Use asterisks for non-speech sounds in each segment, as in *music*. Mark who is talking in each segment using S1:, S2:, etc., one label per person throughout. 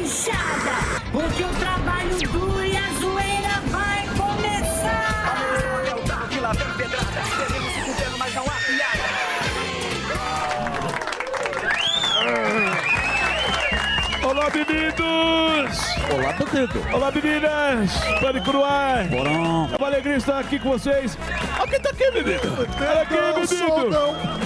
S1: relaxada, porque o trabalho duro e a zoeira vai começar.
S2: Olá, meninos!
S3: Olá, bandido.
S2: Olá, meninas! Pânico no ar!
S3: Porão.
S2: É uma alegria estar aqui com vocês.
S3: Alguém tá aqui, menino?
S2: Olha aqui,
S4: Não sou
S2: menino!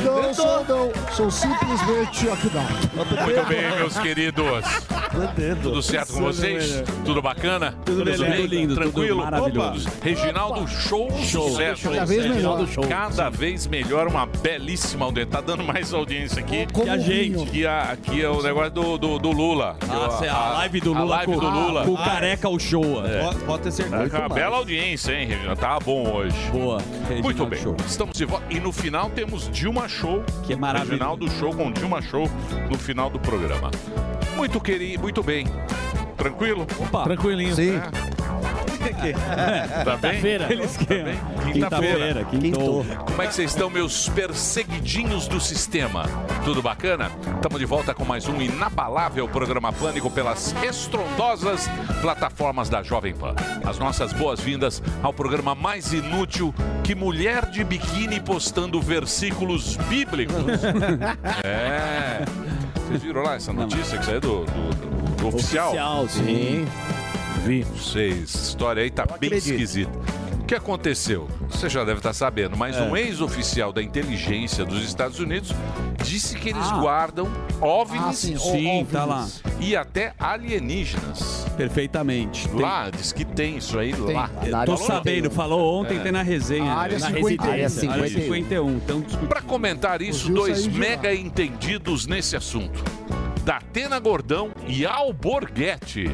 S4: não, não sou não. Sou simplesmente aqui não.
S5: Muito bem, meus queridos.
S3: Bandido.
S5: Tudo certo com vocês? Tudo bacana?
S3: Tudo beleza, tudo lindo,
S5: Tranquilo?
S3: tudo maravilhoso.
S5: Reginaldo, show, sucesso.
S4: Cada vez melhor.
S3: do show.
S5: Cada vez melhor, uma belíssima audiência. Tá dando mais audiência aqui.
S4: Como
S3: a
S4: um
S3: gente?
S4: vinho.
S5: Que a, aqui é o negócio do, do, do Lula.
S3: Ah,
S5: Eu-
S3: cê- a live do Lula,
S5: A live
S3: com,
S5: do Lula. Ah,
S3: com o Careca é. Uchoa.
S6: Pode, pode ter certeza.
S5: Tá com uma bela audiência, hein, Reginaldo? Tá bom hoje.
S3: Boa. Reginaldo
S5: Muito bem,
S3: Show.
S5: estamos de volta. E no final temos Dilma Show.
S3: Que é maravilhoso.
S5: Reginaldo Show com Dilma Show no final do programa. Muito querido, muito bem. Tranquilo? É.
S3: Opa,
S2: Tranquilinho.
S4: Sim,
S3: *laughs*
S5: Tá bem?
S3: aquele é? esquema.
S5: bem? Quinta-feira.
S3: quintou.
S5: Como é que vocês estão, meus perseguidinhos do sistema? Tudo bacana? Estamos de volta com mais um inabalável programa Pânico pelas estrondosas plataformas da Jovem Pan. As nossas boas-vindas ao programa mais inútil que mulher de biquíni postando versículos bíblicos. É. Vocês viram lá essa notícia que saiu do, do- do- do oficial?
S3: Oficial, sim.
S5: Não sei, essa história aí tá bem
S6: acredito.
S5: esquisita. O que aconteceu? Você já deve estar sabendo, mas um ex-oficial da inteligência dos Estados Unidos disse que eles
S3: Ah.
S5: guardam OVNIs
S4: Ah, sim, ó-
S3: Sim, tá lá.
S4: óbvios.
S5: e até alienígenas.
S3: Perfeitamente. Tem-
S5: Lá, diz que tem isso aí lá.
S3: Eu Tô sabendo, falou
S5: É.
S3: ontem, tem na resenha.
S4: A área
S3: na
S4: 51.
S3: residência,
S4: Área
S3: Área 51. Então,
S5: Para comentar isso,
S4: Gil
S5: dois
S4: saiu de lá.
S5: mega entendidos nesse assunto. Datena Gordão e Al Borghetti.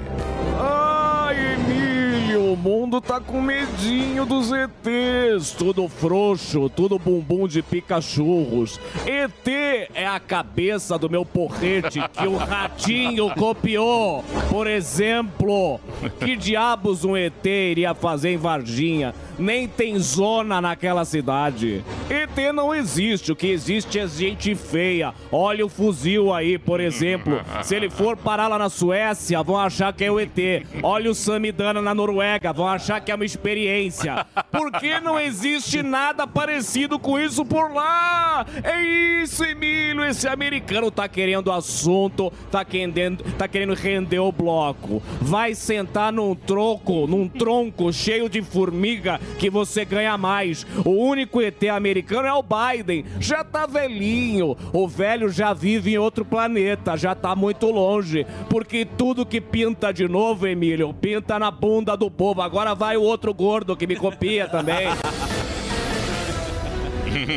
S6: Ai, Emílio, o mundo tá com medinho dos ETs. Tudo frouxo, tudo bumbum de picachurros. ET é a cabeça do meu porrete que o ratinho copiou. Por exemplo, que diabos um ET iria fazer em Varginha? Nem tem zona naquela cidade. ET não existe, o que existe é gente feia. Olha o fuzil aí, por exemplo. Se ele for parar lá na Suécia, vão achar que é o ET. Olha o Samidana na Noruega, vão achar que é uma experiência. Por que não existe nada parecido com isso por lá? É isso, Emílio, esse americano tá querendo assunto, tá querendo, tá querendo render o bloco. Vai sentar num troco, num tronco cheio de formiga que você ganha mais. O único ET americano é o Biden. Já tá velhinho. O velho já vive em outro planeta, já tá muito longe. Porque tudo que pinta de novo, Emílio, pinta na bunda do povo. Agora vai o outro gordo que me copia também.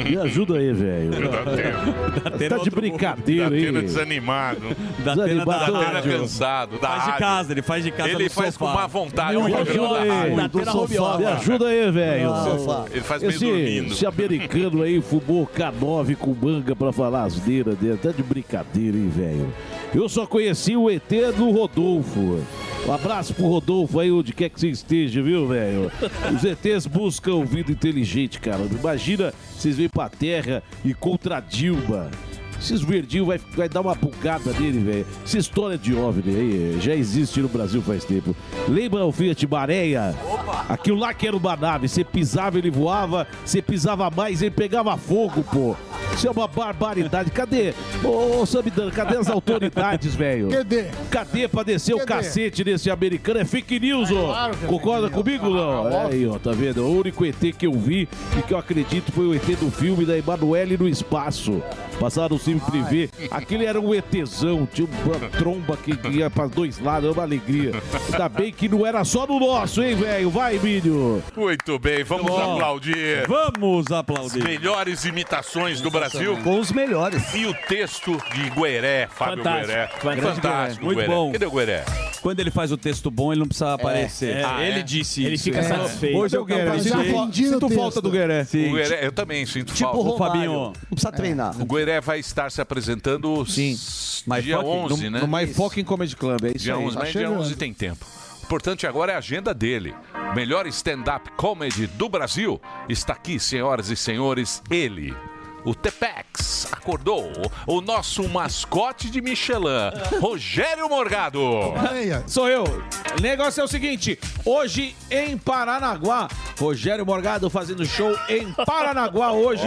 S7: Me ajuda aí, velho.
S3: *laughs*
S7: Tá de brincadeira aí.
S5: Datena desanimado.
S3: Da tela da
S7: Desanimado.
S5: Datena
S3: rádio.
S5: cansado. Da
S3: tá Faz de
S5: rádio.
S3: casa, ele faz de casa
S5: Ele
S3: no
S5: faz
S3: sofá.
S5: com má vontade.
S7: Me
S5: o
S7: ajuda
S5: programa.
S7: aí.
S4: Ah, tá na home
S7: Me ajuda aí, velho.
S4: Alfa.
S5: Ele faz meio
S7: Esse,
S5: dormindo.
S7: esse americano aí fumou K9 com manga pra falar as dele, tá de brincadeira, hein, velho. Eu só conheci o ET do Rodolfo. Um abraço pro Rodolfo aí, onde quer que você esteja, viu, velho? Os ETs buscam vida inteligente, cara. Imagina vocês virem pra terra e contra a Dilma. Esses verdinhos vai, vai dar uma bugada nele, velho. Essa história de OVNI aí eh, já existe no Brasil faz tempo. Lembra o Fiat Maréia? Aquilo lá que era uma nave. Você pisava, ele voava. Você pisava mais, ele pegava fogo, pô. Isso é uma barbaridade. Cadê? Ô, ô Samidana, cadê as autoridades, velho?
S4: Cadê?
S7: Cadê pra descer o
S4: Cadê?
S7: cacete desse americano? É fake news, ó.
S4: claro que é
S7: Concorda
S4: fake news.
S7: comigo, Léo?
S4: Ah,
S7: aí, ó, tá vendo? O único ET que eu vi e que eu acredito foi o ET do filme da Emanuele no espaço. Passaram o filme privê. Aquele era um ETzão, tinha uma tromba que ia pra dois lados, é uma alegria. Ainda bem que não era só no nosso, hein, velho? Vai, Emílio.
S5: Muito bem, vamos
S3: Bom.
S5: aplaudir.
S3: Vamos aplaudir.
S5: Melhores imitações do Brasil.
S6: Com os melhores.
S5: E o texto de Gueré, Fábio
S3: Fantástico.
S5: Gueré.
S3: Grande Gueré. Muito
S5: Gueré.
S3: bom.
S5: Cadê o Gueré?
S3: Quando ele faz o texto bom, ele não precisa aparecer.
S5: Ah, é?
S3: disse
S6: Ele fica satisfeito.
S3: Hoje eu quero.
S4: Já vendi no texto.
S3: Gueré. Sim.
S5: O Gueré, eu também sinto
S8: Tipo
S5: falta.
S8: o Romário.
S3: Fabinho.
S8: Não precisa treinar.
S5: O Gueré vai estar se apresentando
S7: Sim.
S5: s-
S3: Mas
S5: dia
S3: fucking-
S5: 11, né?
S7: No My Fucking Comedy Club, é isso
S5: Dia
S7: aí.
S5: 11, mas dia
S4: chegando.
S5: 11 tem tempo. O importante agora é a agenda dele. Melhor stand-up comedy do Brasil está aqui, senhoras e senhores, ele. o Tepex acordou, o nosso mascote de Michelin, Rogério Morgado.
S7: Sou eu. O negócio é o seguinte: hoje em Paranaguá, Rogério Morgado fazendo show em Paranaguá hoje.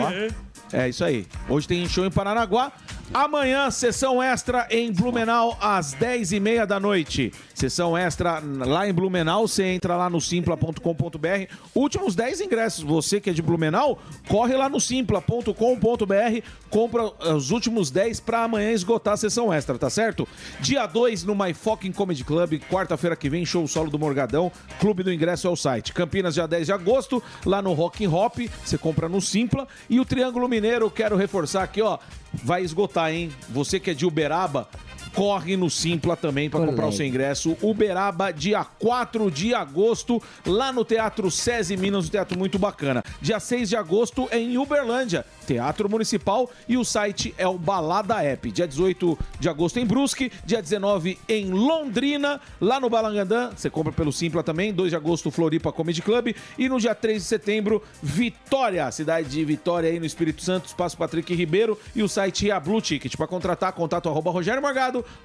S7: É isso aí. Hoje tem show em Paranaguá. Amanhã, sessão extra em Blumenau, às 10h30 da noite. Sessão extra lá em Blumenau. Você entra lá no simpla.com.br. Últimos 10 ingressos. Você que é de Blumenau, corre lá no simpla.com.br. Compra eh, os últimos 10 para amanhã esgotar a sessão extra, tá certo? Dia 2 no My Fucking Comedy Club. Quarta-feira que vem, show solo do Morgadão. Clube do ingresso é o site. Campinas, dia 10 de agosto. Lá no Rock in Hop. Você compra no Simpla. E o Triângulo Mineiro, quero reforçar aqui, ó. Vai esgotar, hein? Você que é de Uberaba, corre no Simpla também para comprar o seu ingresso. Uberaba, dia 4 de agosto, lá no Teatro SESI Minas, um teatro muito bacana. Dia 6 de agosto é em Uberlândia, Teatro Municipal, e o site é o Balada App. Dia 18 de agosto em Brusque, dia 19 em Londrina, lá no Balangandã, você compra pelo Simpla também. 2 de agosto, Floripa Comedy Club. E no dia 3 de setembro, Vitória, cidade de Vitória aí no Espírito Santo, espaço Patrick Ribeiro e o site a Blue Ticket. Para contratar, contato arroba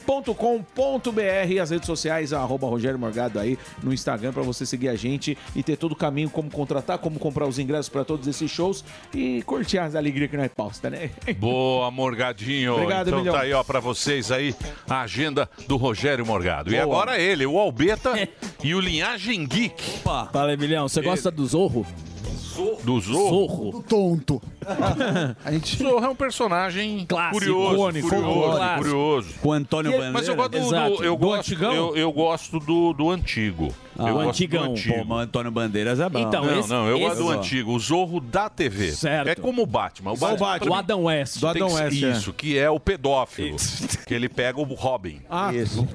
S7: rogeriomorgado.com.br e as redes sociais arroba Rogério Morgado aí no Instagram para você seguir a gente e ter todo o caminho como contratar, como comprar os ingressos para todos esses shows e curtir as alegrias que nós pausta, né?
S5: Boa, Morgadinho.
S7: Obrigado,
S5: então
S7: milhão.
S5: tá aí, ó, pra vocês aí, a agenda do Rogério Morgado. E agora ele, o Albeta e o Linhagem Geek.
S8: Fala, Emilhão, você gosta do Zorro?
S5: Do Zorro.
S8: Zorro.
S4: Tonto.
S3: *laughs*
S5: A gente... Zorro é um personagem
S8: Clássico,
S5: curioso,
S8: icônico,
S5: curioso,
S8: clássico.
S5: curioso.
S3: Com o Antônio Bandeira.
S5: Mas eu gosto do,
S8: Exato.
S5: do- eu
S8: Do
S5: gosto,
S8: antigão?
S5: eu, eu gosto do, do antigo. eu
S8: o
S5: gosto
S8: antigão,
S5: do
S3: Ah, Pô,
S5: antigo.
S3: mas Antônio Bandeiras é bom.
S8: Então,
S5: não,
S8: esse-
S5: não, eu gosto
S8: esse-
S5: do antigo, o Zorro da TV.
S8: Certo.
S5: É como o Batman. O Batman, pra
S8: O
S5: mim,
S8: Adam West.
S3: Do
S5: tem que
S3: Adam
S5: ser
S3: West, é.
S5: isso, que é o pedófilo. Que ele pega o Robin.
S3: Ah,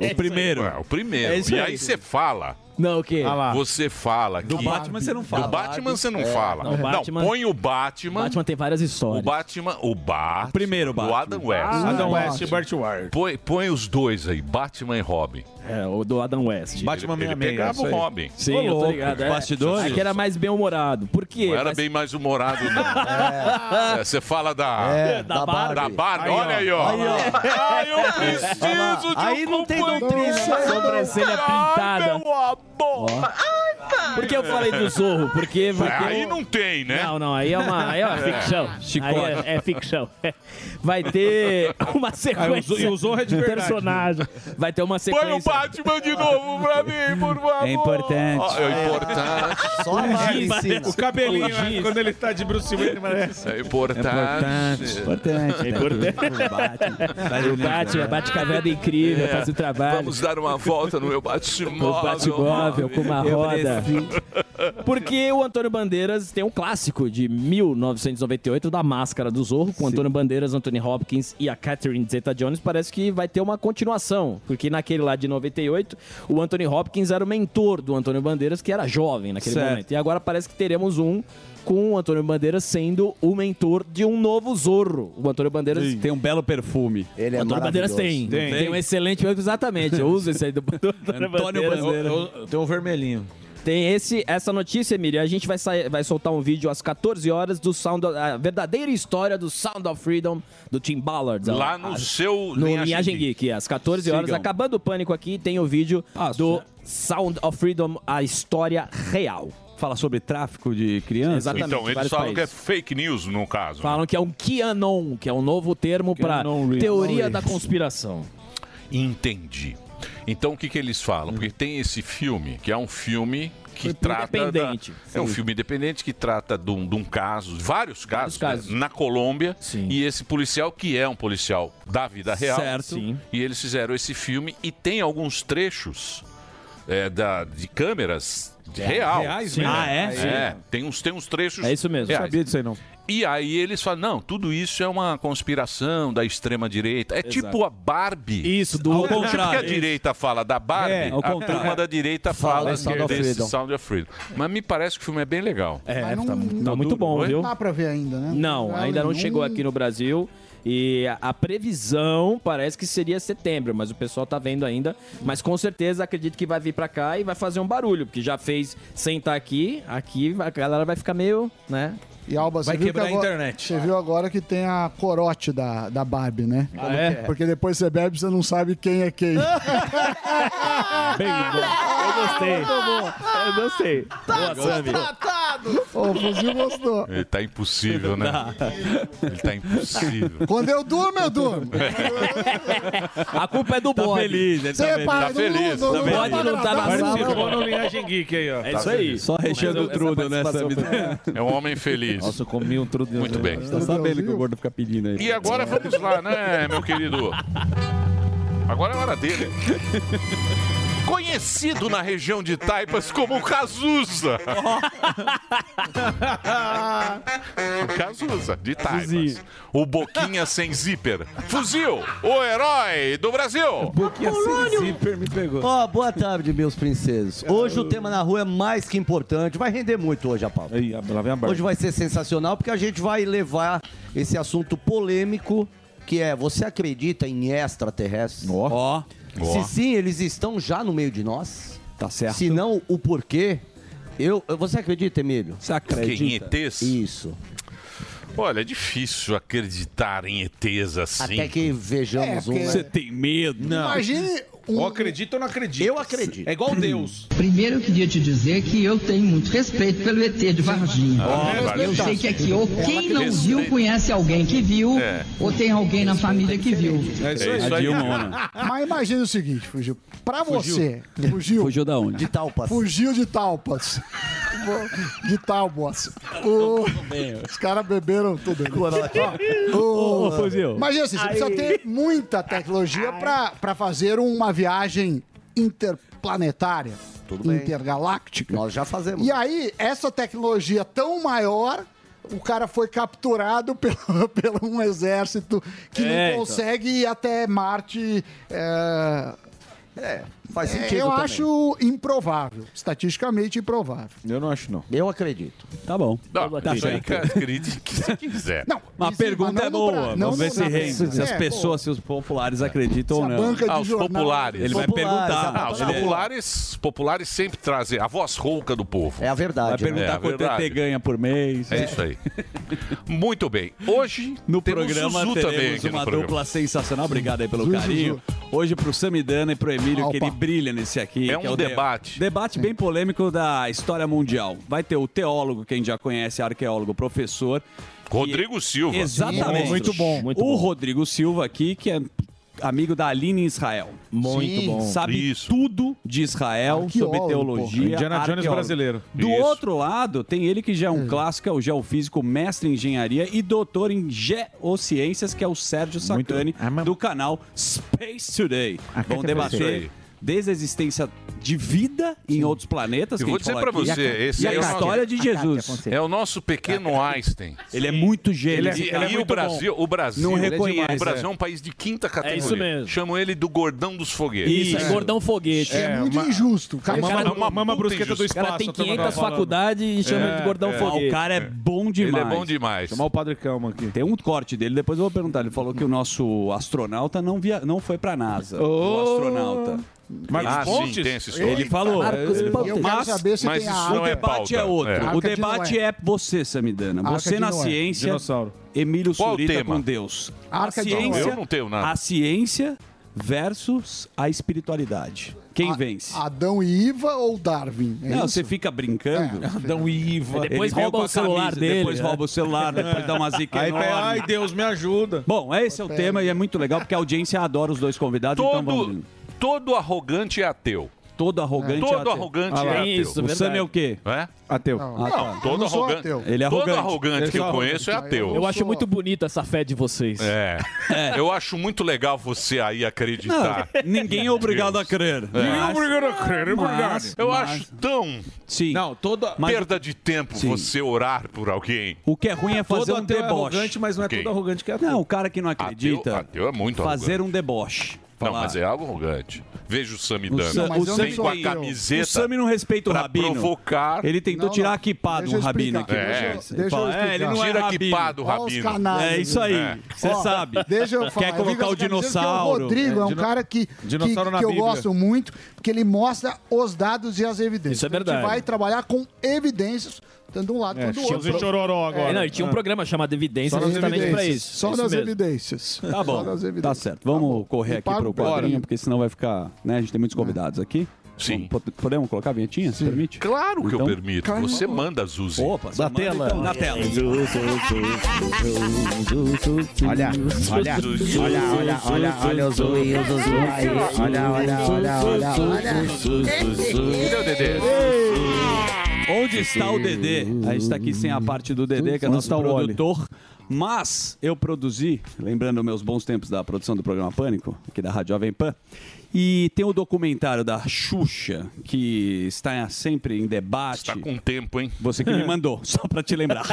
S3: o primeiro.
S5: É, o primeiro.
S3: É isso
S5: e
S3: aí.
S5: aí você fala.
S8: Não, o quê?
S2: Ah
S5: Você fala.
S3: Do
S5: que-
S3: Batman você não
S5: Do
S3: fala.
S5: Batman você não fala.
S8: não,
S5: Não,
S8: Batman-
S5: põe o Batman.
S8: Batman tem várias
S5: O
S8: histórias.
S5: Batman. O Batman.
S3: primeiro
S5: O
S3: Batman.
S5: Adam West.
S2: Adam
S4: Ah,
S2: West e Bart Ward.
S5: Põe, põe os dois aí, Batman e Robin.
S8: É, o do Adam West.
S2: Batman
S5: Ele
S2: 66.
S5: pegava
S2: isso
S5: o
S2: aí.
S5: Robin.
S8: Sim,
S3: Ô,
S8: eu tô
S3: louco,
S8: ligado. É,
S3: bastidores?
S8: é que era mais bem-humorado. Por quê?
S5: Não era
S8: Mas-
S5: bem mais humorado, não. *laughs* É, Você fala da.
S8: *laughs* da Barbie.
S5: Da Barbie, olha aí, ó. *laughs* Ai, eu preciso de um
S9: Aí não tem doutrina.
S8: sobrancelha pintada.
S5: meu amor.
S2: Ah.
S8: Por que eu falei do Zorro? Porque. porque
S5: Ah, Aí
S8: o-
S5: não tem, né?
S8: Não, não, aí é uma, aí
S5: *laughs*
S8: é uma ficção. Aí é, é ficção. *laughs* Vai ter uma sequência.
S2: e o Zorro é de
S8: de
S2: verdade.
S8: personagem. Vai ter uma
S5: Põe um o
S8: sequência.
S5: Batman de novo pra mim, por
S1: *laughs*
S5: favor.
S3: É importante.
S5: Ó, é importante.
S9: Só a Barbie ensina.
S2: O cabelinho,
S3: é,
S2: né, quando ele tá de Bruce Wayne, ele parece.
S5: É importante. É
S3: Importante, é importante.
S8: O um Batman, a Batcaverna é incrível, faz o trabalho.
S5: Vamos dar uma volta no meu
S8: O
S5: Batmóvel.
S8: Batmóvel com uma roda. Porque o Antônio Bandeiras tem um clássico de 1998 da Máscara do Zorro, com Antônio Bandeiras, Anthony Hopkins e a Catherine Zeta-Jones. Parece que vai ter uma continuação, porque naquele lá de 98, o Anthony Hopkins era o mentor do Antônio Bandeiras, que era jovem naquele
S3: Certo.
S8: momento. E agora parece que teremos um com o Antônio Bandeiras sendo o mentor de um novo Zorro. O Antônio Bandeiras
S3: Tem um belo perfume.
S9: Ele é
S8: Antônio Bandeiras
S9: maravilhoso.
S8: tem. tem. um excelente. Exatamente, eu uso esse aí do *laughs* do Antônio
S3: Antônio
S8: Bandeiras.
S3: Bandeira.
S7: Tem um vermelhinho.
S8: Tem esse, essa notícia, Emílio. A gente vai, sair- vai soltar um vídeo às 14 horas do Sound of- a verdadeira história do Sound of Freedom do Tim Ballard.
S5: Lá
S8: Ah,
S5: no seu
S8: no Linhagem
S3: é
S8: Geek, às 14 horas.
S3: Sigam.
S8: Acabando o pânico aqui, tem o vídeo do Sound of Freedom, a história real.
S3: Fala sobre tráfico de crianças.
S8: Exatamente.
S5: Então, eles
S8: vários
S5: falam que é
S8: países.
S5: fake news, no caso.
S8: Falam que é um QAnon, que é um novo termo para
S7: Keanu Reeves.
S8: teoria da conspiração.
S5: Entendi. Então, o que, que eles falam? Porque tem esse filme, que é um filme que
S8: Foi
S5: trata... da-
S8: independente.
S5: É um filme independente que trata de um, de um caso, vários casos,
S8: casos.
S5: né, na Colômbia.
S8: Sim.
S5: E esse policial, que é um policial da vida real.
S3: Certo.
S8: Sim.
S5: E eles fizeram esse filme e tem alguns trechos é, da, de câmeras de real.
S2: Reais, né?
S3: Ah, é?
S5: É, tem uns, tem uns trechos.
S8: É isso mesmo.
S5: reais.
S7: Sabia disso aí não.
S5: E aí eles falam: não, tudo isso é uma conspiração da extrema-direita. É tipo a Barbie.
S8: Isso, do
S3: Ao
S5: Tipo que a
S3: contrário.
S5: direita fala da Barbie,
S3: É, ao
S5: a
S3: contrário.
S5: turma da direita fala,
S9: Fala Sound of
S5: desse
S9: Freedom.
S5: Sound of Freedom. Mas me parece que o filme é bem legal.
S8: É,
S4: Mas não-
S8: tá, mu- tá
S4: não
S8: muito bom,
S5: Oi?
S8: viu?
S4: Não dá pra ver ainda, né?
S8: Não,
S4: dá
S8: ainda não
S4: nenhum.
S8: chegou aqui no Brasil. E a- a previsão parece que seria setembro, mas o pessoal tá vendo ainda. Mas com certeza acredito que vai vir pra tá cá e vai fazer um barulho, porque já fez sem estar aqui. Aqui a galera vai ficar meio, né?
S4: E Alba, você
S2: Vai
S4: viu
S2: quebrar
S4: que
S2: a
S4: agora,
S2: internet.
S4: Você viu agora que tem a corote da, da Barbie, né?
S2: Ah, é?
S4: Porque depois você bebe, você não sabe quem é
S8: *laughs*
S4: quem.
S6: Bem
S8: Eu gostei.
S5: Tá
S8: Boa, Sammy.
S4: Ô, o fuzil gostou.
S5: Ele tá impossível, né? Ele tá
S4: *laughs*
S5: impossível.
S4: Quando eu durmo,
S5: *laughs*
S4: eu durmo.
S8: A culpa é do Bob.
S3: feliz, ele
S4: Você é repara,
S5: Tá feliz,
S4: não,
S5: tá
S4: não,
S8: feliz.
S4: não,
S8: Pode não tá na
S4: agradar,
S8: sala.
S4: não.
S2: Participou no Linhagem Geek aí, ó.
S8: É isso aí.
S3: Só recheando o trudo, né, Sammy?
S5: É um homem feliz.
S7: Nossa, eu comi um trudo.
S5: Muito bem.
S3: Tá sabendo que o gordo fica pedindo aí.
S5: E agora vamos lá, né, meu querido? Agora é hora dele. Conhecido na região de Taipas
S3: *laughs*
S5: como Cazuza. Cazuza, de Taipas. O Boquinha sem zíper. Fuzil, o herói do Brasil.
S3: Boquinha sem zíper me pegou.
S9: Ó, boa tarde, meus princesos. Hoje o tema na rua é mais que importante. Vai render muito hoje a pauta.
S7: Aí, lá vem a barba.
S9: Hoje vai ser sensacional porque a gente vai levar esse assunto polêmico que é: você acredita em extraterrestres?
S3: Ó,
S5: Ó.
S9: Se sim, eles estão já no meio de nós.
S3: tá certo.
S9: Se não, o porquê? Eu, você acredita, Emílio?
S3: Você
S5: Quem é
S3: acredita?
S5: ETs?
S9: Isso.
S5: Olha, é difícil acreditar em ETs assim.
S9: Até que vejamos um.
S3: É, Você
S9: Né?
S3: tem medo? Não.
S4: Imagine um.
S2: Ou acredita ou não acredita.
S9: Eu acredito.
S2: É igual
S7: Hum.
S2: Deus.
S10: Primeiro eu queria te dizer que eu tenho muito respeito pelo ET de Varginha.
S1: Ah,
S10: eu sei que aqui, ou quem não
S5: Respeito.
S10: viu conhece alguém que viu,
S5: É.
S10: ou tem alguém na família que viu.
S2: É isso
S5: É
S2: aí.
S5: isso
S3: A
S5: aí.
S3: Dilmona.
S4: Mas imagine o seguinte, Fugil. Pra você, Fugil.
S3: Fugiu da onde?
S9: De talpas.
S4: Fugiu de Talpas. De Talpas. O- Os caras beberam tudo. Ó, o- Imagina assim, você precisa ter muita tecnologia pra, pra fazer uma viagem interplanetária,
S9: Tudo bem.
S4: intergaláctica.
S9: Nós já fazemos.
S4: E aí, essa tecnologia tão maior, o cara foi capturado *laughs* pelo, pelo um exército que
S8: É,
S4: não
S8: então.
S4: consegue ir até Marte. é,
S9: Faz
S4: eu
S9: sentido. também.
S4: acho improvável, estatisticamente improvável.
S7: Eu não acho, não.
S9: Eu acredito.
S3: Tá bom.
S5: Não,
S3: Tá
S5: isso aí,
S3: certo.
S5: cara, acredite que você quiser.
S4: Não,
S3: Mas a
S4: isso-
S3: pergunta
S4: mas
S3: é
S4: não no Bra-
S3: boa.
S4: não
S3: Vamos ver
S4: no
S3: se
S4: Brasil.
S3: rende. Se as
S4: É,
S3: pessoas, se os populares acreditam
S4: pô,
S3: ou
S4: se a
S3: não.
S4: banca de
S5: Ah, os
S4: jornal-
S5: populares.
S3: Ele vai
S9: populares,
S3: perguntar.
S5: Ah, os
S3: Ele- é-
S5: populares, populares sempre trazem a voz rouca do povo.
S9: É a
S3: Vai
S9: verdade. né?
S5: É,
S3: perguntar
S5: é
S3: quanto
S5: verdade.
S3: ET ganha por mês.
S5: É isso aí. Muito bem. Hoje
S3: No
S5: temos
S3: programa
S5: Zuzu também
S3: teremos
S5: aqui
S3: uma
S5: no programa.
S3: dupla sensacional. Obrigado aí pelo carinho. Hoje pro Samidana e pro Emílio, que ele brilha nesse aqui.
S5: É
S3: que
S5: um
S3: o de-
S5: debate.
S3: Debate bem polêmico da história mundial. Vai ter o teólogo, que a gente já conhece, arqueólogo, professor. é
S5: Rodrigo Silva.
S3: Exatamente.
S8: Muito bom. Muito
S3: o
S8: bom.
S3: Rodrigo Silva aqui, que é amigo da Aline Israel.
S8: Muito
S4: Sim.
S8: bom.
S3: Sabe
S5: Isso.
S3: tudo de Israel, sobre
S4: Arqueólogo,
S3: teologia.
S2: porra. Indiana Jones
S3: arqueólogo.
S2: brasileiro.
S3: Do
S5: Isso.
S3: outro lado, tem ele que já é um clássico, é o geofísico, mestre em engenharia e doutor em geociências, que é o Sérgio Sacani, do canal Space Today. Vão debater
S5: aí.
S3: desde a existência de vida em outros planetas.
S5: Eu
S3: que a
S5: vou
S3: gente
S5: dizer
S3: falou
S5: pra
S3: aqui,
S5: você, esse
S3: e a
S5: aí é o nosso-
S3: história de Jesus.
S5: É o nosso pequeno Einstein.
S3: Ele é muito gênio.
S5: E,
S3: cara.
S5: e o Brasil, o Brasil,
S3: Não
S5: ele é
S3: reconhece,
S5: demais. o Brasil é um país de quinta categoria.
S8: isso mesmo.
S5: Chamam ele do gordão dos foguetes.
S8: Isso, é gordão foguete.
S4: É, muito injusto. Cara,
S5: uma-
S4: cara,
S5: uma
S2: mama
S5: puta
S2: brusqueta do
S5: injustiça.
S8: O cara
S2: espaço.
S8: tem é
S2: a turma
S8: 500
S2: tava falando.
S8: faculdades e chama ele de gordão
S3: Ah,
S8: foguete.
S3: o cara é bom demais.
S5: Ele é bom demais.
S7: Chamar o Padre Calma aqui.
S3: Tem um corte dele, depois eu vou perguntar. Ele falou que o nosso astronauta não, via... não foi pra NASA. O astronauta.
S2: Marcos
S5: Ah, sim,
S2: Pontes?
S5: tem essa história.
S3: Ele falou.
S8: Marcos
S3: ele falou,
S4: eu quero
S3: mas
S4: saber se
S5: mas
S4: tem
S5: isso
S4: a
S5: não
S3: o
S5: é-
S4: arca.
S3: debate é
S5: pauta,
S3: outro.
S5: é.
S3: O
S4: Arca de
S3: debate
S4: Noé.
S3: é você, Samidana.
S4: Arca é.
S3: Você
S4: de
S3: na
S4: Noé.
S3: ciência,
S7: Dinossauro.
S3: Emílio
S5: Qual o
S3: Surita
S5: tema?
S3: com Deus.
S4: Arca é.
S3: a
S4: de Noé.
S3: ciência,
S5: Eu não tenho nada.
S3: A ciência versus a espiritualidade. Quem vence?
S4: Adão e Iva ou Darwin? Ah, É
S3: Não,
S4: isso?
S3: você fica brincando.
S2: Adão e Iva.
S8: É, depois
S3: Ele veio
S8: rouba
S3: com a
S8: o celular
S3: camisa,
S8: dele,
S3: Depois
S8: né?
S3: rouba o celular, depois dá uma zica
S2: Aí,
S3: enorme.
S2: pega, ai, Deus, me ajuda.
S3: Bom, esse é o tema e é muito legal porque a audiência adora os dois convidados. então vamos.
S5: Todo,
S3: indo.
S5: todo arrogante é ateu.
S3: Todo arrogante.
S5: Todo
S3: ateu.
S5: arrogante é ateu.
S8: isso,
S3: O Sam é o quê?
S5: Não é?
S7: Ateu.
S3: Ah,
S4: Não,
S3: tá.
S5: Não,
S4: eu
S5: todo
S4: não sou
S5: arrogante.
S4: ateu.
S3: Ele é arrogante.
S5: Todo arrogante que eu
S4: arrogante.
S5: conheço é
S4: Ah, eu
S5: ateu.
S8: Eu acho
S4: sou-
S8: muito bonita essa fé de vocês.
S5: É. Eu acho muito legal você aí acreditar. É.
S3: Ninguém é obrigado a crer. Ninguém é
S2: Não, obrigado a crer, obrigado.
S5: Eu acho tão
S3: Sim.
S2: Não, toda...
S3: Mas-
S5: perda de tempo
S3: Sim.
S5: você orar por alguém.
S3: O que é ruim é fazer
S7: Todo
S3: um
S7: ateu é
S3: deboche.
S7: arrogante, mas não é
S5: Ok.
S7: todo arrogante que é ateu.
S3: Não, o cara que não acredita.
S5: Ateu, ateu é muito
S3: fazer
S5: arrogante.
S3: um deboche.
S5: Não,
S3: Falar.
S5: mas é arrogante. Veja o
S3: O Sam-
S5: Samidana.
S4: mas
S3: o
S4: eu
S3: Sam
S4: não
S5: Vem
S4: sou
S5: com a
S4: ateu.
S5: camiseta
S3: O Sammy não respeita o
S5: pra
S3: rabino.
S5: provocar.
S3: Ele tentou
S4: Não,
S3: tirar
S4: não.
S3: a quipá do
S4: Deixa eu
S3: rabino aqui.
S4: explicar.
S5: É.
S4: Deixa eu- deixa eu
S3: Fala, é, ele
S4: explicar.
S3: não é
S5: Tira a
S3: rabino.
S5: quipá do
S4: Olha os
S5: rabino.
S4: canalhas,
S3: É isso aí.
S5: É.
S3: Você
S4: Ó,
S3: sabe.
S4: Deixa eu falar.
S3: Quer colocar
S4: Eu vi com
S3: o
S4: as camisetas que O
S3: dinossauro.
S4: Rodrigo é, um cara que, que, que
S2: dinossauro na
S4: eu
S2: Bíblia.
S4: gosto muito, porque ele mostra os dados e as evidências. Então,
S8: Isso é
S4: A
S8: verdade.
S4: gente vai trabalhar com evidências tanto de um lado
S8: É,
S4: quanto do
S8: tinha
S4: outro.
S8: um pro- Chororó agora. É, não, e tinha um programa chamado Evidências Só nas justamente pra evidências. isso. é
S4: Só
S8: Isso
S4: nas
S8: mesmo.
S4: evidências.
S3: Tá bom.
S4: Só nas evidências.
S3: Tá certo. Vamos correr aqui
S4: Para
S3: pro
S4: o quadrinho.
S3: quadrinho, porque senão vai ficar. Né? A gente tem muitos convidados aqui.
S5: É. Sim.
S3: Podemos colocar a vinhetinha, se permite?
S5: Claro que
S3: Então-
S5: eu permito. Você manda, Zuzi.
S3: Opa, você manda, então, na tela.
S1: Olha, olha, olha, olha, olha, olha os olhos, os olhos. Olha, olha, olha, olha, olha.
S5: Cadê o Dedê?
S3: Onde está o Dedê? A gente está aqui sem a parte do Dedê, que é
S6: Onde
S3: nosso
S6: está o
S3: produtor. Mas eu produzi, lembrando meus bons tempos da produção do programa Pânico, aqui da Rádio Jovem Pan, e tem o documentário da Xuxa, que está sempre em debate. Está
S5: com tempo, hein?
S3: Você que me
S5: *laughs*
S3: mandou, só para te lembrar.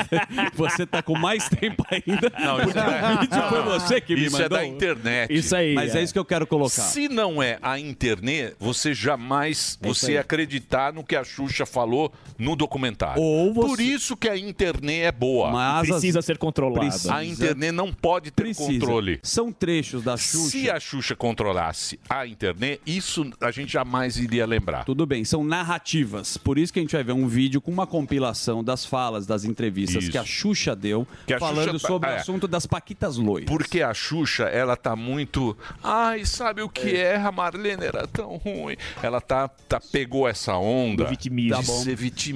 S3: Você está com mais tempo ainda.
S5: Não, isso
S3: porque
S5: é- *laughs*
S3: o vídeo
S5: não,
S3: foi
S5: não.
S3: você que me
S5: Isso é
S3: mandou.
S5: da internet.
S3: Isso aí, Mas é é. isso que eu quero colocar.
S5: Se não é a internet, você jamais
S3: É isso
S5: você
S3: aí.
S5: ia acreditar no que a Xuxa falou no documentário.
S3: Ou você-
S5: Por isso que a internet é boa.
S3: Mas Precisa as- ser controlada. precisa.
S5: A internet não pode ter controle.
S3: São trechos da Xuxa.
S5: Se a Xuxa controlasse a internet, isso a gente jamais iria lembrar.
S3: Tudo bem, são narrativas. Por isso que a gente vai ver um vídeo com uma compilação das falas, das entrevistas
S5: Isso.
S3: que a Xuxa deu,
S5: Que a
S3: falando
S5: Xuxa tá-
S3: sobre o
S5: é.
S3: assunto das Paquitas Loiras.
S5: Porque a Xuxa, ela tá muito. Ai, sabe o que é? A Marlene era tão ruim. Ela tá, tá pegou essa onda.
S3: Do vitimismo.
S5: De
S3: Tá bom.
S5: ser vitimista.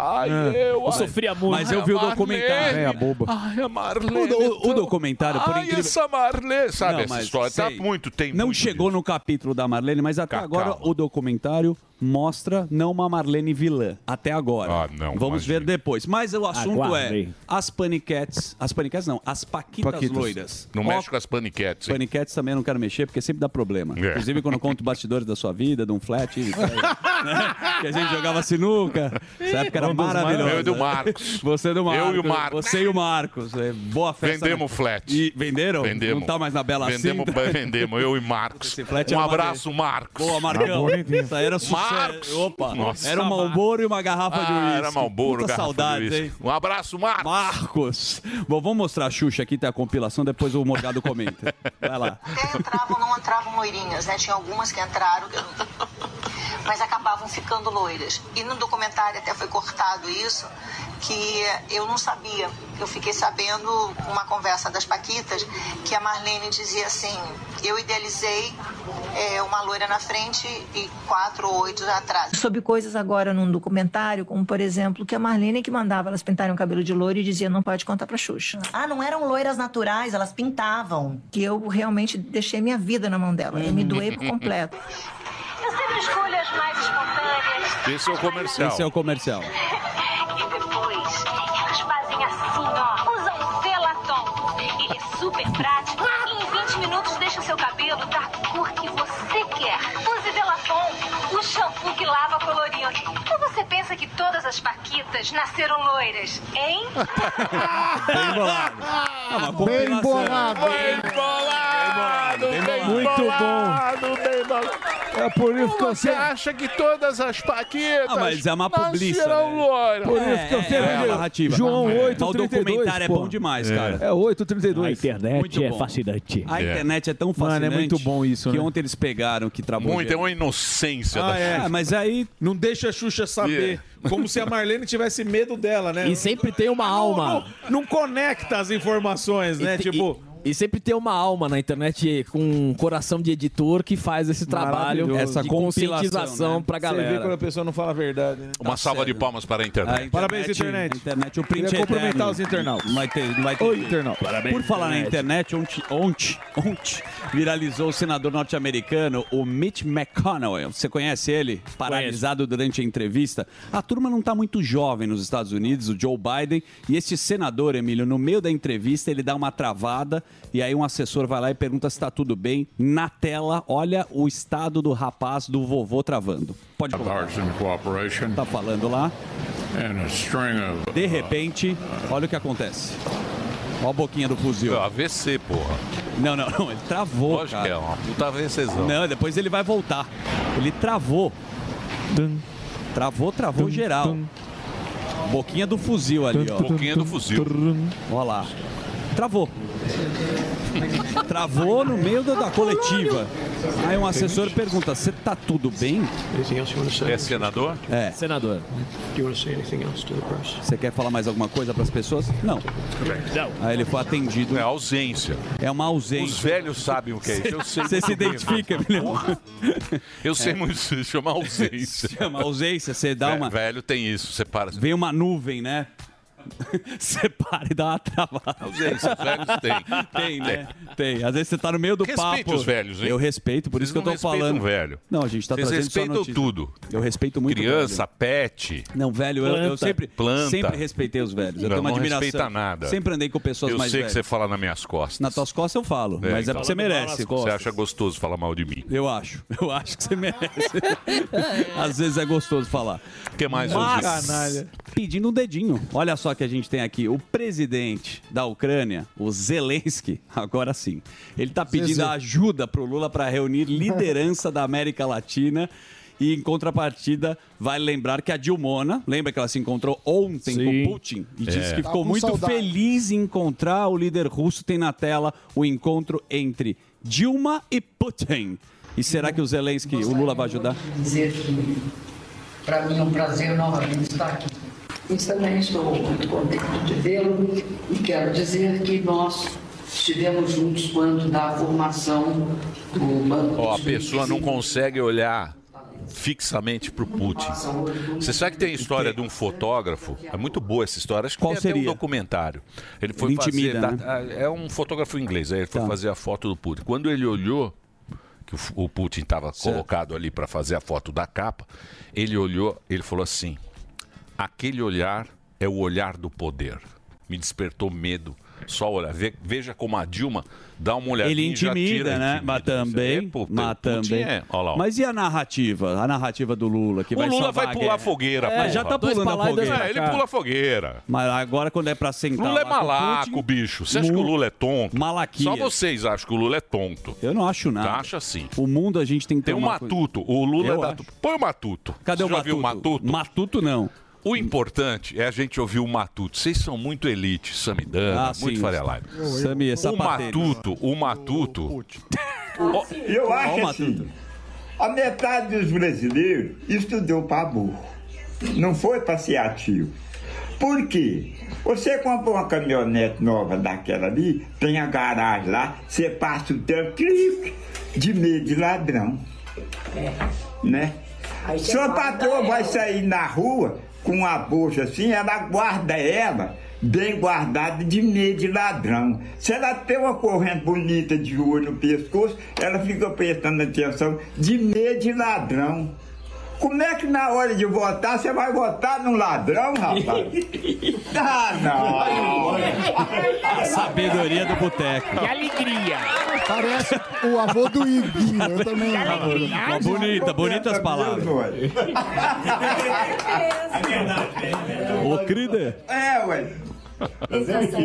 S5: Ai,
S3: É.
S5: eu.
S3: Eu
S5: ai,
S3: sofria muito. Mas eu vi o
S5: Marlene.
S3: documentário. É, a é boba.
S5: Ai, a Marlene.
S3: O, do- o
S5: tão-
S3: documentário, por
S5: Ai,
S3: incrível...
S5: essa Marlene. Sabe
S3: Não,
S5: essa
S3: mas
S5: história? Tá
S3: sei.
S5: muito tempo.
S3: Não chegou no capítulo da Marlene, mas até agora o documentário mostra não uma Marlene vilã. Até agora.
S5: Ah,
S3: Vamos ver depois. Mas o assunto
S5: Aguardem.
S3: é as paniquetes. As paniquetes não, as paquitas, loiras.
S5: Não é
S3: Ó,
S5: mexe com as paniquetes. hein?
S3: Paniquetes também eu não quero mexer, porque sempre dá problema.
S5: É.
S3: Inclusive quando eu conto bastidores da sua vida, de um flat. isso aí, né? Que a gente jogava sinuca. Essa época era
S5: Um dos
S3: maravilhosa.
S5: mais- Eu e do Marcos.
S3: Você do
S5: Eu
S3: Marcos.
S5: e o Marcos.
S3: Você e o Marcos. É, Boa festa.
S5: Vendemos
S3: né?
S5: flat.
S3: E venderam?
S5: Vendemos.
S3: Não tá mais na Bela
S5: vendemos,
S3: Cinta?
S5: *laughs* Vendemos, eu e Marcos.
S3: flat era
S5: um
S3: uma
S5: abraço, Marcos.
S3: Boa, Marcão. Essa era sucesso.
S5: Marcos.
S3: Opa.
S5: Nossa,
S3: era um Malboro e uma garrafa de
S5: Ah,
S3: uísque.
S5: era Marlboro,
S3: Puta
S5: garrafa de
S3: saudades,
S5: uísque.
S3: hein?
S5: Um abraço, Marcos.
S3: Marcos. Bom, vamos mostrar a Xuxa aqui, tem a compilação, depois o Morgado comenta. Vai lá.
S11: entravam não entravam loirinhas, né? Tinha algumas que entraram, *laughs* mas acabavam ficando loiras. E no documentário até foi cortado isso, que eu não sabia. Eu fiquei sabendo, com uma conversa das Paquitas, que a Marlene dizia assim: eu idealizei é, uma loira na frente e quatro ou oito atrás.
S12: Sobre coisas agora num documentário, como por exemplo, que a Marlene que mandava elas pintarem o cabelo de loiro e dizia não pode contar pra Xuxa.
S13: Ah, não eram loiras naturais, elas pintavam.
S12: Que eu realmente deixei minha vida na mão dela. Eu me doei por completo.
S14: Eu sempre escolho as mais espontâneas. *laughs*
S5: Esse é o comercial.
S3: Esse é o comercial.
S14: E depois, elas fazem assim, ó. Usam Velaton. Ele é super prático. E em 20 minutos deixa o seu cabelo da cor que você quer. Use Velaton, o shampoo que lava colorido. Ou você pensa que todas as paquitas nasceram loiras, hein?
S3: Bem bolado. É uma compilação.
S14: Bem bolado!
S6: Muito bom. É por isso que eu
S5: Você
S6: sempre.
S5: acha que todas as paquitas.
S3: Ah, mas é uma publiça,
S5: nasceram
S3: né?
S5: loiras?
S6: Por isso que eu sempre.
S3: é a narrativa.
S6: João
S3: Mas o
S6: 8,
S3: documentário é bom demais, cara.
S6: É 832.
S3: A internet Muito é bom.
S6: fascinante.
S3: A internet é tão fascinante.
S6: Mano, é muito bom isso,
S3: Que
S6: né? Ah, é.
S3: ontem eles pegaram que travou.
S5: Muito, é uma
S7: Ah,
S5: inocência da Xuxa.
S3: mas é aí.
S7: é. Não deixa a Xuxa saber. Como se a Marlene tivesse medo dela, né?
S8: E sempre tem uma alma.
S7: Não, não conecta as informações, né?
S8: te-
S7: tipo.
S8: E sempre tem uma alma na internet com um coração de editor que faz esse trabalho,
S7: Maravilhoso. né?
S8: essa de conscientização pra
S7: Você vê
S8: galera.
S7: quando a pessoa não fala a verdade, né?
S3: Tá
S5: Uma salva de palmas para a internet.
S7: Parabéns, internet.
S3: a internet. O print é
S7: Queria cumprimentar
S3: eterno.
S7: os internautas.
S3: Não Vai ter, não vai ter. jeito.
S7: Parabéns,
S3: Por falar na internet, ontem, ontem, ontem viralizou o senador norte-americano, o Mitch McConnell. Você conhece ele? Paralisado durante a entrevista. A turma não está muito jovem nos Estados Unidos, o Joe Biden. E este senador, Emílio, no meio da entrevista, ele dá uma travada e aí um assessor vai lá e pergunta se está tudo bem. Na tela, olha o estado do rapaz, do vovô travando. Pode colocar. Tá falando lá. De repente, olha o que acontece. Olha a boquinha do
S5: É
S3: fuzil.
S5: AVC, porra.
S3: Não, não, não. Ele travou.
S5: Lógico
S3: cara.
S5: que é uma puta AVCzão.
S3: Não, depois ele vai voltar. Ele travou. Travou, travou geral. Boquinha do fuzil ali, ó.
S5: Boquinha do fuzil.
S3: Olha lá. Travou. Travou no meio da, da coletiva. Aí um assessor pergunta: você tá tudo bem?
S5: É senador?
S3: É. Senador. Você quer falar mais alguma coisa para as pessoas? Não. Aí ele foi atendido. É
S5: ausência.
S3: É uma ausência.
S5: Os velhos sabem o que é isso. Eu sei
S3: Você se
S5: muito bem.
S3: identifica, Emiliano?
S5: *laughs* Eu sei muito isso.
S3: *laughs*
S5: Chama ausência.
S3: Chama É. ausência, você dá
S5: Vé-
S3: uma-
S5: Velho tem isso, você para.
S3: Vem uma nuvem, né? *laughs* Você para e dá uma travada.
S5: Ausência, os velhos
S3: *laughs* Tem,
S5: têm.
S3: né? Tem. Às vezes você tá no meio do
S5: Respeite
S3: papo.
S5: os velhos, hein?
S3: Eu respeito, por isso que eu
S5: Vocês
S3: tô
S5: não respeitam
S3: falando.
S5: velho.
S3: Não, a gente tá
S5: Vocês
S3: trazendo só
S5: respeitam
S3: notícia.
S5: tudo.
S3: Eu respeito muito
S5: Criança, pet.
S3: Não, velho, eu, eu
S5: Planta.
S3: sempre,
S5: Planta.
S3: sempre respeitei os velhos. Eu
S5: não,
S3: tenho uma
S5: não
S3: admiração.
S5: respeita nada.
S3: Sempre andei com pessoas
S5: eu
S3: mais
S5: sei
S3: velhas.
S5: que você fala nas minhas costas. então.
S3: Nas tuas costas eu falo, mas é porque você merece.
S5: Você acha gostoso falar mal de mim.
S3: *laughs* Eu acho. Eu acho que você merece. Às vezes é gostoso falar. O
S5: que mais,
S3: Mas,
S5: Rodrigo? Canalha.
S3: Pedindo um dedinho. Olha só que a gente tem aqui. O presidente da Ucrânia, o Zelensky, *laughs* agora sim. Ele está pedindo
S15: Zezé.
S3: ajuda para o Lula para
S15: *laughs*
S3: reunir liderança da América Latina. E em contrapartida, vale lembrar que a Dilmona, lembra que ela se encontrou ontem
S15: Sim.
S3: com o Putin e disse
S15: É.
S3: que
S15: Tá
S3: ficou
S15: com
S3: muito
S15: saudade.
S3: feliz em encontrar o líder russo. Tem na tela o encontro entre Dilma e Putin. E será que o Zelensky, o Lula vai ajudar?
S16: dizer que para mim é um prazer novamente estar aqui. E também estou muito contente de vê-lo e quero dizer que nós estivemos juntos quando da formação do Banco
S5: Ó, a
S16: dos Brics.
S5: pessoa não consegue olhar fixamente pro Putin. Você sabe que tem a história de um fotógrafo? É muito boa essa história. Acho que
S3: Qual
S5: tem até um
S3: seria?
S5: documentário. Ele foi
S3: Ele intimida, né? Tá.
S5: fazer. da- É um fotógrafo inglês. Aí ele foi fazer a foto do Putin. Quando ele olhou que o F- o Putin estava colocado ali para fazer a foto da capa, ele olhou, ele falou assim: aquele olhar é o olhar do poder. Me despertou medo. Só olha, ve- veja como a Dilma dá uma olhadinha
S3: Ele
S5: e já
S3: intimida,
S5: tira, É,
S3: né?
S5: intimida.
S3: Mas também. mas
S5: Putin
S3: também.
S5: é- ó lá, ó.
S3: Mas e a narrativa? A narrativa do Lula que
S5: o
S3: vai
S5: Lula
S3: salvar
S5: vai
S3: a
S5: pular a
S3: guerra.
S5: fogueira.
S3: É,
S5: porra.
S3: já tá pulando a fogueira.
S5: É, ele pula a fogueira.
S3: Mas agora quando é pra sentar
S5: Lula é
S3: lá com o
S5: malaco,
S3: Putin,
S5: bicho. Você acha que o Lula é tonto?
S3: Malaquia.
S5: Só vocês acham que o Lula é tonto.
S3: Eu não acho nada.
S5: Acha sim.
S3: O mundo a gente tem que ter
S5: Tem um
S3: uma coisa-
S5: matuto. O Lula
S3: Eu
S5: é da...
S3: acho.
S5: Põe o matuto.
S3: Cadê
S5: Você
S3: o
S5: já viu o
S3: Matuto?
S5: matuto?
S3: Matuto não.
S5: O importante é a gente ouvir o Matuto. Vocês são muito elite, Samidana,
S3: Ah,
S5: muito
S3: sim.
S5: Faria Live.
S3: Sami é
S5: o
S3: sapateiro.
S5: Matuto, o Matuto.
S17: Eu
S5: Ó,
S17: acho
S5: Matuto.
S17: assim, a metade dos brasileiros estudou para burro. Não foi para ser ativo. Por quê? Você comprou uma caminhonete nova daquela ali, tem a garagem lá, você passa o tempo clique, de medo de ladrão.
S16: É.
S17: Né?
S16: você
S17: Sua
S16: guarda
S17: patroa vai
S16: ela.
S17: sair na rua com a bolsa assim, ela guarda ela bem guardada de medo de ladrão. Se ela tem uma corrente bonita de ouro no pescoço, ela fica prestando atenção de medo de ladrão. Como é que na hora de votar você vai votar num ladrão, rapaz?
S16: *laughs*
S17: ah, não.
S3: A sabedoria do boteco.
S17: Que
S4: alegria! Parece o avô do Iguinho, eu também.
S3: Uma bonita, bonitas palavras. Ô, querida.
S17: É, ué.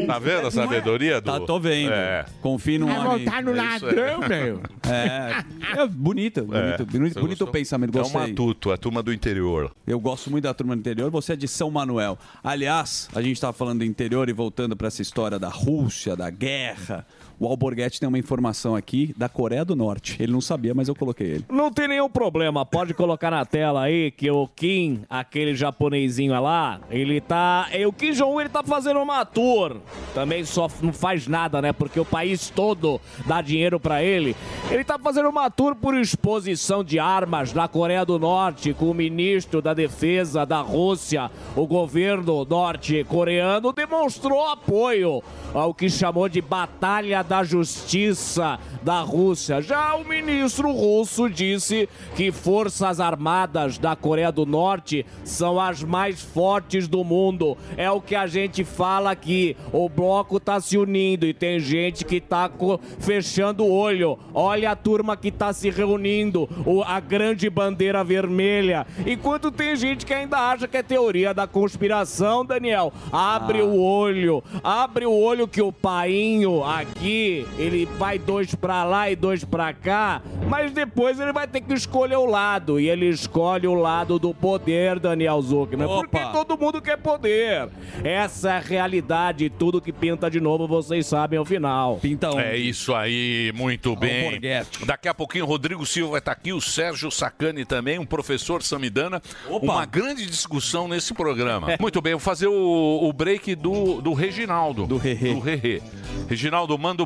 S5: Tá vendo a sabedoria do...
S3: Tá, tô vendo.
S5: É.
S3: Confio num
S5: Vai
S3: homem.
S5: votar no É isso
S3: *laughs*
S5: aí. ladrão, meu.
S3: É. É bonito, bonito,
S5: É,
S3: bonito,
S5: você
S3: bonito
S5: gostou?
S3: pensamento.
S5: É um
S3: Gostei.
S5: matuto, a turma do interior.
S3: Eu gosto muito da turma do interior. Você é de São Manuel. Aliás, a gente estava falando do interior e voltando para essa história da Rússia, da guerra. O Alborguete tem uma informação aqui da Coreia do Norte. Ele não sabia, mas eu coloquei ele.
S6: Não tem nenhum problema, pode colocar na tela aí que o Kim, aquele japonesinho é lá, ele tá. E o Kim Jong-un ele tá fazendo uma tour. Também só f- não faz nada, né? Porque o país todo dá dinheiro pra ele. Ele tá fazendo uma tour por exposição de armas na Coreia do Norte com o ministro da Defesa da Rússia. O governo norte-coreano demonstrou apoio ao que chamou de Batalha da Justiça da Rússia. Já o ministro russo disse que forças armadas da Coreia do Norte são as mais fortes do mundo. É o que a gente fala aqui. O bloco tá se unindo e tem gente que tá co- fechando o olho. Ó olha a turma que tá se reunindo, o- a grande bandeira vermelha. Enquanto tem gente que ainda acha que é teoria da conspiração, Daniel,
S3: Ah.
S6: abre o olho, abre o olho que o painho aqui, ele vai dois pra lá e dois pra cá, mas depois ele vai ter que escolher o lado, e ele escolhe o lado do poder, Daniel Zuckman, porque todo mundo quer poder. Essa é a realidade, tudo que pinta de novo, vocês sabem ao final.
S3: Pinta um.
S5: É isso aí, muito bem. Daqui a pouquinho o Rodrigo Silva vai estar aqui, o Sérgio Sacani também, um professor samidana. Uma grande discussão nesse programa. *laughs* Muito bem, eu vou fazer o, o break do, do Reginaldo. Do Rerê. Reginaldo, manda o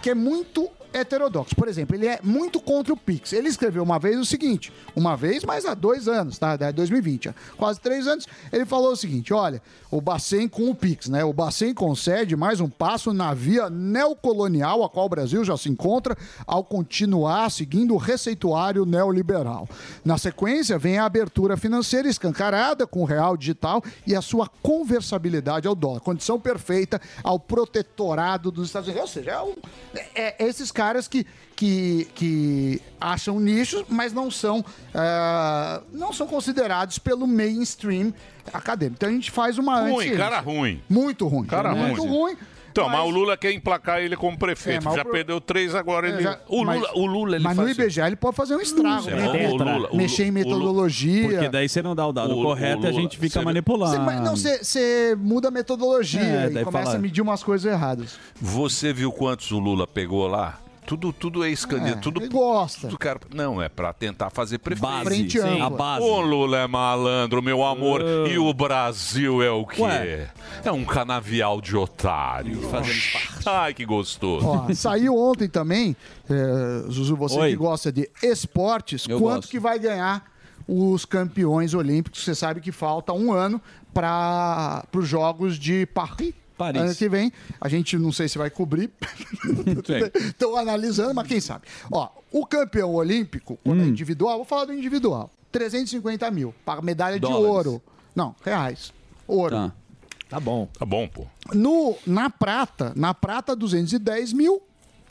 S4: que é muito heterodoxo. Por exemplo, ele é muito contra o Pix. Ele escreveu uma vez o seguinte, uma vez, mas há dois anos, tá? Da 2020, há quase três anos, ele falou o seguinte, olha, o Bacen com o Pix, né? O Bacen concede mais um passo na via neocolonial a qual o Brasil já se encontra ao continuar seguindo o receituário neoliberal. Na sequência, vem a abertura financeira escancarada com o real digital e a sua conversabilidade ao dólar. Condição perfeita ao protetorado dos Estados Unidos. Ou seja, é um é, é esses caras que, que, que acham nichos, mas não são, ah, não são considerados pelo mainstream acadêmico. Então a gente faz uma
S5: Ruim,
S4: anti-
S5: cara ruim.
S4: Muito ruim.
S5: Cara
S4: muito
S5: ruim.
S4: ruim.
S5: Então, mas... o Lula quer emplacar ele como
S4: É,
S5: prefeito.
S4: mas o
S5: já
S4: pro-
S5: perdeu três, agora
S4: É,
S5: ele.
S4: já-
S5: o, Lula,
S4: mas-
S5: o Lula, ele
S4: Mas
S5: faz
S4: no IBGE ele pode fazer um estrago,
S5: Isso é
S4: né?
S5: bom, o Lula- o
S4: Mexer em
S5: Lu- o Lu-
S4: metodologia.
S3: Porque daí você não dá o dado
S5: O- o
S3: correto e a
S5: Lula-
S3: gente fica
S5: você-
S3: manipulando.
S4: Você, mas não, você, você muda a metodologia
S3: É,
S4: e
S3: daí
S4: começa
S3: fala-
S4: a medir umas coisas erradas.
S5: Você viu quantos o Lula pegou lá? Tudo, tudo é escândalo, tudo
S4: gosta.
S5: Tudo cara, não é pra tentar fazer prefeito.
S4: Frente sim, ampla. a base. Ah.
S5: O Lula é malandro, meu amor, e o Brasil é o quê?
S4: Ué.
S5: É um canavial de otário. Ai, que
S3: *laughs*
S5: gostoso.
S4: Ó, saiu ontem também, eh, Zuzu, você
S5: Oi.
S4: que gosta de esportes,
S5: Eu
S4: quanto
S5: gosto.
S4: que vai ganhar os campeões olímpicos? Você sabe que falta um ano para os Jogos de Paris.
S3: Paris.
S4: Ano que vem, a gente não sei se vai cobrir,
S3: *laughs*
S4: estão analisando, mas quem sabe. Ó, o campeão olímpico, quando
S3: Hum.
S4: é individual, vou falar do individual, 350 mil, para medalha de
S5: Dólares.
S4: ouro. Não, reais. Ouro.
S3: Tá.
S5: Tá bom. Tá bom, pô.
S4: No, na prata, na prata 210 mil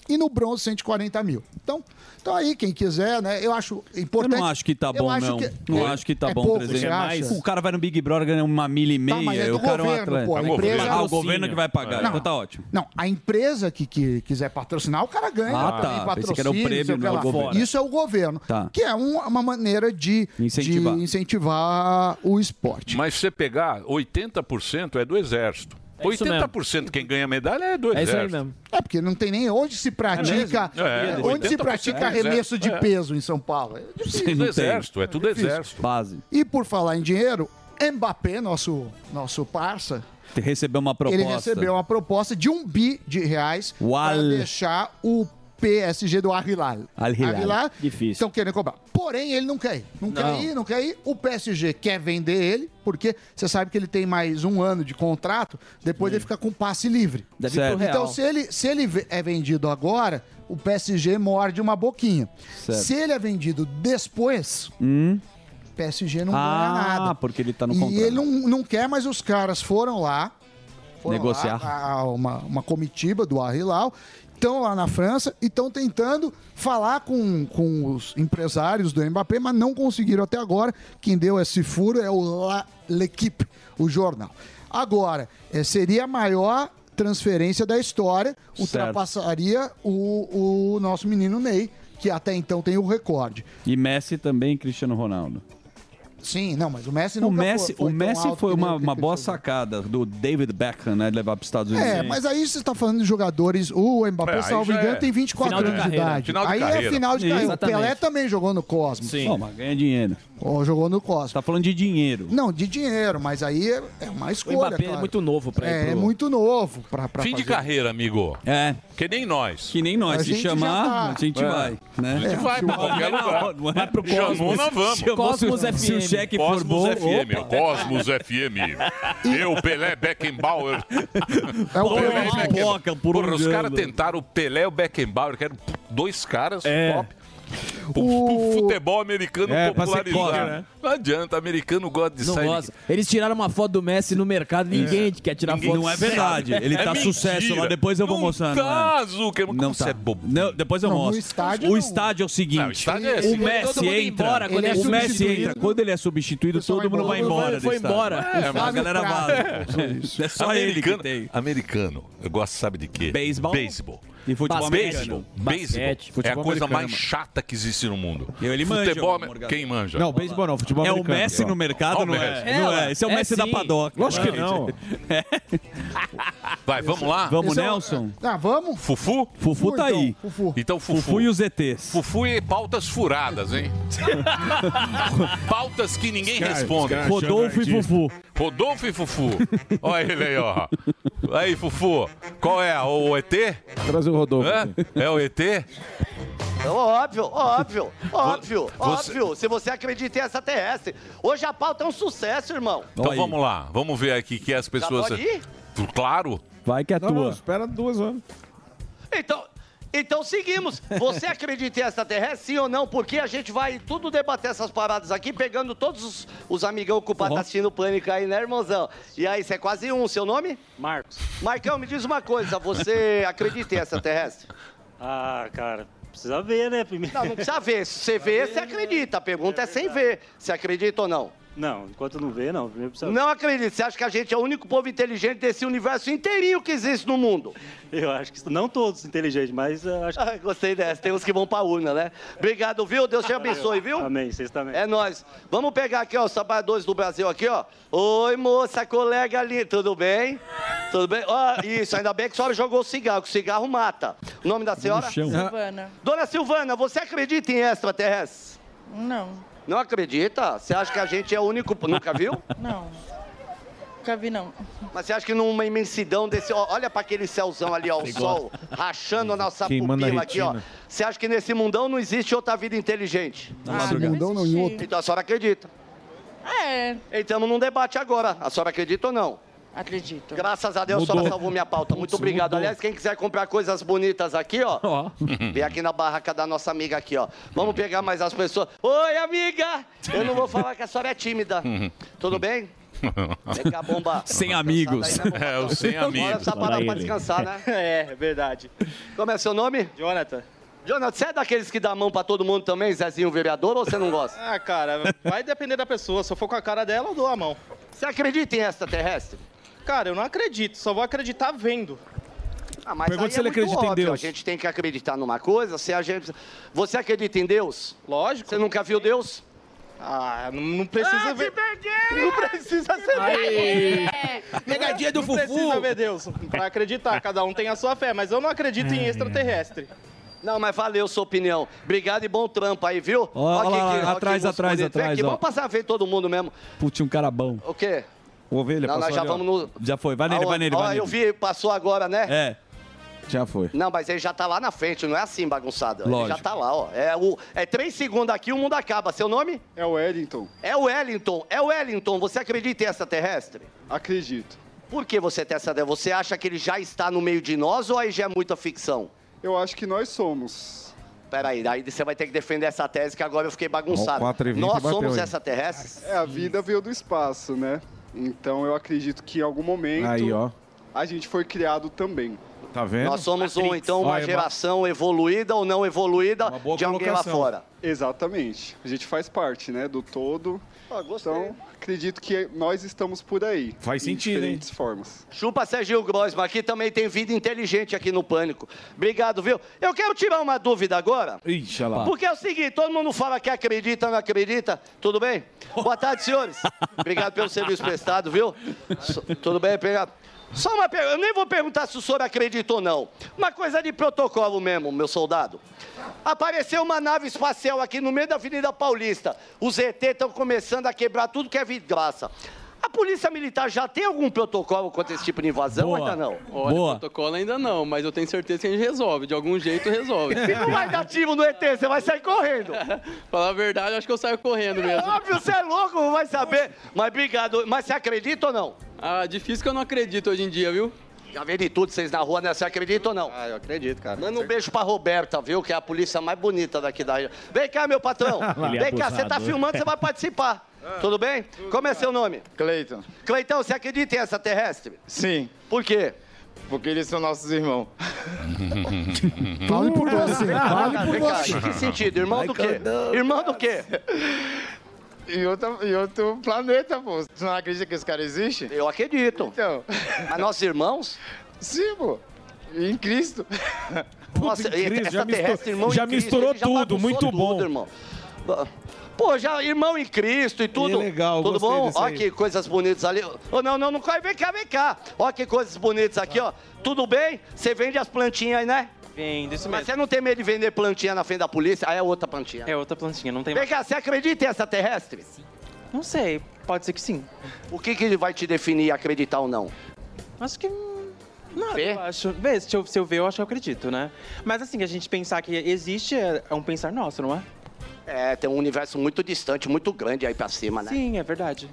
S4: e no bronze 140 mil. Então, então aí, quem quiser, né? Eu acho importante.
S3: Eu não acho que tá
S4: Eu
S3: bom,
S4: acho
S3: não.
S4: que-
S3: Não
S4: é-
S3: acho que tá
S4: é
S3: bom
S4: pouco,
S3: 300.
S4: você acha?
S3: O cara vai no Big Brother ganha uma milha e meia.
S4: mas é do
S3: o cara
S4: governo,
S3: é um
S4: pô, a
S3: atleta.
S4: empresa-
S3: ah, o governo que vai pagar.
S4: Não.
S3: Então tá ótimo.
S4: Não, a empresa que, que quiser patrocinar, o cara ganha.
S3: Ah,
S4: também,
S3: tá. Pensei que era o
S4: patrocínio,
S3: prêmio,
S4: sei que
S3: não,
S4: lá.
S3: o governo.
S4: Isso é o governo.
S3: Tá.
S4: Que é um- uma maneira de de
S5: Incentivar.
S4: incentivar o esporte.
S5: Mas se você pegar, 80% é do exército.
S4: É isso
S5: 80% quem ganha medalha é do exército.
S4: É, porque não tem nem onde se pratica,
S5: mesmo? É,
S4: onde se
S5: 80%
S4: pratica
S5: é
S4: arremesso de
S5: exército, é.
S4: peso em São Paulo. É
S5: Sim, do exército, é tudo
S4: Difícil.
S5: exército.
S3: Base.
S4: E por falar em dinheiro, Mbappé, nosso, nosso parça,
S3: Recebeu uma proposta.
S4: ele recebeu uma proposta de um bi de reais
S3: Ual.
S4: para deixar o PSG do Al Hilal.
S3: Al Hilal.
S4: Difícil. Estão querendo comprar. Porém, ele não quer ir. Não,
S3: Não.
S4: quer ir, não quer ir. O PSG quer vender ele, porque você sabe que ele tem mais um ano de contrato, depois ele fica com um passe livre.
S8: Deve ir pro Certo. Real.
S4: Então, se ele, se ele ve- é vendido agora, o PSG morde uma boquinha.
S3: Certo.
S4: Se ele é vendido depois, PSG não
S3: ah,
S4: ganha nada.
S3: porque ele tá no
S4: E
S3: contrato.
S4: ele não, não quer, mas os caras foram lá. foram
S3: Negociar.
S4: lá, a- uma, uma comitiva do Al Hilal. Estão lá na França e estão tentando falar com, com os empresários do Mbappé, mas não conseguiram até agora. Quem deu esse furo é o La L'Equipe, o jornal. Agora, eh, seria a maior transferência da história, ultrapassaria o, o nosso menino Ney, que até então tem o recorde.
S3: E Messi também, Cristiano Ronaldo.
S4: Sim, não, mas o Messi
S3: O
S4: nunca
S3: Messi,
S4: foi,
S3: o
S4: tão
S3: Messi
S4: alto
S3: foi
S4: que nem
S3: uma,
S4: o
S3: uma
S4: Piquet.
S3: boa sacada do David Beckham, né? de Levar para os Estados Unidos.
S4: É, mas aí você está falando de jogadores. O Mbappé,
S3: É, aí
S4: salvo
S3: já
S4: engano,
S3: é
S4: tem 24
S3: final de
S4: anos de,
S3: carreira.
S4: idade.
S3: Final de
S4: aí é
S3: carreira.
S4: final de
S3: Isso,
S4: carreira. O
S3: exatamente.
S4: Pelé também jogou no Cosmos.
S3: Pô, mas ganha dinheiro.
S4: jogou no Cosmos.
S3: Tá falando de dinheiro.
S4: Não, de dinheiro, mas aí é, é uma escolha.
S5: Mbappé é
S4: claro.
S5: muito novo pra ir
S4: É,
S5: pro-
S4: é muito novo pra, pra
S5: Fim de
S4: fazer.
S5: carreira, amigo.
S3: É.
S5: Que nem nós.
S3: Que nem
S4: A
S3: nós. Se
S4: gente já
S3: chamar,
S4: tá.
S3: a gente
S5: É.
S3: vai.
S5: A
S3: Né?
S5: gente vai pra qualquer lugar.
S3: Não é pro
S5: Chamou,
S3: Cosmos.
S5: nós vamos.
S3: Chamou,
S5: Cosmos
S3: se, Se o
S5: FM.
S3: cheque
S5: Cosmos
S3: for bom,
S5: FM,
S3: opa.
S5: Cosmos FM. Eu, Pelé, Beckenbauer.
S3: É o
S5: Pelé
S3: Pelé
S5: e
S3: de
S5: Beckenbauer.
S3: pipoca por um
S5: Porra,
S3: onde
S5: os caras
S3: anda.
S5: tentaram o Pelé e o Beckenbauer, que eram dois caras
S3: É.
S5: top. Pro pro futebol americano
S8: É, pra ser
S5: popularizar.
S8: cover, né?
S5: Não adianta, americano gosta de
S8: Não
S5: sair.
S8: gosta. Eles tiraram uma foto do Messi no mercado, ninguém quer tirar
S5: Ninguém
S8: foto.
S5: não é verdade. Ele
S3: tá sucesso lá, depois eu vou mostrar, não é?
S5: Tá, Zucker, como
S3: Não
S5: você
S3: tá.
S5: é bobo.
S3: Não, depois eu
S5: Não, no
S3: mostro.
S5: estádio
S3: o
S5: não.
S3: estádio é o seguinte:
S5: Não, o
S3: o,
S5: estádio é assim. Todo
S3: Messi
S5: mundo
S3: entra.
S5: ia embora quando ele é
S3: o Messi
S5: substituído.
S3: entra. Quando ele é substituído, todo mundo vai embora.
S5: Foi
S3: do estádio.
S5: embora.
S3: É,
S5: É,
S3: mas a
S5: mas
S3: galera
S5: o cara-
S3: vaza.
S5: É,
S3: É só
S5: americano,
S3: ele que tem.
S5: Americano, eu gosto, sabe de quê?
S3: Beisebol?
S5: Beisebol.
S3: E futebol
S5: Beisebol.
S3: americano.
S5: Beisebol.
S3: Basquete,
S5: É a
S3: futebol
S5: coisa
S3: americano,
S5: mais
S3: mano.
S5: chata que existe no mundo.
S3: Eu, ele manja,
S5: futebol, é-
S3: ô, Morgado.
S5: Quem manja?
S3: Não, beisebol não, futebol
S5: É o
S3: americano.
S5: Messi no mercado,
S3: Ó, o
S5: não é?
S3: Messi.
S5: Não
S3: Não
S5: é,
S3: é, esse é o Messi da padoca.
S5: Lógico que não. *laughs* Vai, vamos lá?
S3: Vamos, Nelson?
S4: Ah, vamos?
S5: Fufu?
S3: Fufu tá aí.
S5: Então, Fufu.
S3: Fufu e os ETs.
S5: Fufu e pautas furadas,
S3: *laughs*
S5: hein? pautas que ninguém
S3: Os caras- os
S5: responde.
S3: caras Rodolfo achando e artista. Fufu.
S5: Rodolfo e Fufu. Olha ele aí, ó. Aí, Fufu. Qual é? O ET?
S7: Traz o Rodolfo.
S5: Hã? É o ET?
S18: Óbvio, óbvio, óbvio,
S5: você-
S18: óbvio. Se você acredita em essa TS. Hoje a pauta é um sucesso, irmão.
S5: Então vamos lá. Vamos ver aqui que as pessoas...
S18: pode ir?
S5: Claro.
S3: Vai *laughs* que é
S18: tua.
S2: espera duas horas.
S18: Então, então seguimos.
S5: *laughs*
S18: Você acredita em extraterrestre, sim ou não? Porque a gente vai tudo debater essas paradas aqui, pegando todos os, os amigão
S5: Uhum.
S18: ocupados assistindo o Pânico aí, né, irmãozão? E aí, você é quase um. Seu nome? Marcos. Marcão, me diz uma
S5: *laughs*
S18: coisa. Você acredita em extraterrestre?
S14: Ah, cara, precisa ver, né? Primeiro.
S18: Não, não precisa ver. Se você vê, você acredita. A pergunta é sem ver. Você acredita ou não?
S14: Não, enquanto não vê, não. Primeiro precisa
S18: Não acredito. Você acha que a gente é o único povo inteligente desse universo inteirinho que existe no mundo?
S14: Eu acho que não todos inteligentes, mas eu acho
S18: Ah, gostei dessa. Tem uns que vão pra urna, né? Obrigado, viu? Deus te abençoe, viu?
S14: Amém, vocês também.
S18: É nóis. Vamos pegar aqui, ó, os trabalhadores do Brasil aqui, ó. Oi, moça, colega linda. Tudo bem? Tudo bem? Ó, isso, ainda bem que a senhora jogou cigarro, que o cigarro mata. O nome da senhora?
S19: chão. Silvana.
S18: Dona Silvana, você acredita em extraterrestres?
S19: Não,
S18: Não acredita? Você acha que a gente é o único...
S1: *laughs*
S18: Nunca viu?
S19: não. Nunca vi, não.
S18: Mas você acha que numa imensidão desse. ó, olha para aquele céuzão ali, ó, o
S19: Ele
S18: sol rachando a nossa
S19: Queimando a
S18: pupila aqui, ó.
S19: retina.
S18: Você acha que nesse mundão não existe outra vida inteligente?
S4: Ah, madrugada. não mundão não, em outro.
S18: Então a senhora acredita? É. Entramos num debate agora. A senhora acredita ou não?
S19: Acredito.
S18: Graças a Deus, a senhora
S19: Mudou.
S18: salvou minha pauta. Muito
S19: Putz,
S18: obrigado.
S19: mudou.
S18: Aliás, quem quiser comprar coisas bonitas aqui, ó, vem aqui na barraca da nossa amiga aqui, ó. Vamos pegar mais as pessoas. Oi, amiga! Eu não vou falar que a senhora é tímida.
S19: Hum.
S18: Tudo bem? Vem
S20: *laughs*
S18: cá, bomba. Tá
S3: Sem amigos.
S5: É, o sem
S18: Agora
S5: amigos.
S18: né, essa parada pra descansar,
S20: *laughs*
S18: né? É, verdade. Como é seu nome? Jonathan. Jonathan, você é daqueles que dá a mão pra todo mundo também, Zezinho vereador, ou você não gosta?
S20: Ah, cara, vai depender da pessoa. Se eu for com a cara dela, eu dou a mão.
S18: Você acredita em extraterrestre?
S20: Cara, eu não acredito. Só vou acreditar vendo.
S18: Ah, mas aí é muito óbvio, A gente tem que acreditar numa coisa, se a gente... Você acredita em Deus? Lógico. Você nunca viu Deus? Ah, não
S20: precisa Ah, ver-
S18: Não precisa ser
S20: Aí.
S18: Pegadinha do
S20: não
S18: Fufu.
S20: precisa ver Deus pra acreditar. Cada um tem a sua fé, mas eu não acredito
S3: É.
S20: em extraterrestre.
S18: Não, mas valeu sua opinião. Obrigado e bom trampo aí, viu?
S3: Ó, lá,
S18: Ó
S3: lá,
S18: ó
S3: atrás,
S18: moço
S3: atrás,
S18: bonito. Vem
S3: atrás,
S18: aqui,
S3: ó.
S18: Vamos passar a ver todo mundo mesmo.
S3: Putz, tinha um cara bom.
S18: O quê?
S3: O ovelha
S18: Não,
S3: passou
S18: nós já
S3: ali, ó.
S18: vamos
S3: Já foi, vai nele,
S18: Ó,
S3: vai nele,
S18: ó,
S3: vai nele.
S18: eu vi, passou agora, né?
S3: É.
S7: Já foi.
S18: Não, mas ele já tá lá na frente, não é assim bagunçado. Ele
S7: Lógico.
S18: já tá lá, ó. É, o, é três segundos aqui, o mundo acaba. Seu nome? É o Wellington. É o Wellington. É o Wellington. Você acredita em extraterrestre? Acredito. Por que você tem essa ideia? Você acha que ele já está no meio de nós ou aí já é muita ficção? Eu acho que nós somos. Peraí, aí você vai ter que defender essa tese É que agora eu fiquei bagunçado.
S21: Ó, 4,20
S18: nós
S21: bateu
S18: somos
S21: aí.
S18: extraterrestres?
S21: É, a vida veio do espaço, né? Então eu acredito que em algum momento
S7: Aí, ó.
S21: a gente foi criado também.
S2: Tá vendo?
S18: Nós somos, um, então, uma
S2: Olha, é
S18: geração evoluída ou não evoluída de alguém lá fora.
S21: Exatamente. A gente faz parte, né, do todo.
S18: Ah,
S21: Então, acredito que nós estamos por aí.
S2: Faz
S21: em
S2: sentido, hein?
S21: diferentes formas.
S18: Chupa Serginho Grosma, aqui também tem vida inteligente aqui no Pânico. Obrigado, viu? Eu quero tirar uma dúvida agora.
S2: Ixi, olha lá.
S18: Porque é o seguinte, todo mundo fala que acredita, não acredita. Tudo bem? Boa tarde, senhores. Obrigado pelo serviço prestado, viu? So- tudo bem? Obrigado. Só uma pergunta, eu nem vou perguntar se o senhor acredita ou não. Uma coisa de protocolo mesmo, meu soldado. Apareceu uma nave espacial aqui no meio da Avenida Paulista. Os ET estão começando a quebrar tudo que é vidraça. A Polícia Militar já tem algum protocolo contra esse tipo de invasão ou ainda não?
S22: Olha, protocolo ainda não, mas eu tenho certeza que a gente resolve. De algum jeito resolve.
S18: Se não vai dar tiro no ET, você vai sair correndo.
S22: *laughs* Falar a verdade, acho que eu saio correndo
S18: É
S22: mesmo.
S18: óbvio, você é louco, não vai saber. Mas obrigado. Mas você acredita ou não?
S22: Ah, difícil que eu não acredito hoje em dia, viu?
S18: Já vi de tudo, vocês na rua, né? Você acredita ou não? Ah, eu acredito, cara. Manda um beijo pra Roberta, viu? Que é a polícia mais bonita daqui da região. Vem cá, meu
S23: *laughs*
S18: patrão.
S21: Ele é
S18: Vem cá, você tá
S21: abusador.
S18: filmando, você vai participar. Tudo bem? Como é seu nome?
S23: Ah. Cleiton.
S18: Cleitão, você acredita em extraterrestre?
S23: Sim.
S18: Por quê?
S23: Porque eles são nossos irmãos. *laughs*
S18: Fale
S23: por você, fale por você.
S18: Em que sentido? Irmão do quê? Irmão do quê?
S23: Em outro, em outro planeta, pô. Você não acredita que esse cara existe?
S18: Eu acredito.
S23: Então.
S18: Mas nossos irmãos?
S23: Sim, pô. Em Cristo.
S18: Nossa,
S23: Em Cristo, já
S18: extraterrestre,
S23: misturou-
S18: irmão em
S23: já
S18: Cristo,
S23: misturou
S18: ele
S23: tudo,
S18: bagunçou
S23: muito bom.
S18: Irmão. Pô, já irmão em Cristo e tudo.
S23: legal,
S18: tudo
S23: gostei
S18: bom?
S23: disso
S18: Olha
S23: aí.
S18: que coisas bonitas ali. Ô, não, não, não corre, vem cá, vem cá. Olha que coisas bonitas aqui, ó. Tudo bem? Você vende as plantinhas aí, né?
S22: Vendo, isso
S18: Mas
S22: mesmo.
S18: você não tem medo de vender plantinha na frente da polícia? Ah, é outra plantinha.
S22: É outra plantinha, não tem
S18: Vem
S22: mais.
S18: cá, você acredita em extraterrestre?
S22: Não sei, pode ser que sim.
S18: O que, que vai te definir acreditar ou não?
S22: Acho que. hum, Nada, eu acho. Vê, se eu, se eu ver, eu acho que eu acredito, né? Mas assim, a gente pensar que existe é é um pensar nosso, não é?
S18: É, tem um universo muito distante, muito grande aí pra cima, né?
S22: Sim, é verdade.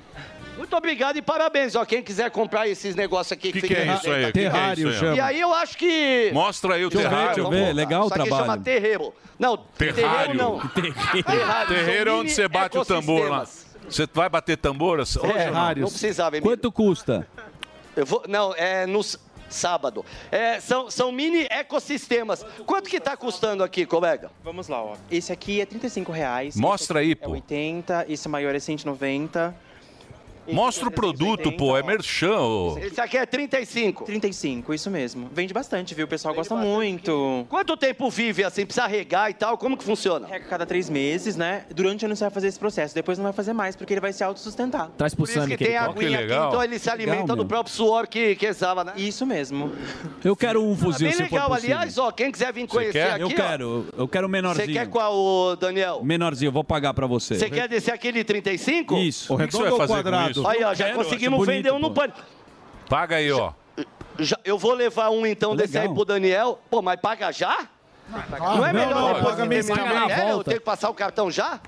S18: Muito obrigado e parabéns, ó. Quem quiser comprar esses negócios aqui
S5: Que que é isso aí? Que que é Terrário isso aí? chama.
S18: E aí eu acho que.
S5: Mostra aí o Deixa eu ver, terrário. deixa eu ver.
S18: Vamos lá.
S5: Legal o
S18: Isso aqui
S5: trabalho.
S18: chama terreiro. Não, terreiro
S5: Terrário. *laughs*
S18: não. Terrário,
S5: Terreiro é
S18: são
S5: onde você bate o tambor lá.
S18: ecossistemas.
S5: Você vai bater tambor? hoje ou não?
S18: Terrário. Não precisava, Emílio.
S3: Quanto custa?
S18: Eu vou- não, é no s- sábado. É, são, são mini ecossistemas. Quanto que tá custando aqui, colega?
S22: Vamos lá, ó. Esse aqui é 35 reais.
S5: Mostra aí,
S22: É
S5: pô.
S22: 80, esse maior é 190.
S5: Mostra o produto, pô. É merchan,
S18: *laughs*
S5: ô.
S18: Esse aqui é 35.
S22: 35, isso mesmo. Vende bastante, viu? O pessoal gosta muito.
S18: Quanto tempo vive assim? Precisa regar e tal? Como que funciona?
S22: Rega cada três meses, né? Durante o ano você vai fazer esse processo. Depois não vai fazer mais, porque ele vai se autossustentar.
S8: Traz pro
S18: Por isso
S8: Sami
S18: que
S8: que ele
S18: tem a
S8: toca.
S18: aguinha aqui, então ele se alimenta do próprio suor que, que exala, né?
S22: Isso
S18: *laughs*
S22: mesmo.
S3: Eu quero um
S18: Tá
S3: fuzil,
S18: bem
S3: se for
S18: legal,
S3: possível.
S18: aliás, ó, quem quiser vir
S3: Você
S18: conhecer
S3: quer?
S18: aqui,
S3: Eu
S18: ó,
S3: quero, eu quero o menorzinho.
S18: Você quer qual, ô, Daniel?
S3: Menorzinho, eu vou pagar pra você.
S18: Você quer descer aquele 35?
S3: Isso. O O que que você redondo vai ou fazer com quadrado? isso?
S18: Aí, ó,
S3: Eu
S18: já
S3: quero,
S18: conseguimos
S3: acho
S18: vender
S3: bonito,
S18: um no
S3: pô.
S18: pânico.
S5: Paga aí, ó.
S18: Já- eu vou levar um, então, desse aí pro Daniel. Pô, mas paga já? não é
S22: Ah, não,
S18: melhor
S22: não,
S18: depois
S22: paga
S18: que
S22: mês que
S18: terminar
S22: vem
S18: a
S22: na
S18: matéria? Eu
S22: volta.
S18: tenho que passar o cartão já?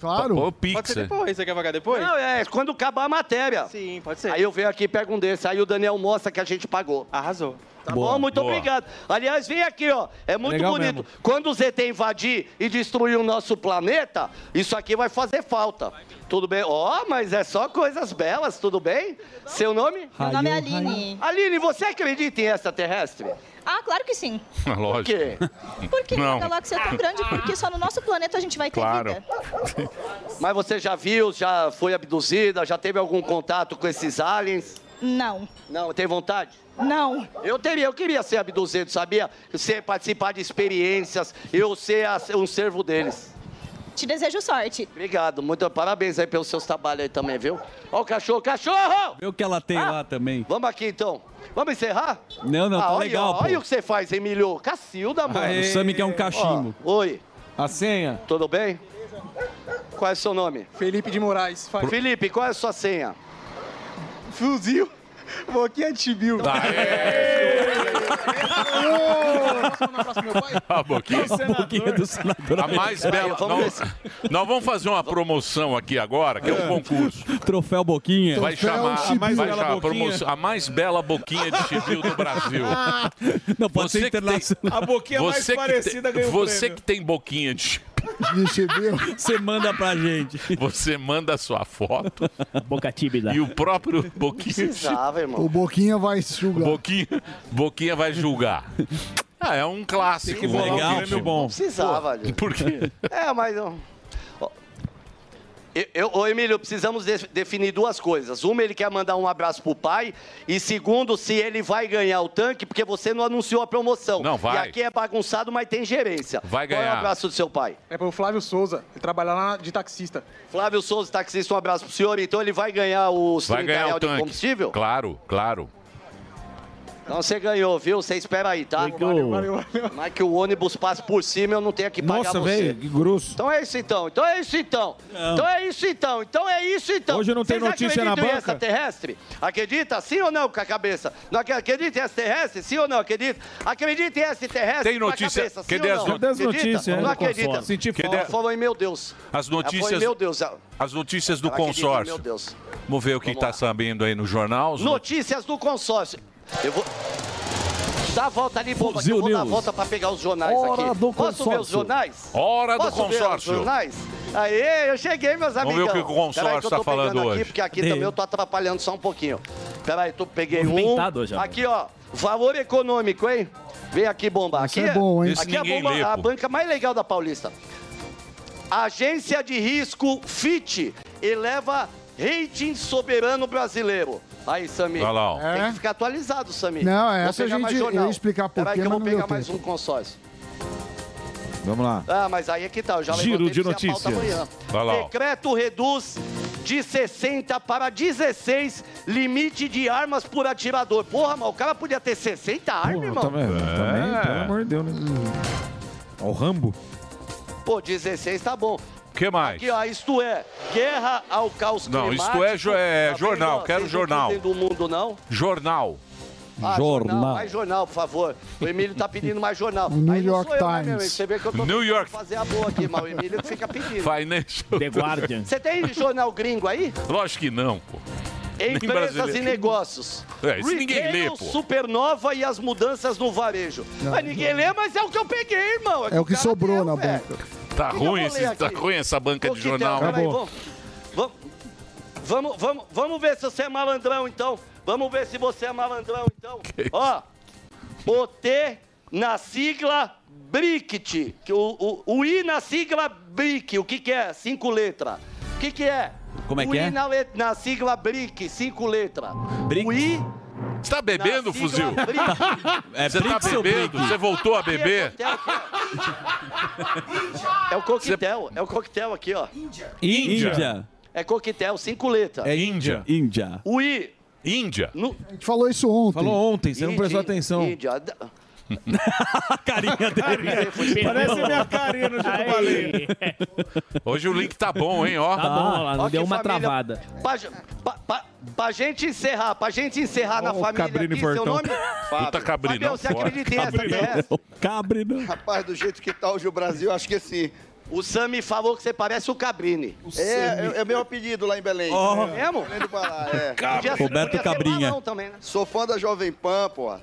S4: Claro.
S5: Ô,
S22: Pode
S3: é.
S5: Pix.
S22: ser depois, você quer pagar depois?
S18: Não, é quando acabar a matéria.
S22: Sim, pode ser.
S18: Aí eu venho aqui e pego um desse. Aí o Daniel mostra que a gente pagou.
S22: Arrasou.
S18: Tá
S22: Boa,
S18: bom? Muito
S22: boa.
S18: obrigado. Aliás, vem aqui, ó. É muito
S22: Legal
S18: bonito.
S22: mesmo.
S18: Quando o ZT invadir e destruir o nosso planeta, isso aqui vai fazer falta. Tudo bem? Ó, mas é só coisas belas, tudo bem? Seu nome?
S24: Meu nome é Aline.
S18: Aline, você acredita em extraterrestre?
S24: Ah, claro que sim.
S5: Lógico.
S18: quê?
S24: Por que
S18: Não.
S24: uma galáxia é tão grande? Porque só no nosso planeta a gente vai ter
S18: Claro.
S24: vida.
S18: Mas você já viu, já foi abduzida, já teve algum contato com esses aliens?
S24: Não.
S18: Não, tem vontade?
S24: Não.
S18: Eu teria, eu queria ser abduzido, sabia? Ser, participar de experiências, eu ser a- um servo deles.
S24: Te desejo sorte.
S18: Obrigado, muito parabéns aí pelos seus trabalhos aí também, viu? Ó o cachorro, cachorro!
S3: Vê o que ela tem
S24: Ah!
S3: lá também.
S18: Vamos aqui então. Vamos encerrar?
S3: Não, não,
S18: Ah,
S3: tá
S18: olha,
S3: legal,
S18: ó,
S3: pô.
S18: olha o que você faz, Emílio. Cacilda, mano.
S3: o Sami quer um cachimbo.
S18: Ó, oi.
S2: A senha?
S18: Tudo bem? Qual é o seu nome?
S25: Felipe de Moraes. Faz...
S18: Felipe, qual é a sua senha?
S25: Fuzil. Boquinha de chibio.
S5: A boquinha,
S18: Um
S5: a boquinha do senador. A mais
S3: americano.
S5: bela.
S3: Aí, vamos
S5: Nós, nós vamos fazer uma promoção aqui agora, que é um concurso.
S3: Troféu Boquinha.
S5: Vai chamar, Então, vai chamar a, promoção, a mais bela boquinha de chibio do Brasil.
S3: Não, pode ser internacional.
S5: Você que tem- Você que tem boquinha de chibio.
S3: Você manda pra gente.
S5: Você manda a sua foto.
S8: Boca tímida.
S5: E o próprio *laughs* Boquinha.
S4: Precisava, O Boquinha vai sugar.
S5: Boquinha, Boquinha vai julgar. Ah, é um clássico.
S18: Tem que voar
S5: Legal,
S18: um prêmio
S5: filme.
S18: bom. Não precisava,
S5: Pô,
S18: Lio.
S5: Por quê?
S18: *laughs* É, mas. ó, ó, Eu, eu, ô, Emílio, precisamos de- definir duas coisas. Uma, ele quer mandar um abraço pro pai. E segundo, se ele vai ganhar o tanque, porque você não anunciou a promoção. Não,
S5: vai.
S18: E aqui é bagunçado, mas tem gerência.
S5: Vai
S18: Qual é
S5: ganhar.
S18: o abraço do seu pai?
S25: É pro Flávio Souza, ele trabalha lá de taxista.
S18: Flávio Souza, taxista, um abraço pro senhor. Então ele vai ganhar o
S5: Vai
S18: 30
S5: ganhar
S18: real
S5: o
S18: de
S5: tanque.
S18: combustível?
S5: Claro, claro.
S18: Então você ganhou, viu? Você espera aí, tá?
S5: Valeu, valeu,
S18: Mas que o ônibus passe por cima, eu não tenho que pagar
S2: Nossa,
S18: você.
S2: velho, que grosso.
S18: Então é isso então, então é isso então. Então é isso então, então é isso então.
S2: Hoje não tem
S18: Vocês
S2: notícia na
S18: acreditam em
S2: banca?
S18: extraterrestre? Acredita sim ou não com a cabeça? Não acre- acredita em extraterrestre? Sim ou não acredita? Acredita em extraterrestre
S5: Tem
S18: com a
S5: notícia-
S18: cabeça? Sim
S5: cadê
S18: ou
S5: as
S18: não?
S5: no- Cadê as
S18: Acredita?
S5: notícias?
S18: Não
S5: No
S18: acredita.
S5: consórcio. Senti
S18: Ela
S5: falta.
S18: falou em meu Deus.
S5: As
S18: Ela
S5: notícias-
S18: falou em meu Deus. Ela-
S5: As notícias do
S18: ela acredita em
S5: consórcio.
S18: Meu Deus.
S5: Vamos ver o que está sabendo aí no jornal. Os no-
S18: Notícias do consórcio. Eu vou. Dá a volta ali, bomba, que
S5: Fuzil
S18: eu vou dar a
S5: News.
S18: volta pra pegar os jornais
S5: Hora
S18: aqui.
S5: do
S18: Posso ver os
S5: consórcio.
S18: jornais?
S5: Hora do
S18: Posso ver os
S5: consórcio.
S18: jornais? Aê, eu cheguei, meus
S5: Vamos
S18: amigos.
S5: ver o que o consórcio tá falando hoje.
S18: Aqui, porque aqui
S5: Cadê
S18: também
S5: ele?
S18: eu tô atrapalhando só um pouquinho. Peraí, tu peguei um.
S8: Movimentado hoje, amor.
S18: Aqui, ó. Valor econômico, hein? Vem aqui bombar. Aqui
S8: é bom, hein? Esse
S18: Aqui é a,
S8: ninguém
S18: bomba,
S8: lê,
S18: a
S8: pô.
S18: banca mais legal da Paulista. Agência de risco FIT eleva rating soberano brasileiro. Aí, Samir.
S5: Olha lá, ó.
S18: Tem
S4: É?
S18: que ficar atualizado, Samir.
S4: Não, é,
S18: Vou
S4: essa a
S18: pegar mais
S4: gente- eu
S18: jornal.
S4: ia explicar por
S18: Peraí
S4: quê,
S18: que eu vou
S4: mas não
S18: pegar
S4: deu
S18: mais um
S4: tempo.
S18: consórcio.
S7: Vamos lá.
S18: Ah, mas aí é que tá. Eu já
S7: Giro
S18: levantei
S7: de
S18: pra você a pauta
S7: notícias.
S18: amanhã.
S7: Vai lá, ó.
S18: Decreto reduz de 60 para 16 limite de armas por atirador. Porra, mas o cara podia ter 60 armas, irmão.
S4: tá
S7: Também, também,
S5: É.
S7: Tá pelo amor de Deus, né? Ó, o Rambo.
S4: então.
S18: Pô, 16 tá bom.
S5: O que mais?
S18: Aqui, ó, isto é, guerra ao caos
S5: Não,
S18: climático.
S5: isto é jo- é
S18: vendo,
S5: jornal,
S18: ó?
S5: quero
S18: Vocês
S5: jornal.
S18: Não entendem do mundo, não?
S5: Jornal.
S18: Ah, Mais jornal, por favor. O Emílio tá pedindo mais
S4: *laughs*
S18: jornal.
S4: New
S18: Aí não
S4: York
S18: sou eu, né, meu?
S4: Times.
S18: Você vê que eu tô
S5: New
S18: tentando
S5: York.
S18: fazer a boa aqui, mas
S5: *laughs*
S18: o Emílio fica pedindo.
S5: Financial. The
S18: Guardian. Você tem jornal gringo aí?
S5: Lógico que não, pô. Nem
S18: Empresas e
S5: brasileiro.
S18: negócios.
S5: É, isso ninguém lê,
S18: Retail,
S5: pô.
S18: Supernova e as mudanças no varejo.
S4: Não.
S18: Mas ninguém lê, mas é o que eu peguei, irmão.
S4: É o que sobrou na banca.
S5: Tá
S18: que eu
S5: ruim,
S18: vou
S5: esse-
S18: ler aqui?
S5: tá ruim essa banca de jornal.
S18: Então, peraí, vamos, vamos, vamos, vamos, vamos ver se você é malandrão, então. Vamos ver se você é malandrão, então. Ó, OT na sigla BRICT. que O, o, o I na sigla BRIC. O que que é? Cinco letras. O que que é?
S3: Como é
S18: o
S3: que
S18: I
S3: é?
S18: Na, let- na sigla BRIC, cinco letras.
S3: Bric?
S18: O I...
S5: Você tá bebendo, fuzil?
S3: É
S5: Você tá
S3: Brix ou
S5: bebendo?
S3: Brix?
S5: Você voltou a beber?
S18: É o coquetel, é o coquetel aqui, ó. Índia.
S3: Índia. Índia.
S18: É coquetel, cinco letras.
S3: É Índia. Índia.
S18: O I.
S5: Índia.
S18: No...
S4: A gente falou isso ontem.
S2: Falou ontem, você não prestou
S18: Índia,
S2: atenção.
S18: Índia. Da-
S2: Parece minha carinha no jogo baleia.
S5: Hoje o link tá bom, hein? Ó.
S18: Tá bom, olha lá, não
S5: Ó que
S18: deu uma
S5: família-
S18: travada. Pra, pra- pra- pra gente encerrar, pra gente encerrar na família
S5: Cabrini
S18: aqui,
S5: Portão.
S18: seu nome?
S5: Puta Cabrinão,
S18: Fabião, você
S5: fora.
S18: acredita em
S5: Cabrinão.
S18: extraterrestre?
S3: Cabrinão.
S18: Rapaz, do jeito que tá hoje o Brasil, acho que sim. O Sam me falou que você parece o Cabrini.
S25: assim, É, é, é meu apelido lá em Belém. Oh.
S18: É mesmo?
S25: Belém do Pará, é.
S18: Cabra. Roberto Podia ser Cabrinha. balão também, né?
S25: Sou fã da Jovem Pan, pô.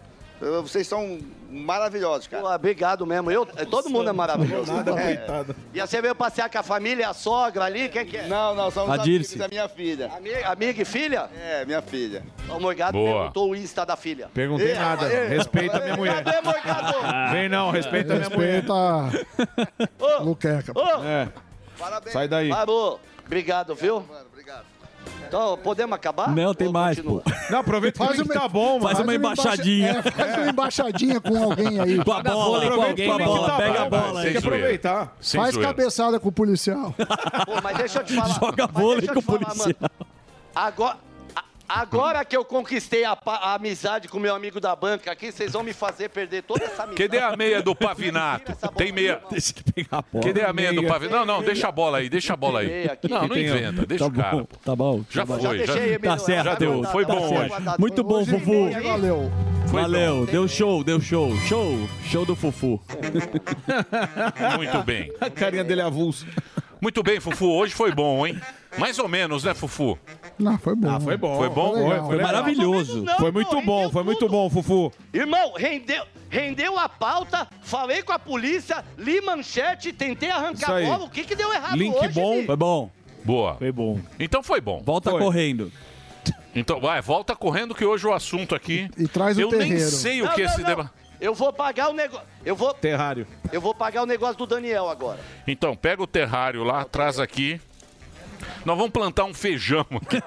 S25: Eu- Vocês são maravilhosos, cara.
S18: obrigado mesmo. Eu, todo mundo é maravilhoso.
S25: É.
S18: E você veio passear com a família, a sogra ali? Quem que é?
S25: Não, não, somos
S18: A
S25: amigos
S18: Dirce.
S25: da minha filha.
S18: Amiga, amiga e filha?
S25: É, minha filha. É,
S18: O Morgado
S25: Boa.
S18: perguntou o Insta da filha.
S25: Perguntei nada.
S2: Respeita a minha mulher.
S18: Cadê, Morgado?
S2: Vem não, respeita a minha mulher.
S4: Respeita a Luqueca.
S2: É. Sai daí.
S18: Parou. Obrigado, viu? obrigado. Então, podemos acabar?
S3: Não, tem mais, pô.
S2: Não, aproveita
S3: Faz
S2: que
S3: uma-
S2: tá bom, mano.
S3: faz uma embaixadinha.
S4: É, faz uma embaixadinha com alguém aí.
S3: Com a bola, com alguém, com a bola. Pega a bola.
S2: Tem que aproveitar.
S4: Faz cabeçada com o policial.
S18: Pô, mas deixa eu te falar.
S3: Joga vôlei com o policial.
S18: Agora, a- agora que eu conquistei a, pa- a amizade com o meu amigo da banca aqui, vocês vão me fazer perder toda essa amizade.
S5: Cadê a meia do Pavinato? Tem meia.
S3: Deixa ele pegar a bola.
S5: Cadê a meia do Pavinato? Não, não, deixa a bola aí, deixa a bola aí.
S18: Meia aqui.
S5: Não, não inventa, deixa
S3: tá
S5: o cara.
S3: Bom, tá bom.
S5: Já
S3: tá bom.
S5: foi, já-
S3: Tá certo,
S5: já
S3: deu.
S5: deu. Foi
S3: Tá
S5: bom
S3: certo.
S5: hoje.
S3: Muito bom, Fufu.
S4: é Valeu.
S5: Foi
S3: Valeu,
S5: bom.
S3: deu show, deu show. Show, show do Fufu.
S5: *laughs* Muito bem.
S2: A carinha dele é avulso.
S5: Muito bem, Fufu. Hoje foi bom, hein? Mais ou menos, né, Fufu?
S4: Não, foi bom.
S2: Ah, foi bom.
S5: Foi bom?
S2: Foi,
S5: Foi
S2: legal.
S5: maravilhoso.
S2: foi muito bom, foi muito bom, Fufu.
S18: Irmão, rendeu, rendeu a pauta, falei com a polícia, li manchete, tentei
S3: Isso
S18: arrancar
S3: aí.
S18: a bola. O que, que deu errado hoje? Vi?
S3: Foi bom.
S5: Boa.
S3: Foi bom.
S5: Então foi bom.
S3: Volta correndo.
S5: Então, vai, volta correndo que hoje o assunto aqui. E
S4: traz
S5: Eu nem sei o
S18: Não,
S5: que
S18: não,
S5: esse
S18: não.
S5: deba-
S18: Eu vou pagar o negócio. Eu vou,
S2: Terrário.
S18: eu vou pagar o negócio do Daniel agora.
S5: Então, pega o terrário lá, traz aqui. Nós vamos plantar um feijão aqui.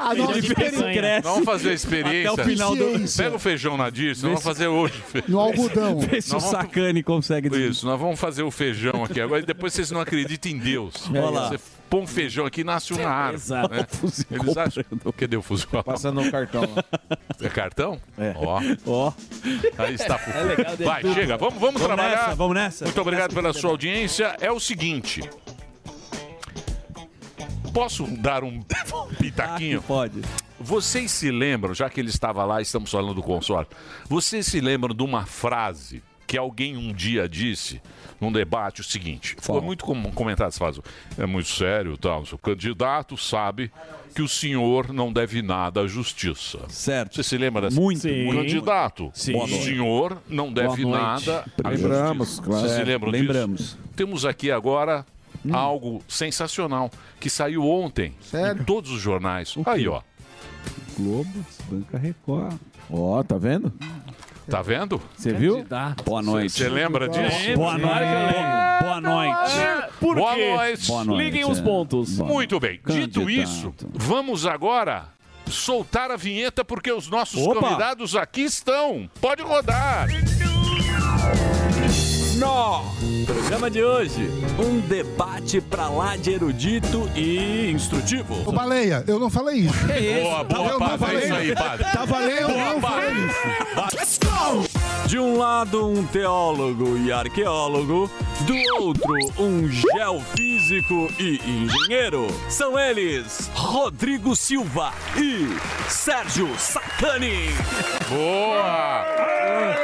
S4: A nossa
S2: um
S4: experiência.
S5: Nós Vamos fazer a experiência.
S4: Até o final do-
S5: Pega o feijão na Dirce,
S4: Vê
S5: nós vamos
S4: se-
S5: fazer hoje.
S4: No
S3: *laughs*
S4: algodão.
S3: Vê se o Sacani consegue...
S5: Isso, nós vamos fazer o feijão aqui agora e depois vocês não acreditam em Deus.
S3: Olha lá.
S5: Você põe um feijão aqui e nasce um na árvore.
S3: Exato.
S5: né? Eles acham... Cadê o fuzil?
S2: Passando um cartão lá.
S5: *laughs* É cartão? É. Ó.
S3: Ó.
S5: Aí está. Fufu.
S3: É legal dele
S5: Vai,
S3: tudo.
S5: chega. Vamos, vamos,
S3: Vamos
S5: trabalhar.
S3: nessa, vamos nessa.
S5: Muito obrigado pela sua audiência. É o seguinte. Posso dar um
S3: *laughs*
S5: pitaquinho?
S3: Ah, pode.
S5: Vocês se lembram, já que ele estava lá, estamos falando do console. Vocês se lembram de uma frase que alguém um dia disse num debate o seguinte? Foi muito comum comentar essa frase. É muito sério, tal. O candidato sabe que o senhor não deve nada à justiça.
S3: Certo.
S5: Você se lembra dessa?
S3: Muito,
S5: O
S3: muito.
S5: candidato,
S3: Sim.
S5: o senhor não deve
S3: Boa noite.
S5: nada à
S3: Lembramos,
S5: justiça.
S3: claro.
S5: Vocês se lembram disso?
S3: Lembramos.
S5: Temos aqui agora
S3: Hum.
S5: algo sensacional que saiu ontem em todos os jornais. Aí, ó.
S7: Globo, Banca Record. Ó, tá vendo?
S5: Tá vendo?
S7: Você viu?
S3: Boa noite.
S5: Você lembra disso?
S3: Boa noite. Boa
S5: É,
S3: noite.
S5: por Boa quê? noite. Liguem os
S3: pontos.
S5: Muito bem. Dito
S3: Candidato.
S5: isso, vamos agora soltar a vinheta porque os nossos
S3: Opa.
S5: convidados aqui estão. Pode rodar.
S9: No programa de hoje, um debate pra lá de erudito e instrutivo.
S4: Ô, baleia, eu não falei isso.
S9: Boa, boa,
S4: eu
S9: pá,
S3: é
S4: não
S9: faz
S4: falei
S9: isso aí, padre.
S4: Tá valendo, eu não falei
S9: Let's go! De um lado, um teólogo e arqueólogo, do outro, um geofísico e engenheiro. São eles Rodrigo Silva e Sérgio Sacani.
S5: Boa!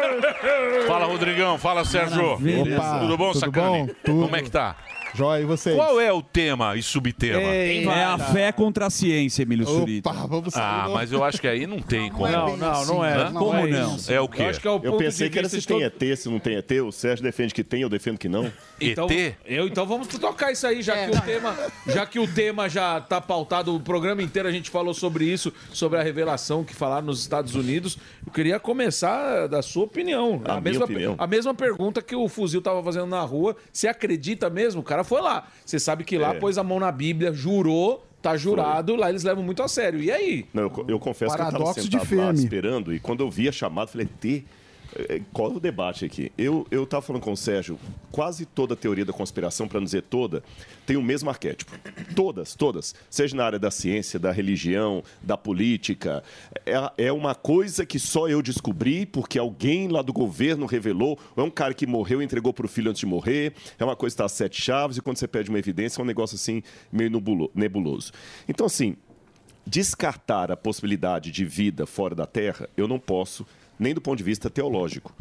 S5: Fala, Rodrigão. Fala, Sérgio.
S9: Maravilha.
S10: Opa,
S5: tudo bom,
S10: tudo
S5: Sacani?
S10: bom? Tudo.
S5: Como é que tá?
S10: Joia, e vocês?
S5: Qual é o tema e subtema?
S10: Ei,
S3: É a fé contra a ciência, Emílio
S10: Opa,
S3: Surita.
S10: vamos
S5: Ah, mas eu acho que aí não tem como. né?
S10: Não, não, não é.
S5: Hã?
S10: Não é isso.
S5: É o quê?
S10: Eu pensei que era se tem ET, se não tem ET. O Sérgio defende que tem, eu defendo que não.
S2: Então, eu, então vamos tocar isso aí, já, que o tema, já que o tema já tá pautado, o programa inteiro a gente falou sobre isso, sobre a revelação que falaram nos Estados Unidos. Eu queria começar da sua opinião.
S10: A minha
S2: mesma,
S10: opinião.
S2: a mesma pergunta que o fuzil tava fazendo na rua. Você acredita mesmo? O cara foi lá. Você sabe que lá
S10: É.
S2: pôs a mão na Bíblia, jurou, tá jurado, lá eles levam muito a sério. E aí?
S10: Não, eu, co- eu confesso
S2: Paradoxo
S10: que eu tava
S2: de
S10: sentado lá
S2: Fermi.
S10: esperando e quando eu vi a chamada, eu falei, T, eh, qual é o debate aqui? Eu, eu tava falando com o Sérgio, quase toda teoria da conspiração, para não dizer toda, tem o mesmo arquétipo. Todas, todas. Seja na área da ciência, da religião, da política. É, é uma coisa que só eu descobri porque alguém lá do governo revelou. Ou é um cara que morreu e entregou pro filho antes de morrer. É uma coisa que tá às sete chaves e quando você pede uma evidência é um negócio assim meio nebulo- nebuloso. Então, assim, descartar a possibilidade de vida fora da Terra, eu não posso, nem do ponto de vista teológico.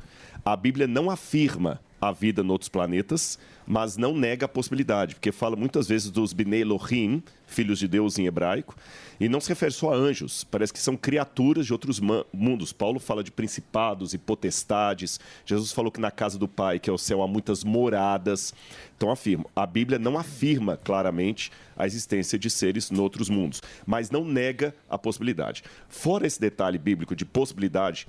S10: A Bíblia não afirma a vida em outros planetas, mas não nega a possibilidade, porque fala muitas vezes dos Bnei Elohim, filhos de Deus em hebraico, e não se refere só a anjos, parece que são criaturas de outros ma- mundos. Paulo fala de principados e potestades, Jesus falou que na casa do Pai, que é o céu, há muitas moradas. Então afirmo, a Bíblia não afirma claramente a existência de seres noutros mundos, mas não nega a possibilidade. Fora esse detalhe bíblico de possibilidade,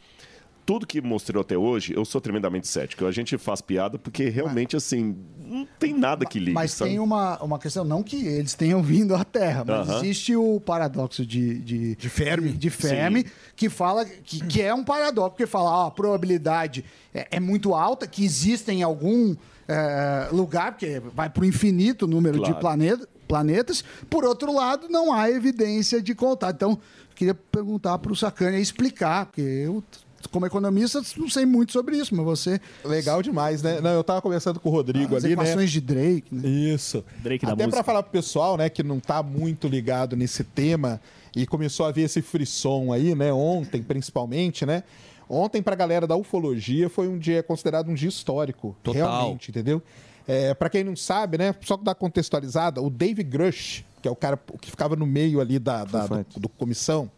S10: tudo que mostrou até hoje, eu sou tremendamente cético. A gente faz piada porque realmente, assim, não tem nada que ligue.
S4: Mas
S10: sabe?
S4: tem uma, uma questão, não que eles tenham *laughs* vindo à Terra, mas
S10: Aham.
S4: existe o paradoxo de, de, de Fermi, de, Fermi que fala que, que é um paradoxo, que fala ó, a probabilidade é, é muito alta, que existem em algum eh, lugar, porque vai para o infinito o número de
S10: Claro.
S4: planeta, planetas. Por outro lado, não há evidência de contar. Então, queria perguntar para o Sacani explicar, porque eu, como economista, não sei muito sobre isso, mas você...
S10: Legal
S4: demais,
S10: né?
S4: Não,
S10: eu tava
S4: conversando
S10: com o
S4: Rodrigo
S26: ali, né?
S4: equações de Drake, né?
S26: Isso.
S4: Drake da
S26: Até
S4: música.
S26: para falar pro pessoal, né, que não tá muito ligado nesse tema e começou a ver esse frisson aí, né, ontem principalmente, né? Ontem pra galera da ufologia foi um dia considerado um dia histórico,
S3: Total.
S26: realmente, entendeu? É, para quem não sabe, né, só dar contextualizada, o Dave Grush que é o cara que ficava no meio ali da, da- do, do comissão,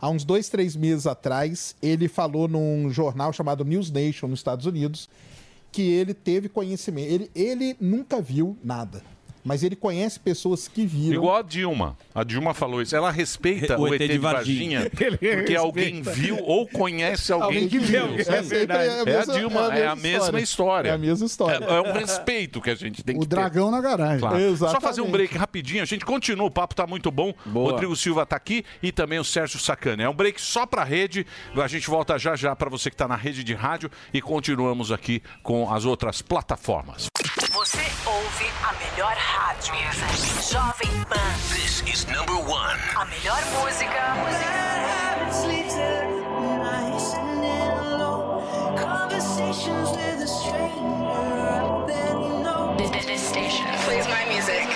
S26: há uns dois, três meses atrás, ele falou num jornal chamado News Nation, nos Estados Unidos, que ele teve conhecimento. Ele, ele nunca viu nada. Mas ele conhece pessoas que viram.
S5: Igual a Dilma. A Dilma falou isso. Ela respeita o, ET, de Varginha.
S26: Ele
S5: Porque
S26: respeita.
S5: alguém viu ou conhece alguém,
S26: Alguém
S5: que
S26: que
S5: viu.
S26: viu, é verdade.
S5: É a Dilma, é a mesma história.
S26: É a mesma história.
S5: É, é um respeito que a gente tem que
S4: O dragão na garagem.
S5: ter. Claro. Só fazer um break rapidinho, a gente continua, o papo tá muito bom. Rodrigo Silva tá aqui e também o Sérgio Sacani. É um break só pra rede, a gente volta já já pra você que tá na rede de rádio e continuamos aqui com as outras plataformas.
S1: Você ouve a melhor rádio. Jovem Pan. This is number one. A melhor música. This station plays my music.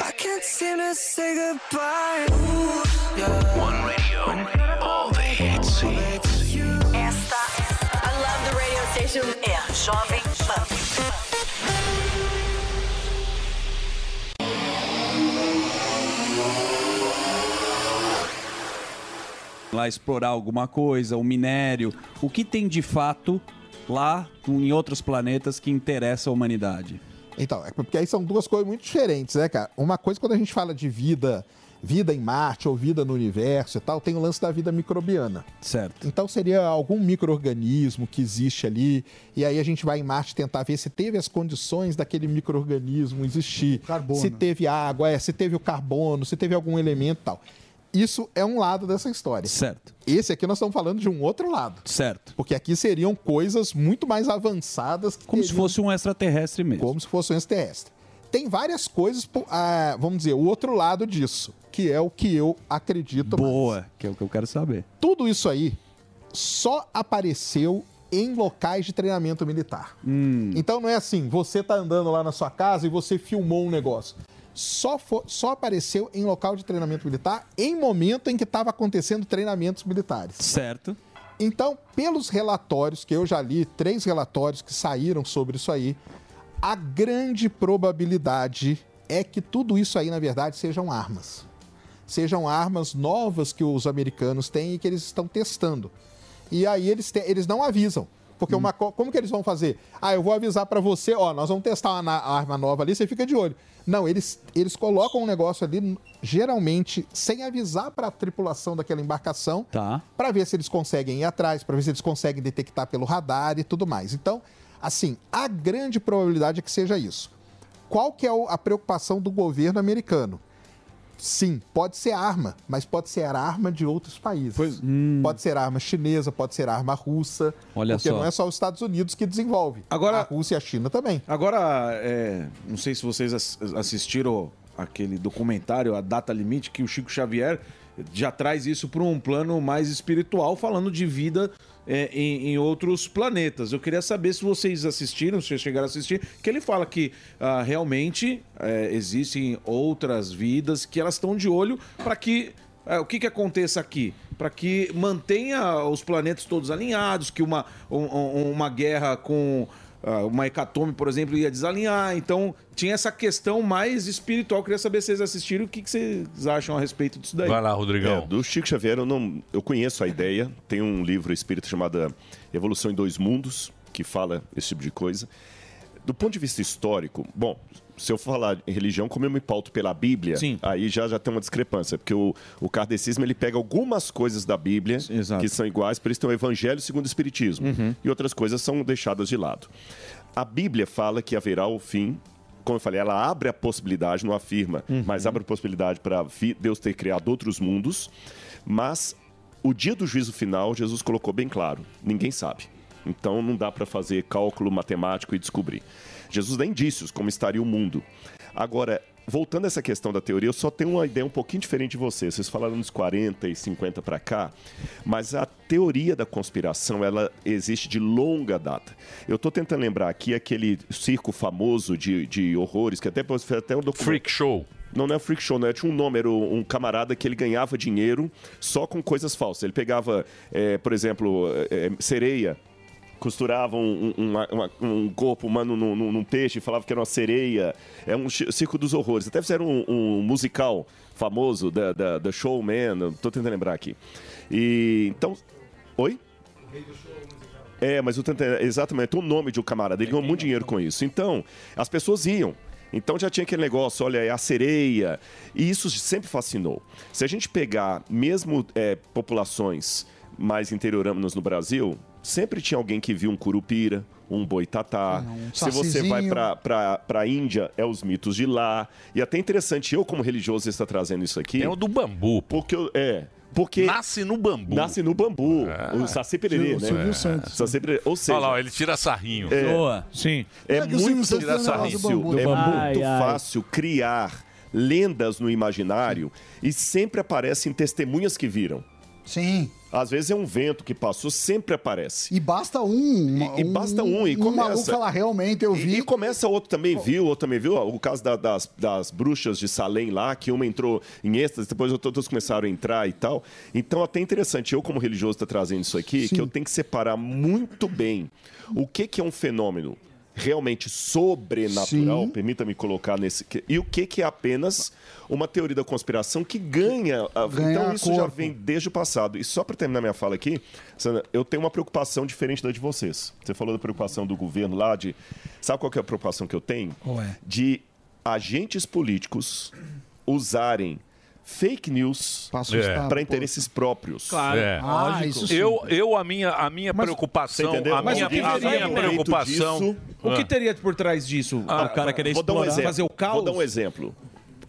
S1: I can't seem to say goodbye. One radio. All the hits. Esta. I love the radio station. É a Jovem Pan.
S3: lá explorar alguma coisa, o minério, o que tem de fato lá em outros planetas que interessa a humanidade.
S26: Então, é porque aí são duas coisas muito diferentes, né, cara? Uma coisa, quando a gente fala de vida, vida em Marte ou vida no universo e tal, tem o lance da vida microbiana.
S3: Certo.
S26: Então seria algum micro-organismo que existe ali, e aí a gente vai em Marte tentar ver se teve as condições daquele micro-organismo existir. Carbono. Se teve água, é, se teve o carbono, se teve algum elemento e tal. Isso é um lado dessa história.
S3: Certo.
S26: Esse aqui nós estamos falando de um outro lado.
S3: Certo.
S26: Porque aqui seriam coisas muito mais avançadas. Que
S3: Como se fosse um extraterrestre mesmo.
S26: Como se fosse um extraterrestre. Tem várias coisas, pô, ah, vamos dizer, o outro lado disso, que é o que eu acredito
S3: Boa, que é o que eu quero saber.
S26: Tudo isso aí só apareceu em locais de treinamento militar. Então não é assim, você tá andando lá na sua casa e você filmou um negócio. Só, fo- só apareceu em local de treinamento militar em momento em que estava acontecendo treinamentos militares.
S3: Certo.
S26: Então, pelos relatórios que eu já li, três relatórios que saíram sobre isso aí, a grande probabilidade é que tudo isso aí, na verdade, sejam armas. Sejam armas novas que os americanos têm e que eles estão testando. E aí eles, te- eles não avisam. Porque uma co- como que eles vão fazer? Ah, eu vou avisar pra você, ó, nós vamos testar uma na- arma nova ali, você fica de olho. Não, eles, eles colocam um negócio ali, n- geralmente, sem avisar pra tripulação daquela embarcação,
S3: tá.
S26: para ver se eles conseguem ir atrás, pra ver se eles conseguem detectar pelo radar e tudo mais. Então, assim, a grande probabilidade é que seja isso. Qual que é o- a preocupação do governo americano? Sim, pode ser arma, mas pode ser arma de outros países.
S2: hum.
S26: Pode ser arma chinesa, pode ser arma russa.
S2: Olha
S26: porque
S2: só.
S26: não é só os Estados Unidos que desenvolve.
S2: Agora, a
S26: Rússia e a China também.
S2: Agora, é, não sei se vocês ass- assistiram aquele documentário, a Data Limite, que o Chico Xavier já traz isso para um plano mais espiritual, falando de vida é, em, em outros planetas. Eu queria saber se vocês assistiram, se vocês chegaram a assistir, que ele fala que ah, realmente é, existem outras vidas que elas estão de olho para que é, o que, que aconteça aqui? Para que mantenha os planetas todos alinhados, que uma, um- um- uma guerra com ah, uma hecatombe, por exemplo, ia desalinhar. Então, tinha essa questão mais espiritual. Queria saber se vocês assistiram o que, que vocês acham a respeito disso daí.
S10: É, do Chico Xavier, eu, não, eu conheço a ideia. Tem um livro espírita chamado Evolução em Dois Mundos, que fala esse tipo de coisa. Do ponto de vista histórico, bom, se eu falar em religião, como eu me pauto pela Bíblia, aí já, já tem uma discrepância, porque o, o kardecismo ele pega algumas coisas da Bíblia que são iguais, por isso tem o Evangelho segundo o Espiritismo, e outras coisas são deixadas de lado. A Bíblia fala que haverá o fim como eu falei, ela abre a possibilidade, não afirma, mas abre a possibilidade para Deus ter criado outros mundos. Mas o dia do juízo final, Jesus colocou bem claro: ninguém sabe. Então não dá para fazer cálculo matemático e descobrir. Jesus dá indícios como estaria o mundo. Agora, voltando a essa questão da teoria, eu só tenho uma ideia um pouquinho diferente de vocês. Vocês falaram dos 40 e 50 para cá, mas a teoria da conspiração, ela existe de longa data. Eu estou tentando lembrar aqui aquele circo famoso de, de horrores, que até foi até um documento... Freak
S5: Show.
S10: Não, não é freak show, não é. Tinha um nome, era um camarada que ele ganhava dinheiro só com coisas falsas. Ele pegava, eh, por exemplo, eh, eh, sereia, costuravam um, um- uma- uma- um corpo humano num, num- num peixe e falavam que era uma sereia. É um chi- circo dos horrores. Até fizeram um, um musical famoso da, da, da Showman, eu tô tentando lembrar aqui. E então. Oi? É, mas eu tentei, exatamente, o nome de um camarada, ele ganhou muito dinheiro com isso. Então, as pessoas iam. Então já tinha aquele negócio, olha, é a sereia. E isso sempre fascinou. Se a gente pegar mesmo é, populações mais interioranas no Brasil, sempre tinha alguém que viu um curupira, um boitatá.
S4: um
S10: Se você vai
S4: sacizinho.
S10: para para a Índia, é os mitos de lá. E até interessante, eu como religioso está trazendo isso aqui.
S5: É o do bambu.
S10: Porque eu- é, porque
S5: nasce no bambu. Ah.
S10: Nasce no bambu. O Saci Pererê,
S5: O
S10: né?
S5: Silvio
S10: Santos. Saci Pererê. Ou seja,
S5: Olha lá, ó, ele tira sarrinho.
S10: é,
S2: Sim.
S10: É,
S5: Como é que o Silvio
S10: muito,
S5: Santos tem
S10: fácil,
S5: o negócio do bambu?
S10: é
S5: Do bambu.
S10: muito
S5: Ai, ai.
S10: fácil criar lendas no imaginário e sempre aparecem testemunhas que viram.
S4: Sim.
S10: Às vezes é um vento que passou, sempre aparece.
S4: E basta um.
S10: E basta um e
S4: um maluco
S10: começa.
S4: falar realmente eu vi.
S10: E começa outro também viu, outro também viu. Ó, O caso da- das, das bruxas de Salem lá, que uma entrou em êxtase, depois outros começaram a entrar e tal. Então, até interessante, eu como religioso estou trazendo isso aqui, que eu tenho que separar muito bem o que, que é um fenômeno realmente sobrenatural, permita-me colocar nesse... que- E o que, que é apenas uma teoria da conspiração que ganha... a-
S4: Ganha
S10: então, isso já
S4: corpo.
S10: vem desde o passado. E só para terminar minha fala aqui, Sandra, eu tenho uma preocupação diferente da de vocês. Você falou da preocupação do governo lá, de. Sabe qual que é a preocupação que eu tenho?
S6: Ué.
S10: De agentes políticos usarem fake news
S5: assustar,
S10: para
S5: pô.
S10: interesses próprios.
S5: Claro. É. eu, eu, a minha, a minha preocupação.
S10: Você entendeu?
S5: A
S10: Mas
S5: minha,
S10: o que
S5: a
S10: veria
S5: minha
S10: a respeito
S5: preocupação.
S10: disso?
S2: O que
S10: Ah.
S2: teria por trás disso?
S10: Ah,
S2: o cara querer
S10: vou dar um
S2: explorar,
S10: exemplo,
S2: fazer o caos?
S10: Vou dar um exemplo.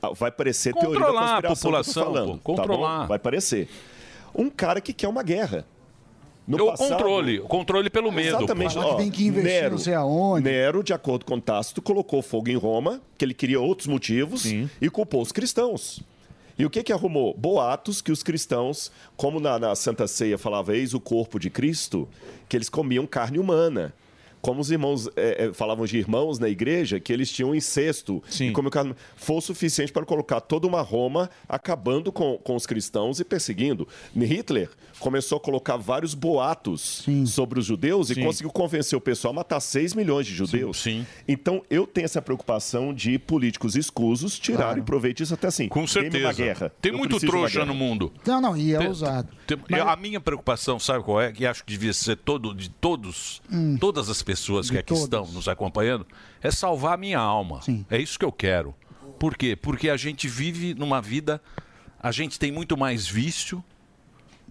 S10: Ah, Vai parecer teoria
S2: Controlar
S10: da
S2: a população,
S10: conspiração que eu tô falando,
S5: pô,
S10: tá bom?
S5: controlar.
S10: Vai parecer. Um cara que quer uma guerra.
S5: É o controle, o controle pelo medo.
S10: Exatamente.
S5: pô.
S10: ó, Nero, Nero, de acordo com Tácito, colocou fogo em Roma, que ele queria outros motivos, e culpou os cristãos. E o que que arrumou? Boatos que os cristãos, como na, na Santa Ceia falava, eis o corpo de Cristo, que eles comiam carne humana. Como os irmãos é, é, falavam de irmãos na igreja, que eles tinham incesto. E como carne... Foi o suficiente para colocar toda uma Roma acabando com, com os cristãos e perseguindo. Hitler começou a colocar vários boatos sobre os judeus e
S5: Sim.
S10: conseguiu convencer o pessoal a matar 6 milhões de judeus. Então, eu tenho essa preocupação de políticos escusos tirarem proveito disso até assim.
S5: Com certeza.
S10: Uma guerra.
S5: Tem
S10: Eu
S5: muito
S10: preciso de uma
S5: trouxa
S10: guerra.
S5: no mundo.
S4: Não, não, e é
S5: Tem-
S4: usado.
S5: Tem- A minha preocupação, sabe qual é? Que acho que devia ser todo, de todos,
S4: Hum.
S5: todas as pessoas que
S4: De
S5: aqui estão nos acompanhando, é salvar a minha alma. É isso que eu quero. Por quê? Porque a gente vive numa vida, a gente tem muito mais vício,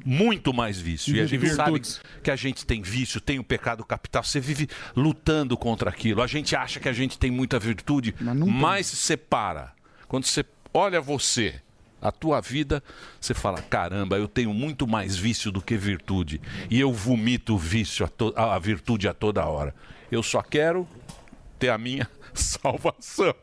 S5: muito mais vício. E a
S2: E
S5: gente
S2: virtudes.
S5: sabe que a gente tem vício, tem o pecado capital. Você vive lutando contra aquilo. A gente acha que a gente tem muita virtude, mas você para. Quando você olha você, a tua vida, você fala: caramba, eu tenho muito mais vício do que virtude. E eu vomito o vício, a, to- a virtude a toda hora. Eu só quero ter a minha *laughs* salvação.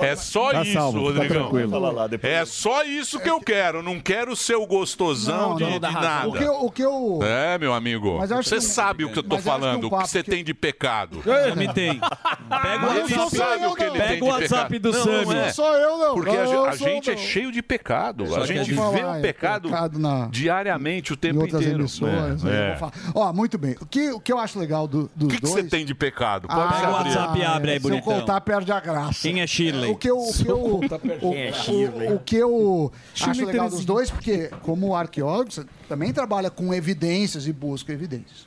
S5: É só
S10: Tá
S5: isso,
S10: salvo, fica
S5: Rodrigão.
S10: tranquilo. Fala lá depois.
S5: É só isso que eu quero. Não quero ser o gostosão de, de nada.
S4: O que eu. O que eu...
S5: É, meu amigo.
S4: Mas eu acho
S5: Você
S4: que um-
S5: sabe o que eu tô
S4: mas eu acho que
S5: falando,
S4: um
S5: o que
S4: papo
S5: você tem de pecado.
S4: Eu
S3: me tem.
S5: Pega
S4: Não sou só eu, não. Pega o WhatsApp do Sami. Não sou eu, não.
S5: Porque a,
S4: Não
S5: ge- a
S4: sou,
S5: gente é
S4: não.
S5: cheio de pecado.
S4: Só
S5: a
S4: que a
S5: gente
S4: gente
S5: vê
S4: fala,
S5: um
S4: é
S5: pecado,
S4: pecado na-
S5: diariamente, o tempo
S4: outras
S5: inteiro.
S4: emissoras,
S5: É,
S4: né,
S5: é.
S4: eu vou falar. Ó, muito bem. O que, o que eu acho legal do,
S5: O
S4: dos
S5: que que
S4: dois.
S5: você tem de pecado? Pode
S4: Ah,
S5: se abrir.
S4: é, Se eu contar, perde a graça.
S3: Quem é Shirley?
S4: O que eu, o que eu, o,
S3: Quem é Shirley?
S4: o- o que eu acho
S3: Shirley
S4: legal dos
S3: Terezinha.
S4: dois, porque como arqueólogo, você também trabalha com evidências e busca evidências.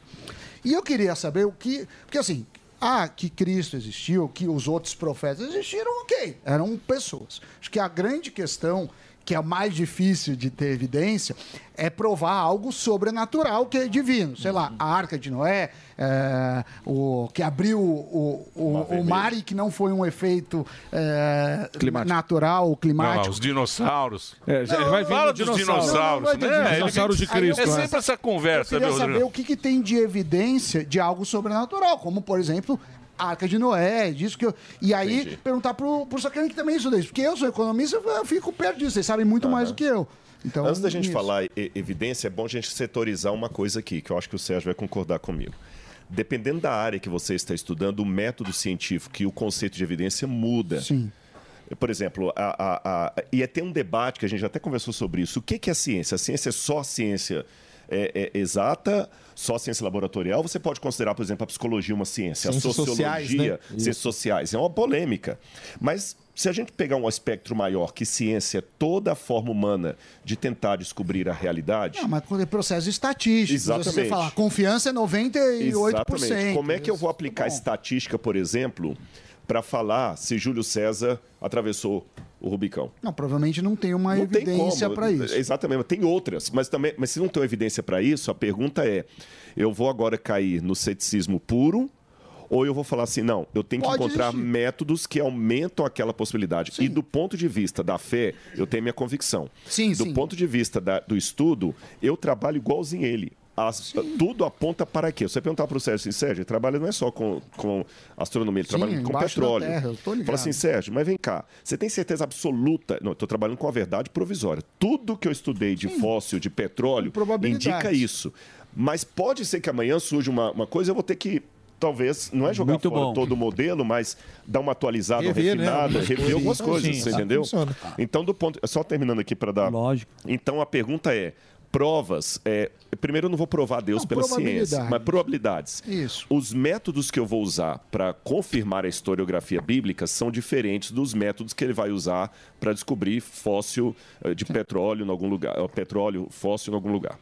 S4: E eu queria saber o que... Porque assim, ah, que Cristo existiu, que os outros profetas existiram, ok. Eram pessoas. Acho que a grande questão, que é a mais difícil de ter evidência, é provar algo sobrenatural que é divino. Sei lá, a Arca de Noé, é, o, que abriu o, o, o mar e que não foi um efeito é,
S2: Climático.
S4: natural,
S5: Não,
S4: climático.
S5: os dinossauros.
S2: É, já- vai vir
S5: Fala
S2: um
S5: dos
S2: dinossauro.
S5: dinossauros.
S2: Não, não vai vir
S5: né?
S2: dinossauro
S5: Ele
S2: de
S5: vem-
S2: Cristo,
S5: É
S2: né?
S5: sempre essa
S4: Eu
S5: conversa,
S4: queria
S5: meu
S4: saber o
S5: Rodrigo.
S4: que, que tem de evidência de algo sobrenatural, como, por exemplo, a Arca de Noé, disso que eu... E aí, perguntar pro, pro Sacani que também estuda isso, porque eu sou economista, eu fico perdido, vocês sabem muito mais do que eu. Então,
S10: Antes da gente
S4: isso.
S10: falar e- evidência, é bom a gente setorizar uma coisa aqui, que eu acho que o Sérgio vai concordar comigo. Dependendo da área que você está estudando, o método científico e o conceito de evidência muda.
S4: Sim.
S10: Por exemplo, a, a, a, e até um debate que a gente até conversou sobre isso. O que, que é ciência? A ciência é só ciência é, é, exata, só ciência laboratorial, você pode considerar, por exemplo, a psicologia uma ciência, a
S6: Ciências
S10: sociologia,
S6: sociais, né?
S10: ciências
S6: Isso.
S10: sociais. É uma polêmica. Mas se a gente pegar um espectro maior, que ciência é toda a forma humana de tentar descobrir a realidade,
S6: Não, mas quando é processo estatístico, você
S10: Exatamente.
S6: fala, confiança é 98%.
S10: Exatamente. Como é que eu vou
S6: Tá
S10: aplicar estatística, por exemplo, para falar se Júlio César atravessou o Rubicão?
S6: Não, provavelmente não tem uma evidência
S10: como.
S6: para isso.
S10: Exatamente, tem outras, mas também, mas se não tem evidência para isso, a pergunta é: eu vou agora cair no ceticismo puro? Ou eu vou falar assim, não, eu tenho que
S6: Pode
S10: encontrar
S6: existir.
S10: métodos que aumentam aquela possibilidade. E do ponto de vista da fé, eu tenho minha convicção.
S6: Sim,
S10: do ponto de vista da- do estudo, eu trabalho igualzinho ele. As- tudo aponta para quê? Você perguntar para o Sérgio, assim, Sérgio, ele trabalha não é só com, com astronomia, ele
S6: Sim,
S10: trabalha com
S6: embaixo da
S10: petróleo.
S6: terra, eu tô ligado.
S10: Fala assim, Sérgio, mas vem cá, você tem certeza absoluta? Não, eu estou trabalhando com a verdade provisória. Tudo que eu estudei de fóssil, de petróleo,
S6: probabilidades.
S10: indica isso. Mas pode ser que amanhã surja uma, uma coisa, eu vou ter que, talvez, não é jogar
S6: Muito
S10: fora
S6: bom.
S10: todo o modelo, mas dar uma atualizada, uma
S6: Rever, né,
S10: refinada,
S6: algumas
S10: rever
S6: coisas.
S10: algumas
S6: Sim.
S10: coisas,
S6: Sim,
S10: você
S6: assim
S10: entendeu?
S6: funciona.
S10: Então, do ponto. Só terminando aqui para dar. Lógico. Então, a pergunta é. Provas, é, primeiro eu não vou provar Deus pela ciência,
S6: probabilidades.
S10: mas probabilidades.
S6: Isso.
S10: Os métodos que eu vou usar para confirmar a historiografia bíblica são diferentes dos métodos que ele vai usar para descobrir fóssil eh, de petróleo em algum lugar, eh, petróleo fóssil em algum lugar.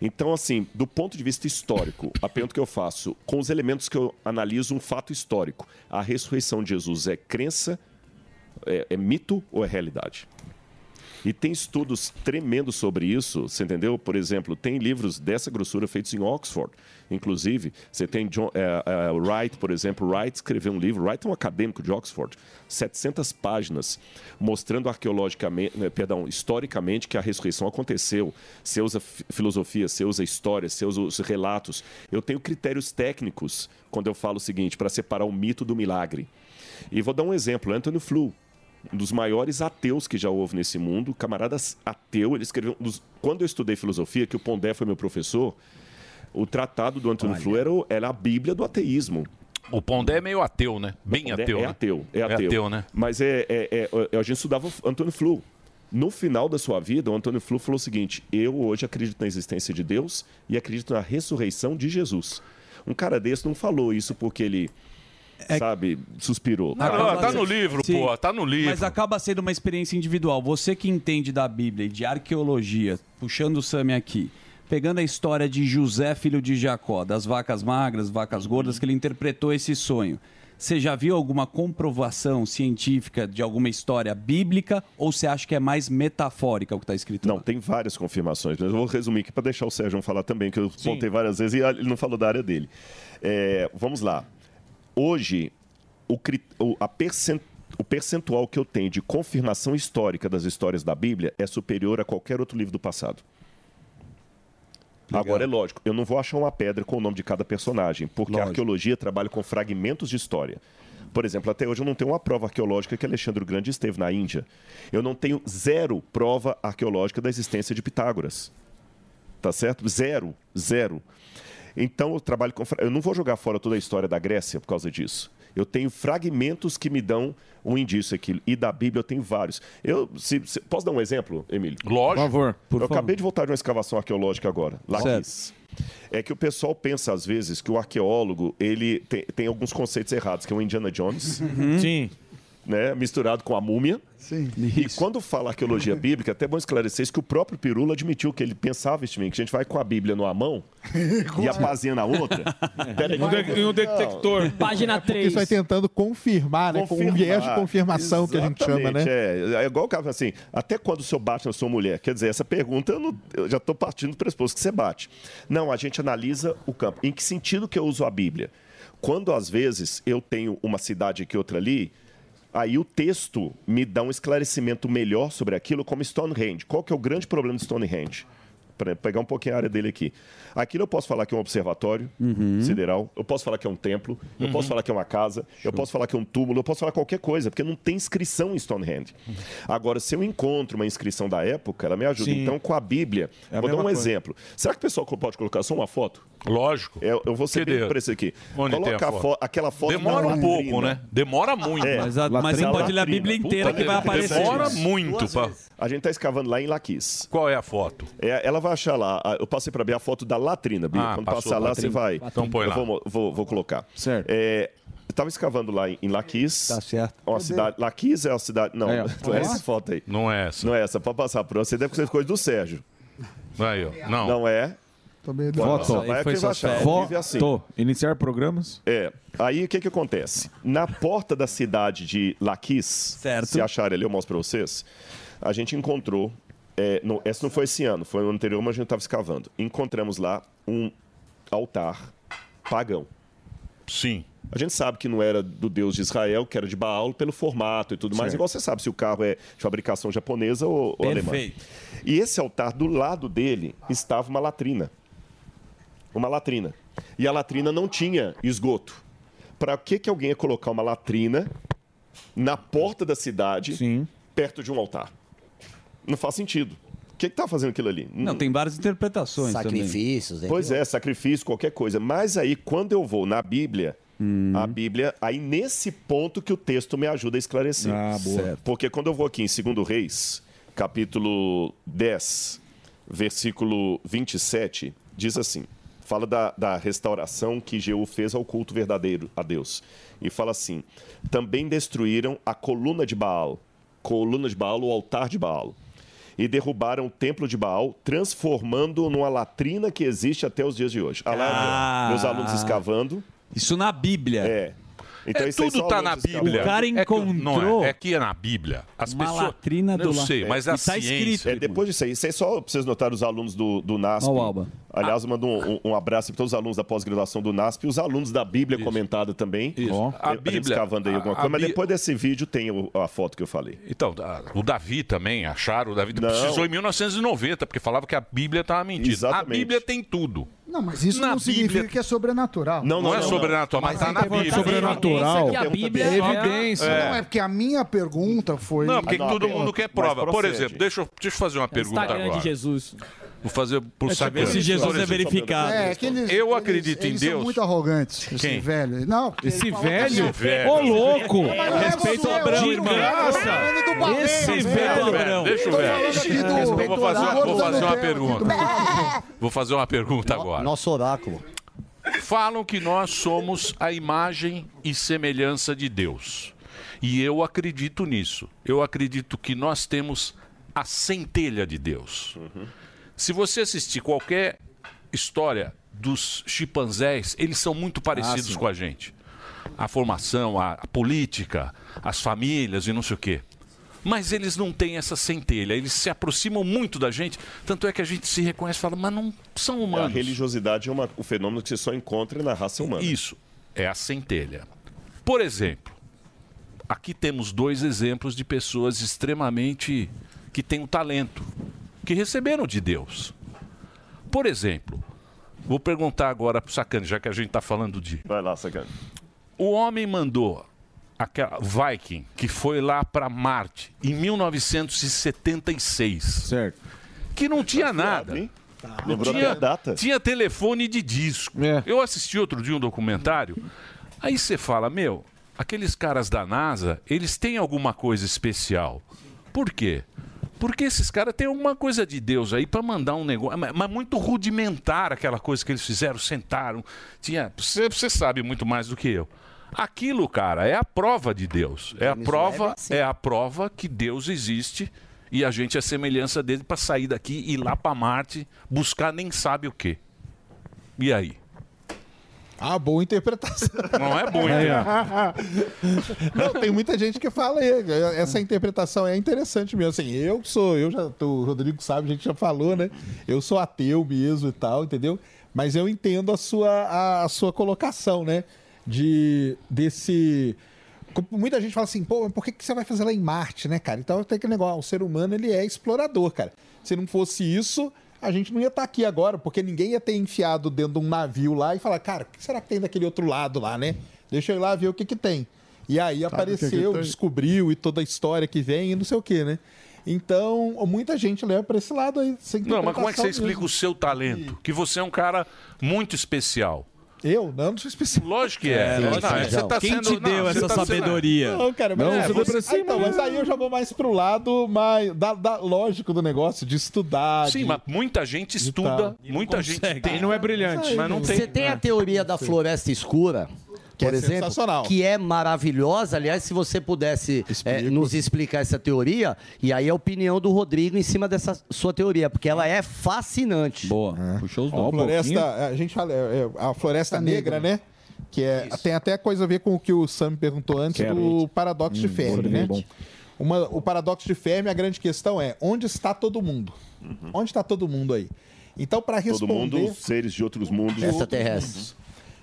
S10: Então, assim, do ponto de vista histórico, a pergunta que eu faço, com os elementos que eu analiso um fato histórico, a ressurreição de Jesus é crença, é, é mito ou é realidade? E tem estudos tremendos sobre isso, você entendeu? Por exemplo, tem livros dessa grossura feitos em Oxford. Inclusive, você tem John, eh, eh, Wright, por exemplo. Wright escreveu um livro, Wright é um acadêmico de Oxford, 700 páginas, mostrando arqueologicamente, eh, perdão, historicamente que a ressurreição aconteceu. Você usa fi- filosofia, você usa história, você usa os relatos. Eu tenho critérios técnicos quando eu falo o seguinte, para separar o mito do milagre. E vou dar um exemplo, Anthony Flew um dos maiores ateus que já houve nesse mundo, camaradas ateu, ele escreveu um dos- quando eu estudei filosofia, que o Pondé foi meu professor, o tratado do Antônio Flu era, o- era a Bíblia do ateísmo.
S5: O Pondé é meio ateu, né? Bem
S10: Pondé
S5: ateu.
S10: é
S5: né?
S10: ateu, é ateu.
S5: né?
S10: Mas é, é- é- a gente estudava Antônio Flu. No final da sua vida, o Antônio Flu falou o seguinte: Eu hoje acredito na existência de Deus e acredito na ressurreição de Jesus. Um cara desse não falou isso porque ele, sabe, suspirou.
S5: É Não,
S10: Cara,
S5: tá no livro, pô, tá no livro.
S3: é Mas acaba sendo uma experiência individual. Você que entende da Bíblia e de arqueologia, puxando o Sami aqui, pegando a história de José, filho de Jacó, das vacas magras, vacas gordas, que ele interpretou esse sonho. Você já viu alguma comprovação científica de alguma história bíblica ou você acha que é mais metafórica o que está escrito?
S10: Não, tem várias confirmações, mas eu vou resumir aqui para deixar o Sérgio falar também, que eu contei várias vezes e ah, ele não falou da área dele. É, vamos lá. Hoje, o, cri- o- a percent- o percentual que eu tenho de confirmação histórica das histórias da Bíblia é superior a qualquer outro livro do passado. Agora é *laughs* lógico, eu não vou achar uma pedra com o nome de cada personagem, porque a arqueologia trabalha com fragmentos de história. Por exemplo, até hoje eu não tenho uma prova arqueológica que Alexandre o Grande esteve na Índia. Eu não tenho zero prova arqueológica da existência de Pitágoras. Tá certo? Zero, zero. Então eu trabalho com. fra- Eu não vou jogar fora toda a história da Grécia por causa disso. Eu tenho fragmentos que me dão um indício aqui. E da Bíblia eu tenho vários. Eu, se- se- posso dar um exemplo, Emílio?
S5: Lógico. Por favor, por
S10: eu
S5: favor.
S10: acabei de voltar de uma escavação arqueológica agora. Lápis. É que o pessoal pensa, às vezes, que o arqueólogo ele tem, tem alguns conceitos errados, que é o Indiana Jones. Sim. Né, misturado com a múmia. Sim. E quando fala arqueologia bíblica, até é bom esclarecer isso que o próprio Pirula admitiu que ele pensava isso, que a gente vai com a Bíblia numa mão e a pazinha na
S15: *laughs*
S10: outra. Peraí,
S2: Um de- um detector. Página
S26: É porque isso vai tentando confirmar, né? Com um viés de confirmação que a gente chama, né?
S10: Exatamente, É, é igual o cara fala assim, até quando o seu bate na sua mulher? Quer dizer, essa pergunta eu, não- eu já estou partindo do pressuposto que você bate. Não, a gente analisa o campo. Em que sentido que eu uso a Bíblia? Quando, às vezes, eu tenho uma cidade aqui outra ali, aí o texto me dá um esclarecimento melhor sobre aquilo, como Stonehenge. Qual que é o grande problema de Stonehenge? Para pegar um pouquinho a área dele aqui. Aquilo eu posso falar que é um observatório
S26: Uhum.
S10: sideral, eu posso falar que é um templo, eu
S11: Uhum.
S10: posso falar que é uma casa, eu posso falar que é um túmulo, eu posso falar qualquer coisa, porque não tem inscrição em Stonehenge.
S5: Uhum.
S10: Agora, se eu encontro uma inscrição da época, ela me ajuda.
S11: Sim.
S10: Então, com a Bíblia,
S5: É
S11: a
S10: vou dar um
S11: mesma coisa.
S10: exemplo. Será que o pessoal pode colocar só uma foto? É,
S5: Lógico.
S10: Eu, eu vou ser
S5: Cadê?
S10: bem preço aqui.
S5: Onde tem
S10: Coloca
S5: a
S10: a
S5: foto?
S10: fo- aquela foto
S5: Demora
S10: na
S5: um pouco,
S10: latrina. É.
S5: né? Demora muito. Mas a- mas
S10: latrina.
S5: você pode ler a Bíblia inteira que vai
S10: merda,
S5: aparecer. Demora muito,
S10: Duas
S5: pá.
S10: vezes. A gente tá escavando lá em Laquis.
S5: Qual é a foto?
S10: ela vai vai achar lá. Ah, Eu passei para Bia a foto da latrina, Bia.
S5: Ah,
S10: Quando
S5: passou,
S10: passar lá,
S5: latrina.
S10: você vai.
S5: Latrina. Então põe
S10: Eu
S5: lá.
S10: Vou, vou- vou colocar. Certo. eu tava escavando lá em, em Laquis. Tá certo. Uma
S5: Cadê?
S10: cidade, Laquis é a cidade. Não,
S5: Aí, ó.
S10: não é *laughs* essa foto aí. Não é essa. Não é essa. Pode passar para você. Deve ser coisa do Sérgio.
S5: Aí, ó. Não.
S10: Não é.
S4: Também
S10: Foto. Vai que vai achar. Vive assim.
S2: Foto. Iniciar programas?
S10: É. Aí o que que acontece? Na porta da cidade de Laquis, se acharem ali, eu mostro pra vocês, a gente encontrou. É, não, esse não foi esse ano, foi no anterior, mas a gente estava escavando. Encontramos lá um altar pagão.
S5: Sim.
S10: A gente sabe que não era do Deus de Israel, que era de Baal, pelo formato e tudo mais.
S5: Certo.
S10: Igual você sabe se o carro é de fabricação japonesa ou, ou alemã.
S5: Perfeito.
S10: E esse altar, do lado dele, estava uma latrina uma latrina. E a latrina não tinha esgoto. Para que, que alguém ia colocar uma latrina na porta da cidade, perto de um altar? Não faz sentido. O que está fazendo aquilo ali?
S3: Não, tem várias interpretações.
S10: Sacrifícios,
S3: né?
S10: Pois é, sacrifício, qualquer coisa. Mas aí, quando eu vou na Bíblia,
S7: é?
S10: a Bíblia, aí nesse ponto que o texto me ajuda a esclarecer.
S2: Ah, boa. Certo.
S10: Porque quando eu vou aqui em 2 Reis, capítulo 10, versículo 27, diz assim: fala da, da restauração que Jeú fez ao culto verdadeiro a Deus. E fala assim: também destruíram a coluna de Baal, coluna de Baal, o altar de Baal e derrubaram o templo de Baal, transformando-o numa latrina que existe até os dias de hoje. Olha lá,
S3: Ah.
S10: meus alunos escavando.
S3: Isso na Bíblia.
S10: É.
S5: É,
S10: isso aí são
S5: tudo tá
S10: alunos
S5: na
S10: escavando.
S5: Bíblia. É que- não é, é que é na Bíblia. As pessoas. Eu sei, mas
S2: tá
S5: a ciência.
S10: É, depois disso aí, isso aí só pra vocês notarem os alunos do, do NASP.
S5: Ó o Alba.
S10: Aliás, eu mando um, um abraço para todos os alunos da pós-graduação do NASP e os alunos da Bíblia comentada também. Isso.
S5: A
S10: A,
S5: Bíblia-
S10: gente escavando aí alguma
S5: a- a
S10: coisa, mas
S5: Bí-
S10: depois desse vídeo tem o- a foto que eu falei.
S5: Então, a- o Davi também, acharam, o Davi precisou em 1990, porque falava que a Bíblia estava mentindo. A
S10: Exatamente.
S5: Bíblia tem tudo.
S4: Não, mas isso
S5: Na
S4: não significa
S5: Bíblia-
S4: que é sobrenatural.
S5: Não, não, Não é não, não. sobrenatural, mas Mas tá na tem Bíblia. sobrenatural.
S4: Isso aqui,
S5: A Bíblia é evidência.
S4: Não,
S5: É.
S4: é porque a minha pergunta foi... Ah,
S5: Não, porque todo
S4: a-
S5: mundo quer
S4: mas
S5: prova. Por
S4: procede.
S5: exemplo, deixa eu, deixa eu fazer uma pergunta
S4: É Instagram de
S5: agora.
S8: Jesus.
S5: Vou fazer pro
S4: É, deixa eu
S5: Sacana.
S4: ver se Jesus
S5: Por
S4: é
S5: exemplo,
S4: verificado. É, que eles-
S5: eu acredito
S4: Eles
S5: em
S4: são
S5: Deus.
S4: muito arrogantes, esse
S5: Quem?
S4: velho. Não, porque
S5: Esse
S4: ele falou que
S5: velho?
S4: é meu
S5: Esse velho.
S4: filho.
S5: Ô, louco!
S4: Mas não é
S5: Respeita
S4: você,
S5: o Abrão,
S4: eu
S5: irmão.
S4: tô falando do Babel,
S5: Esse velho, Abrão. Deixa eu
S4: Tô
S5: ver.
S4: falando aqui
S5: Respeita
S4: do-
S5: o Abrão. Vou fazer uma- vou fazer uma
S4: do-
S5: pergunta. Vou fazer uma pergunta agora.
S19: Nosso oráculo.
S5: Falam que nós somos a imagem e semelhança de Deus. E eu acredito nisso. Eu acredito que nós temos a centelha de Deus. Se você assistir qualquer história dos chimpanzés, eles são muito parecidos
S9: sim.
S5: com a gente. A formação, a, a política, as famílias e não sei o quê. Mas eles não têm essa centelha, eles se aproximam muito da gente, tanto é que a gente se reconhece e fala, mas não são
S10: A
S5: humanos.
S10: religiosidade é uma- um fenômeno que você só encontra na raça humana.
S5: Isso, é a centelha. Por exemplo, aqui temos dois exemplos de pessoas extremamente que têm o talento, que receberam de Deus. Por exemplo, vou perguntar agora para o Sacani, já que a gente está falando de.
S10: Vai lá, Sacani.
S5: O homem mandou aquela Viking que foi lá para Marte em 1976. Certo. Que não tinha nada. Não
S10: Tá Lembrou
S5: tinha,
S10: até a data.
S5: tinha telefone de disco. Eu assisti outro dia um documentário. Aí você fala, meu, aqueles caras da NASA, eles têm alguma coisa especial. Por quê? Porque esses caras têm alguma coisa de Deus aí pra mandar um negócio. Mas, mas muito rudimentar aquela coisa que eles fizeram, sentaram. Tinha. Você, você sabe muito mais do que eu. Aquilo, cara, é a prova de Deus. É a prova, é a prova que Deus existe e a gente é semelhança dele pra sair daqui e ir lá pra Marte buscar nem sabe o quê. E aí?
S26: Ah, boa interpretação.
S5: Não é boa, hein?
S26: Não, tem muita gente que fala, "É, essa interpretação é interessante mesmo. Assim, eu sou, eu já, o Rodrigo sabe, a gente já falou, né? Eu sou ateu mesmo e tal, entendeu? Mas eu entendo a sua, a, a sua colocação, né? De, desse... Muita gente fala assim, pô, mas por que, que você vai fazer lá em Marte, né, cara? Então tem aquele negócio, o ser humano, ele é explorador, cara. Se não fosse isso, a gente não ia estar aqui agora, porque ninguém ia ter enfiado dentro de um navio lá e falar, cara, o que será que tem daquele outro lado lá, né? Deixa eu ir lá ver o que que tem. E aí
S4: Sabe o que que
S26: apareceu,
S4: tem?
S26: descobriu e toda a história que vem e não sei o que, né? Então, muita gente leva pra esse lado aí. sem
S5: Não, mas como é que você
S26: interpretação
S5: explica o seu talento? Que você é um cara muito especial.
S26: Eu? Não, não sou especialista.
S5: Lógico que é. Não, você tá
S26: Quem
S5: sendo-
S26: te
S5: não,
S26: deu
S5: você
S26: essa
S5: tá sendo-
S26: sabedoria?
S5: Não, cara, mas é, você-
S26: Ah, então, mas aí eu já vou mais pro lado mais da, da- lógico do negócio, de estudar.
S5: Sim,
S26: de-
S5: mas muita gente
S26: tal.
S5: estuda,
S26: E não
S5: muita gente
S26: consegue.
S5: tem. É.
S26: E não é
S5: brilhante, mas não tem.
S11: Você tem a teoria da floresta escura, que é
S5: Pô,
S11: exemplo,
S5: sensacional.
S11: que é maravilhosa. Aliás, se você pudesse eh, nos explicar essa teoria, e aí a opinião do Rodrigo em cima dessa sua teoria, porque ela é fascinante.
S3: Boa. Puxou os
S7: um
S26: Ó, É. a floresta, a gente fala, é, é, a floresta negra, né? Que é, tem até coisa a ver com o que o Sam me perguntou antes
S7: Quero
S26: do
S7: isso.
S26: paradoxo de
S7: Hum,
S26: Fermi,
S7: sorvete
S26: né?
S7: bom.
S26: Uma- o paradoxo de Fermi, a grande questão é onde está todo mundo?
S7: Uhum.
S26: Onde está todo mundo aí? Então, para responder...
S10: Todo mundo, seres de outros mundos.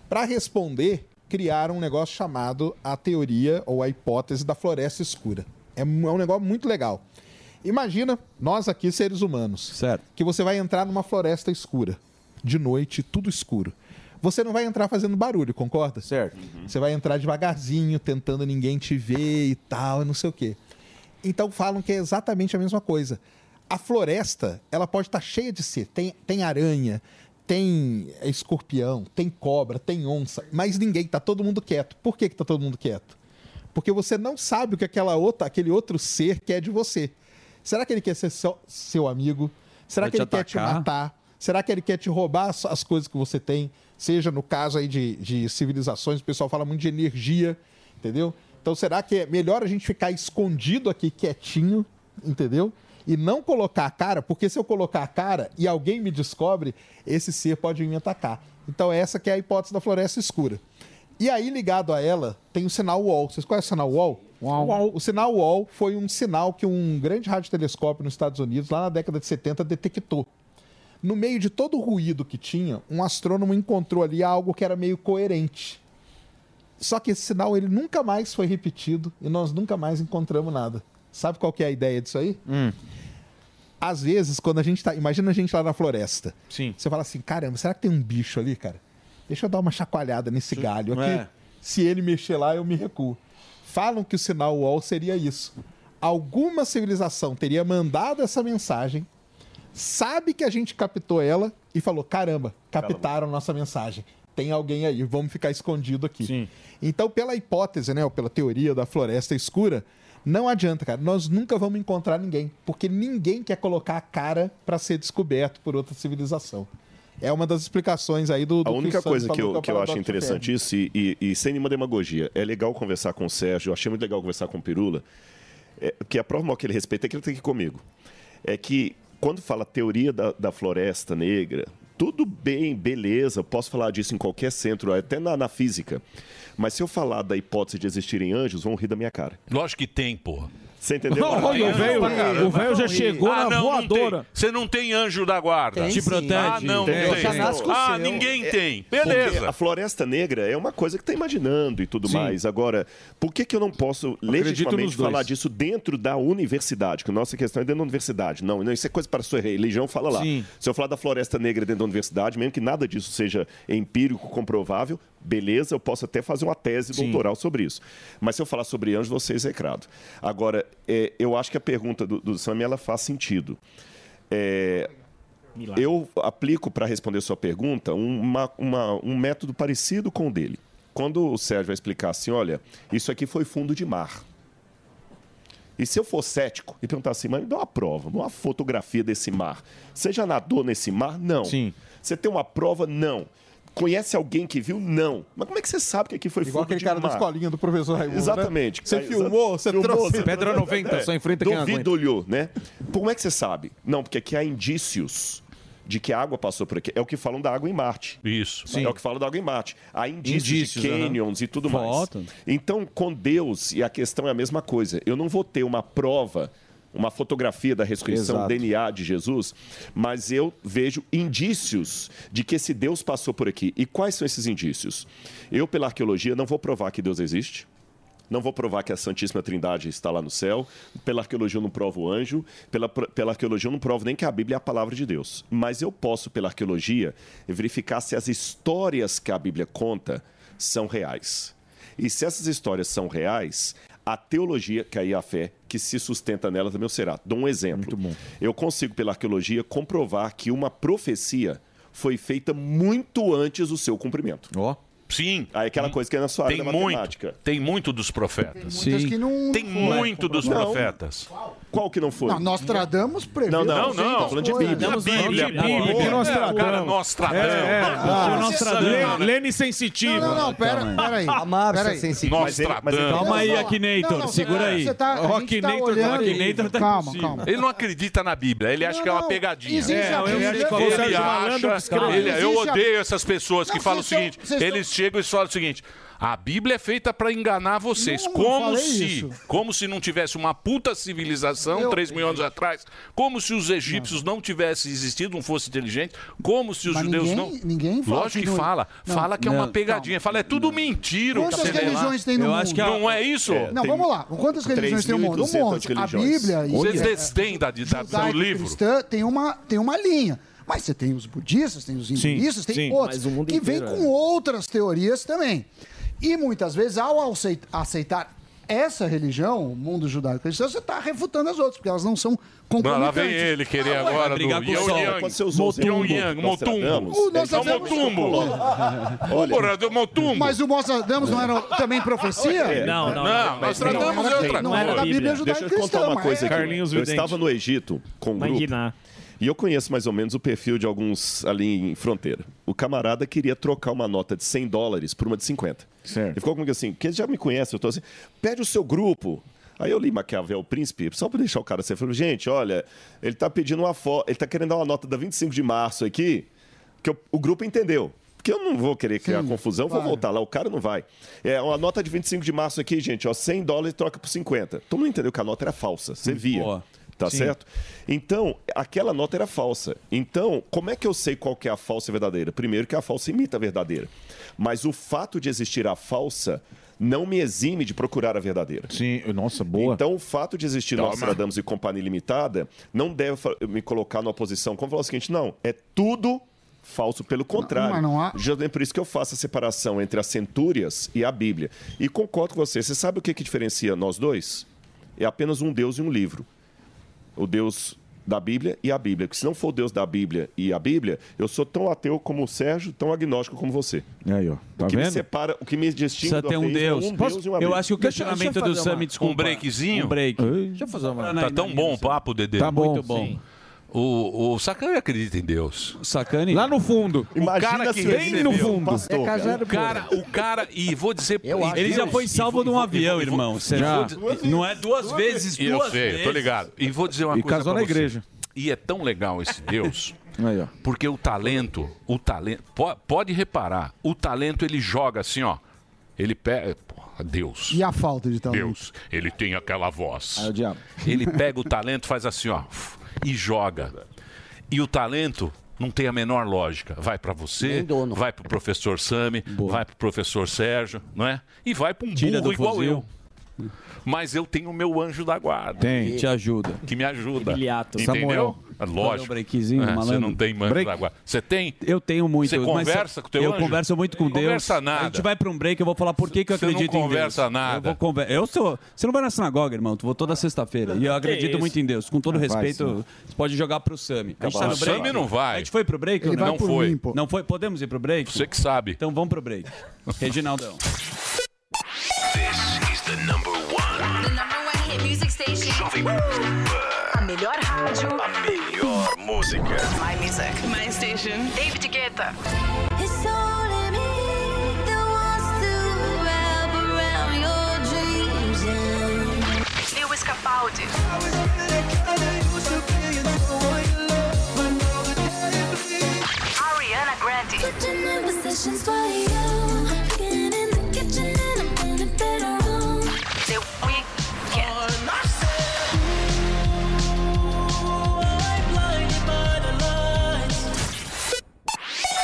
S26: Para Uhum. responder, criaram um negócio chamado a teoria ou a hipótese da floresta escura. É um é um negócio muito legal. Imagina nós aqui, seres humanos, que você vai entrar numa floresta escura, de noite, tudo escuro. Você não vai entrar fazendo barulho, concorda? Certo. Você vai entrar devagarzinho, tentando ninguém te ver e tal, e não sei o quê. Então falam que é exatamente a mesma coisa. A floresta, ela pode estar cheia de ser. Tem, tem aranha, tem escorpião, tem cobra, tem onça, mas ninguém, tá todo mundo quieto. Por que, que tá todo mundo quieto? Porque você não sabe o que aquela outra, aquele outro ser quer de você. Será que ele quer ser só seu amigo? Será
S3: Vai
S26: que
S3: te
S26: ele quer te
S3: atacar?
S26: matar? Será que ele quer te roubar as, as coisas que você tem? Seja no caso aí de, de civilizações, o pessoal fala muito de energia, entendeu? Então será que é melhor a gente ficar escondido aqui quietinho, entendeu? E não colocar a cara, porque se eu colocar a cara e alguém me descobre, esse ser pode me atacar. Então essa que é a hipótese da floresta escura. E aí ligado a ela tem o sinal wall. Vocês conhecem o sinal wall? O sinal wall foi um sinal que um grande radiotelescópio nos Estados Unidos, lá na década de 70, detectou. No meio de todo o ruído que tinha, um astrônomo encontrou ali algo que era meio coerente. Só que esse sinal ele nunca mais foi repetido e nós nunca mais encontramos nada. Sabe qual que é a ideia disso aí? Às vezes, quando a gente tá. Imagina a gente lá na floresta. Sim. Você fala assim, caramba, será que tem um bicho ali, cara? Deixa eu dar uma chacoalhada nesse galho aqui.
S7: É.
S26: Se ele mexer lá, eu me recuo. Falam que o sinal UOL seria isso. Alguma civilização teria mandado essa mensagem, sabe que a gente captou ela e falou: caramba, captaram nossa mensagem. Tem alguém aí, vamos ficar escondido aqui. Então, pela hipótese, né, ou pela teoria da floresta escura, não adianta, cara. Nós nunca vamos encontrar ninguém, porque ninguém quer colocar a cara para ser descoberto por outra civilização. É uma das explicações aí do, do
S10: A
S26: o
S10: única
S26: Santos
S10: coisa que
S26: falou é
S10: eu,
S26: o
S10: que eu acho
S26: paradoxo de Fermi.
S10: interessante isso, e, e- e sem nenhuma demagogia, é legal conversar com o Sérgio, eu achei muito legal conversar com o Pirula, é, que a prova maior que ele respeita é que ele tem que ir comigo. É que quando fala teoria da, da floresta negra, tudo bem, beleza, eu posso falar disso em qualquer centro, até na, na física. Mas se eu falar da hipótese de existirem anjos, vão rir da minha cara.
S5: Lógico que tem, porra.
S10: Você entendeu?
S5: Tem anjo pra caramba. Ah,
S10: já chegou na
S5: não tem.
S10: voadora.
S5: Você não tem anjo da guarda.
S10: Tem Te sim. protege.
S5: Ah, não,
S10: Tem.
S5: não tem.
S10: Já nasce com o
S5: Ah,
S10: seu.
S5: ninguém
S10: É-
S5: tem.
S10: Porque
S5: Beleza.
S10: A Floresta Negra é uma coisa que está imaginando e tudo
S5: Sim.
S10: mais. Agora, por que, que eu não posso legitimamente
S5: nos dois.
S10: falar disso dentro da universidade? Que nossa questão é dentro da universidade. Não, não, isso é coisa para a sua religião, fala lá.
S5: Sim.
S10: Se eu falar da Floresta Negra dentro da universidade, mesmo que nada disso seja empírico, comprovável, beleza, eu posso até fazer uma tese doutoral sobre isso. Mas se eu falar sobre anjos, você é execrado. Agora, é, eu acho que a pergunta do, do Sam, ela faz sentido. É, eu aplico para responder sua pergunta uma- uma- um método parecido com o dele. Quando o Sérgio vai explicar assim, olha, isso aqui foi fundo de mar. E se eu for cético e perguntar assim, mas me dá uma prova, uma fotografia desse mar. Você já nadou nesse mar? Não. Sim. Você tem uma prova? Não. Conhece alguém que viu? Não. Mas como é que você sabe que aqui foi
S26: Igual
S10: fundo
S26: aquele
S10: de
S26: cara da
S10: mar?
S26: escolinha do professor Raimundo. né?
S10: Exatamente.
S26: Você filmou, você trouxe.
S10: Duvido olhou, né? Como é que você sabe? Não, porque aqui há indícios de que a água passou por aqui. É o que falam da água em Marte.
S5: Isso.
S10: É o que falam da água em Marte. Há indícios,
S5: Indícios,
S10: de
S5: aham.
S10: canyons e tudo
S5: Foto.
S10: mais. Então, com Deus, e a questão é a mesma coisa. Eu não vou ter uma prova, uma fotografia da ressurreição,
S5: Exato.
S10: DNA de Jesus, mas eu vejo indícios de que esse Deus passou por aqui. E quais são esses indícios? Eu, pela arqueologia, não vou provar que Deus existe. Não vou provar que a Santíssima Trindade está lá no céu. Pela arqueologia eu não provo o anjo. Pela, pela arqueologia eu não provo nem que a Bíblia é a palavra de Deus. Mas eu posso, pela arqueologia, verificar se as histórias que a Bíblia conta são reais. E se essas histórias são reais, a teologia, que aí é a fé, que se sustenta nela também o será. Dou um exemplo. Eu consigo, pela arqueologia, comprovar que uma profecia foi feita muito antes do seu cumprimento.
S2: Ó.
S5: Sim. Hum.
S10: Aí aquela coisa que é na sua
S5: Tem
S10: área da
S5: muito,
S10: matemática.
S5: tem muito dos profetas.
S10: muitas Sim. que não-
S5: tem
S10: não
S5: muito
S10: levam pra
S5: dos
S10: lá.
S5: profetas.
S10: Qual que não foi?
S4: Não, nós tradamos prevê.
S10: Não,
S5: Não,
S10: não,
S5: não.
S10: tô falando de Bíblia.
S5: Não, Bíblia,
S10: Bíblia,
S5: pô.
S10: Bíblia.
S5: É,
S10: Nós
S5: o cara
S10: tradamos.
S5: Nostradamus.
S10: É, é.
S5: Ah,
S10: O Nostradamus.
S5: sensacional, né?
S2: Lene sensitivo.
S4: Não, não, pera, pera aí.
S11: Amável,
S4: pera aí.
S11: sensitivo.
S5: Calma aí,
S4: Akinator, Não, não, segura você- aí. você tá- a gente tá olhando- Akinator tá Calma, impossível. calma.
S5: Ele não acredita na Bíblia, ele acha que é uma pegadinha. É,
S4: Existe a
S5: eu
S4: Bíblia.
S5: acho que
S4: Ele
S5: falou Sérgio
S4: acha-
S5: Malandro que escreveu. ele é. Eu
S4: Existe a-
S5: odeio essas pessoas que
S4: Não,
S5: falam o
S4: vocês
S5: seguinte:
S4: estão- vocês
S5: eles chegam e falam o seguinte. A Bíblia é feita para enganar vocês.
S4: Não, não
S5: como
S4: falei
S5: se,
S4: isso.
S5: como se não tivesse uma puta civilização
S4: Eu-
S5: três mil anos atrás, como se os egípcios não, tivessem existido, não fossem inteligentes, como se os
S4: Mas
S5: judeus
S4: ninguém-
S5: não.
S4: ninguém fala
S5: Lógico que
S4: que não-
S5: fala,
S4: Não.
S5: fala que é uma
S4: Não.
S5: pegadinha, fala é tudo mentira. o que
S4: Quantas
S5: você vê lá.
S4: religiões tem no Eu mundo? acho que a-
S5: não é isso.
S4: Não, vamos lá. Quantas religiões tem no mundo? Um monte. A Bíblia e-
S5: Vocês
S4: é-
S5: desdém da, da, do
S4: judaico
S5: livro.
S4: cristã tem uma, tem uma linha. Mas você tem os budistas, tem os hinduistas, tem
S5: sim,
S4: outros.
S5: mas o mundo
S4: que vêm
S5: inteiro,
S4: com
S5: é.
S4: outras teorias também. E muitas vezes, ao acei- aceitar essa religião, o mundo judaico-cristão, você está refutando as outras, porque elas não são Ah,
S5: Não, lá
S4: concomitantes.
S5: vem ele querer
S10: vai
S5: agora do
S10: brigar com o
S5: Yang
S10: sol.
S5: Yang.
S10: Quando você usou o
S5: Yang
S10: termo
S5: Yang,
S10: Nostradamus,
S4: Uh,
S5: Motumbo.
S10: ele
S5: É o
S10: falou-
S5: Motumbo.
S18: Ah,
S10: Olha.
S5: Porra, é deu Motumbo.
S4: Mas o Nostradamus não era
S10: *laughs*
S4: também profecia?
S5: Não, não, não. Não, nós tratamos
S4: Não,
S5: de outra
S4: não era da
S5: coisa.
S4: Bíblia
S10: É. Deixa eu te contar
S4: judaico-cristã,
S10: uma
S4: mas... é
S10: coisa aqui.
S2: Carlinhos
S10: eu
S2: Vidente.
S10: estava no Egito com um grupo.
S2: Mandiná.
S10: E eu conheço mais ou menos o perfil de alguns ali em fronteira. O camarada queria trocar uma nota de 100 dólares por uma de 50. Certo. Ele ficou comigo assim, porque ele já me conhece, eu tô assim, pede o seu grupo. Aí eu li Maquiavel, o príncipe, só para deixar o cara assim, eu falei, gente, olha, ele tá pedindo uma foto, ele tá querendo dar uma nota da 25 de março aqui, que eu- o grupo entendeu. Porque eu não vou querer criar confusão, vou voltar lá, o cara não vai. É, uma nota de 25 de março aqui, gente, ó, 100 dólares troca por 50. Todo mundo entendeu que a nota era falsa, você via. Tá
S2: Hum, Sim.
S10: certo? Então, aquela nota era falsa. Então, como é que eu sei qual que é a falsa e a verdadeira? Primeiro que a falsa imita a verdadeira. Mas o fato de existir a falsa não me exime de procurar a verdadeira.
S2: Sim, nossa, boa. Tá,
S10: Então, o fato de existir
S2: Toma.
S10: Nostradamus e Companhia Limitada não deve fa- me colocar numa posição como falar o seguinte, não, é tudo falso, pelo contrário.
S4: mas não há-
S10: Já é por isso que eu faço a separação entre as centúrias e a Bíblia. E concordo com você. Você sabe o que, que diferencia nós dois? É apenas um Deus e um livro o Deus da Bíblia e a Bíblia. Porque se não for o Deus da Bíblia e a Bíblia, eu sou tão ateu como o Sérgio, tão agnóstico como você.
S7: Aí, ó.
S10: o
S7: Tá
S10: que me
S7: vendo?
S10: separa, o que me distingue
S3: Precisa
S10: do
S3: ter um
S10: ateísmo
S3: Deus.
S10: é um
S3: Posso-
S10: Deus e uma
S3: eu
S10: Bíblia.
S3: acho que o Deixa- questionamento deixa eu do fazer Sam, uma- desculpa.
S5: Um breakzinho?
S3: Um break.
S5: Deixa eu fazer uma. Tá tão bom o papo, Dedê.
S3: Tá bom, Muito bom. sim.
S5: O, o Sacani acredita em Deus.
S3: Sacani?
S2: Lá no fundo.
S5: O cara que recebeu,
S2: É casado,
S5: o, cara, o cara, e vou dizer... e
S3: Ele já
S5: Deus-
S3: foi salvo de um avião,
S5: e vou-
S3: irmão. Você
S5: Já.
S3: não- Não é duas vezes,
S5: E
S3: duas
S5: Eu sei, eu
S3: vezes.
S5: tô ligado. E vou dizer uma
S3: E
S5: coisa
S3: casou
S5: pra
S3: na
S5: você.
S3: igreja.
S5: E é tão legal esse Deus,
S2: Aí, ó.
S5: porque o talento, o talento, po- pode reparar, o talento ele joga assim, ó. Ele pega, porra, Deus.
S4: E a falta de talento?
S5: Deus, ele tem aquela voz.
S4: Ah, o diabo.
S5: Ele pega o talento, faz assim, ó, e joga. E o talento não tem a menor lógica. Vai para você, vai pro professor Sami, vai pro professor Sérgio, não é? E vai para um
S3: Tira
S5: burro
S3: do
S5: igual
S3: fuzil.
S5: eu. Mas eu tenho o meu anjo da guarda.
S3: Tem. Te ajuda.
S5: Que me ajuda.
S3: Emiliato.
S5: Entendeu?
S3: Então, Samuel.
S5: É
S3: Fazer um
S5: Lógico.
S3: breakzinho,
S5: É, você
S3: malandro.
S5: não tem anjo
S3: Break.
S5: da guarda. Você tem?
S3: Eu tenho muito.
S5: Você
S3: mas
S5: conversa com o teu
S3: Eu
S5: anjo?
S3: converso muito com
S5: Não
S3: Deus.
S5: conversa nada.
S3: A gente vai pra um break, eu vou falar por que, que eu
S5: Você não
S3: acredito em Deus.
S5: conversa nada.
S3: Eu, vou conver- eu sou... Você não vai na sinagoga, irmão. Tu vou toda sexta-feira. E eu acredito
S5: isso?
S3: muito em Deus. Com todo
S5: Rapaz,
S3: respeito,
S5: não.
S3: você pode jogar pro Sami. A gente tá
S5: O
S3: no break.
S5: Sami não vai.
S3: A gente foi pro break?
S5: Ele
S3: ou não?
S5: vai
S3: não
S5: por
S3: foi.
S5: mim, pô.
S3: Não foi? Podemos ir pro break?
S5: Você que sabe.
S3: Então vamos pro
S5: *laughs*
S3: break. Reginaldão.
S1: Hit Music Station. *laughs* A melhor rádio. A melhor música. My music. My station. David Guetta. It's only me that wants to wrap around your dreams. Lewis Capaldi. Ariana Grande. The Oh, Weeknd.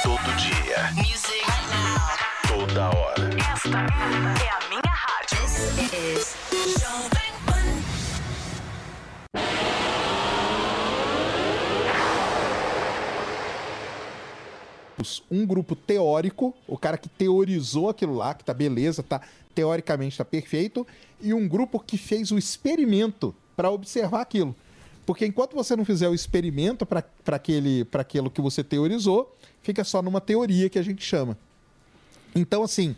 S27: Todo dia.
S1: Music.
S27: Toda hora.
S1: Esta é a minha rádio. This is Jovem
S26: um grupo teórico, o cara que teorizou aquilo lá, que tá beleza, tá teoricamente tá perfeito, e um grupo que fez o experimento para observar aquilo. Porque enquanto você não fizer o experimento para aquilo que você teorizou, fica só numa teoria que a gente chama. Então, assim,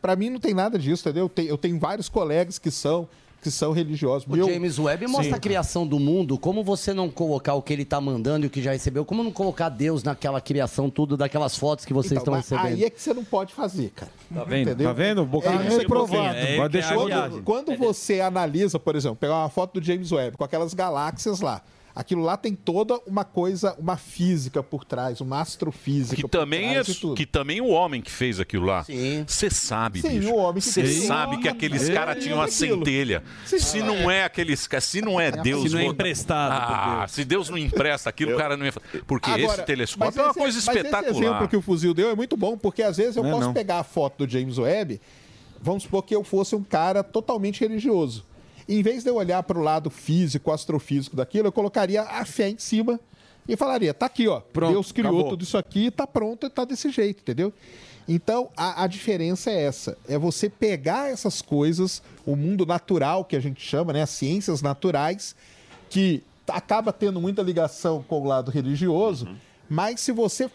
S26: para mim não tem nada disso, entendeu? Eu tenho, eu tenho vários colegas que são que são religiosos.
S11: O James Webb mostra a criação do mundo, como você não colocar o que ele tá mandando e o que já recebeu, como não colocar Deus naquela criação tudo, daquelas fotos que vocês
S26: Então,
S11: estão
S26: mas
S11: recebendo.
S26: Aí é que você não pode fazer, cara.
S11: Tá vendo?
S26: Entendeu?
S11: Tá vendo? Boquinha
S26: é
S11: de boquinha.
S26: reprovado.
S11: É, que é a viagem.
S26: quando quando você analisa, por exemplo, pegar uma foto do James Webb com aquelas galáxias lá, aquilo lá tem toda uma coisa, uma física por trás, uma astrofísica.
S5: Que
S26: por
S5: também, é,
S26: trás de tudo.
S5: que também o homem que fez aquilo lá. Você sabe,
S26: Sim,
S5: bicho.
S26: o homem que
S5: Você
S26: fez.
S5: sabe que aqueles
S26: Ele
S3: é
S5: caras tinham uma
S26: daquilo.
S5: centelha. Se não é aqueles caras, se não é Deus.
S3: não é
S5: vou-
S3: emprestado por
S5: Ah, se Deus não empresta aquilo, o cara não ia. fa- Porque esse
S26: Agora,
S5: telescópio
S26: mas
S5: é uma
S26: esse-
S5: coisa
S26: Mas esse exemplo
S5: espetacular.
S26: que o fuzil deu é muito bom, porque às vezes eu
S5: Não é
S26: posso
S5: não.
S26: pegar a foto do James Webb, vamos supor que eu fosse um cara totalmente religioso. Em vez de eu olhar para o lado físico, astrofísico daquilo, eu colocaria a fé em cima e falaria, tá aqui, ó, Deus criou
S2: acabou.
S26: tudo isso aqui, tá pronto, tá desse jeito, entendeu? Então, a, a diferença é essa, é você pegar essas coisas, o mundo natural que a gente chama, né, as ciências naturais, que acaba tendo muita ligação com o lado religioso, mas se você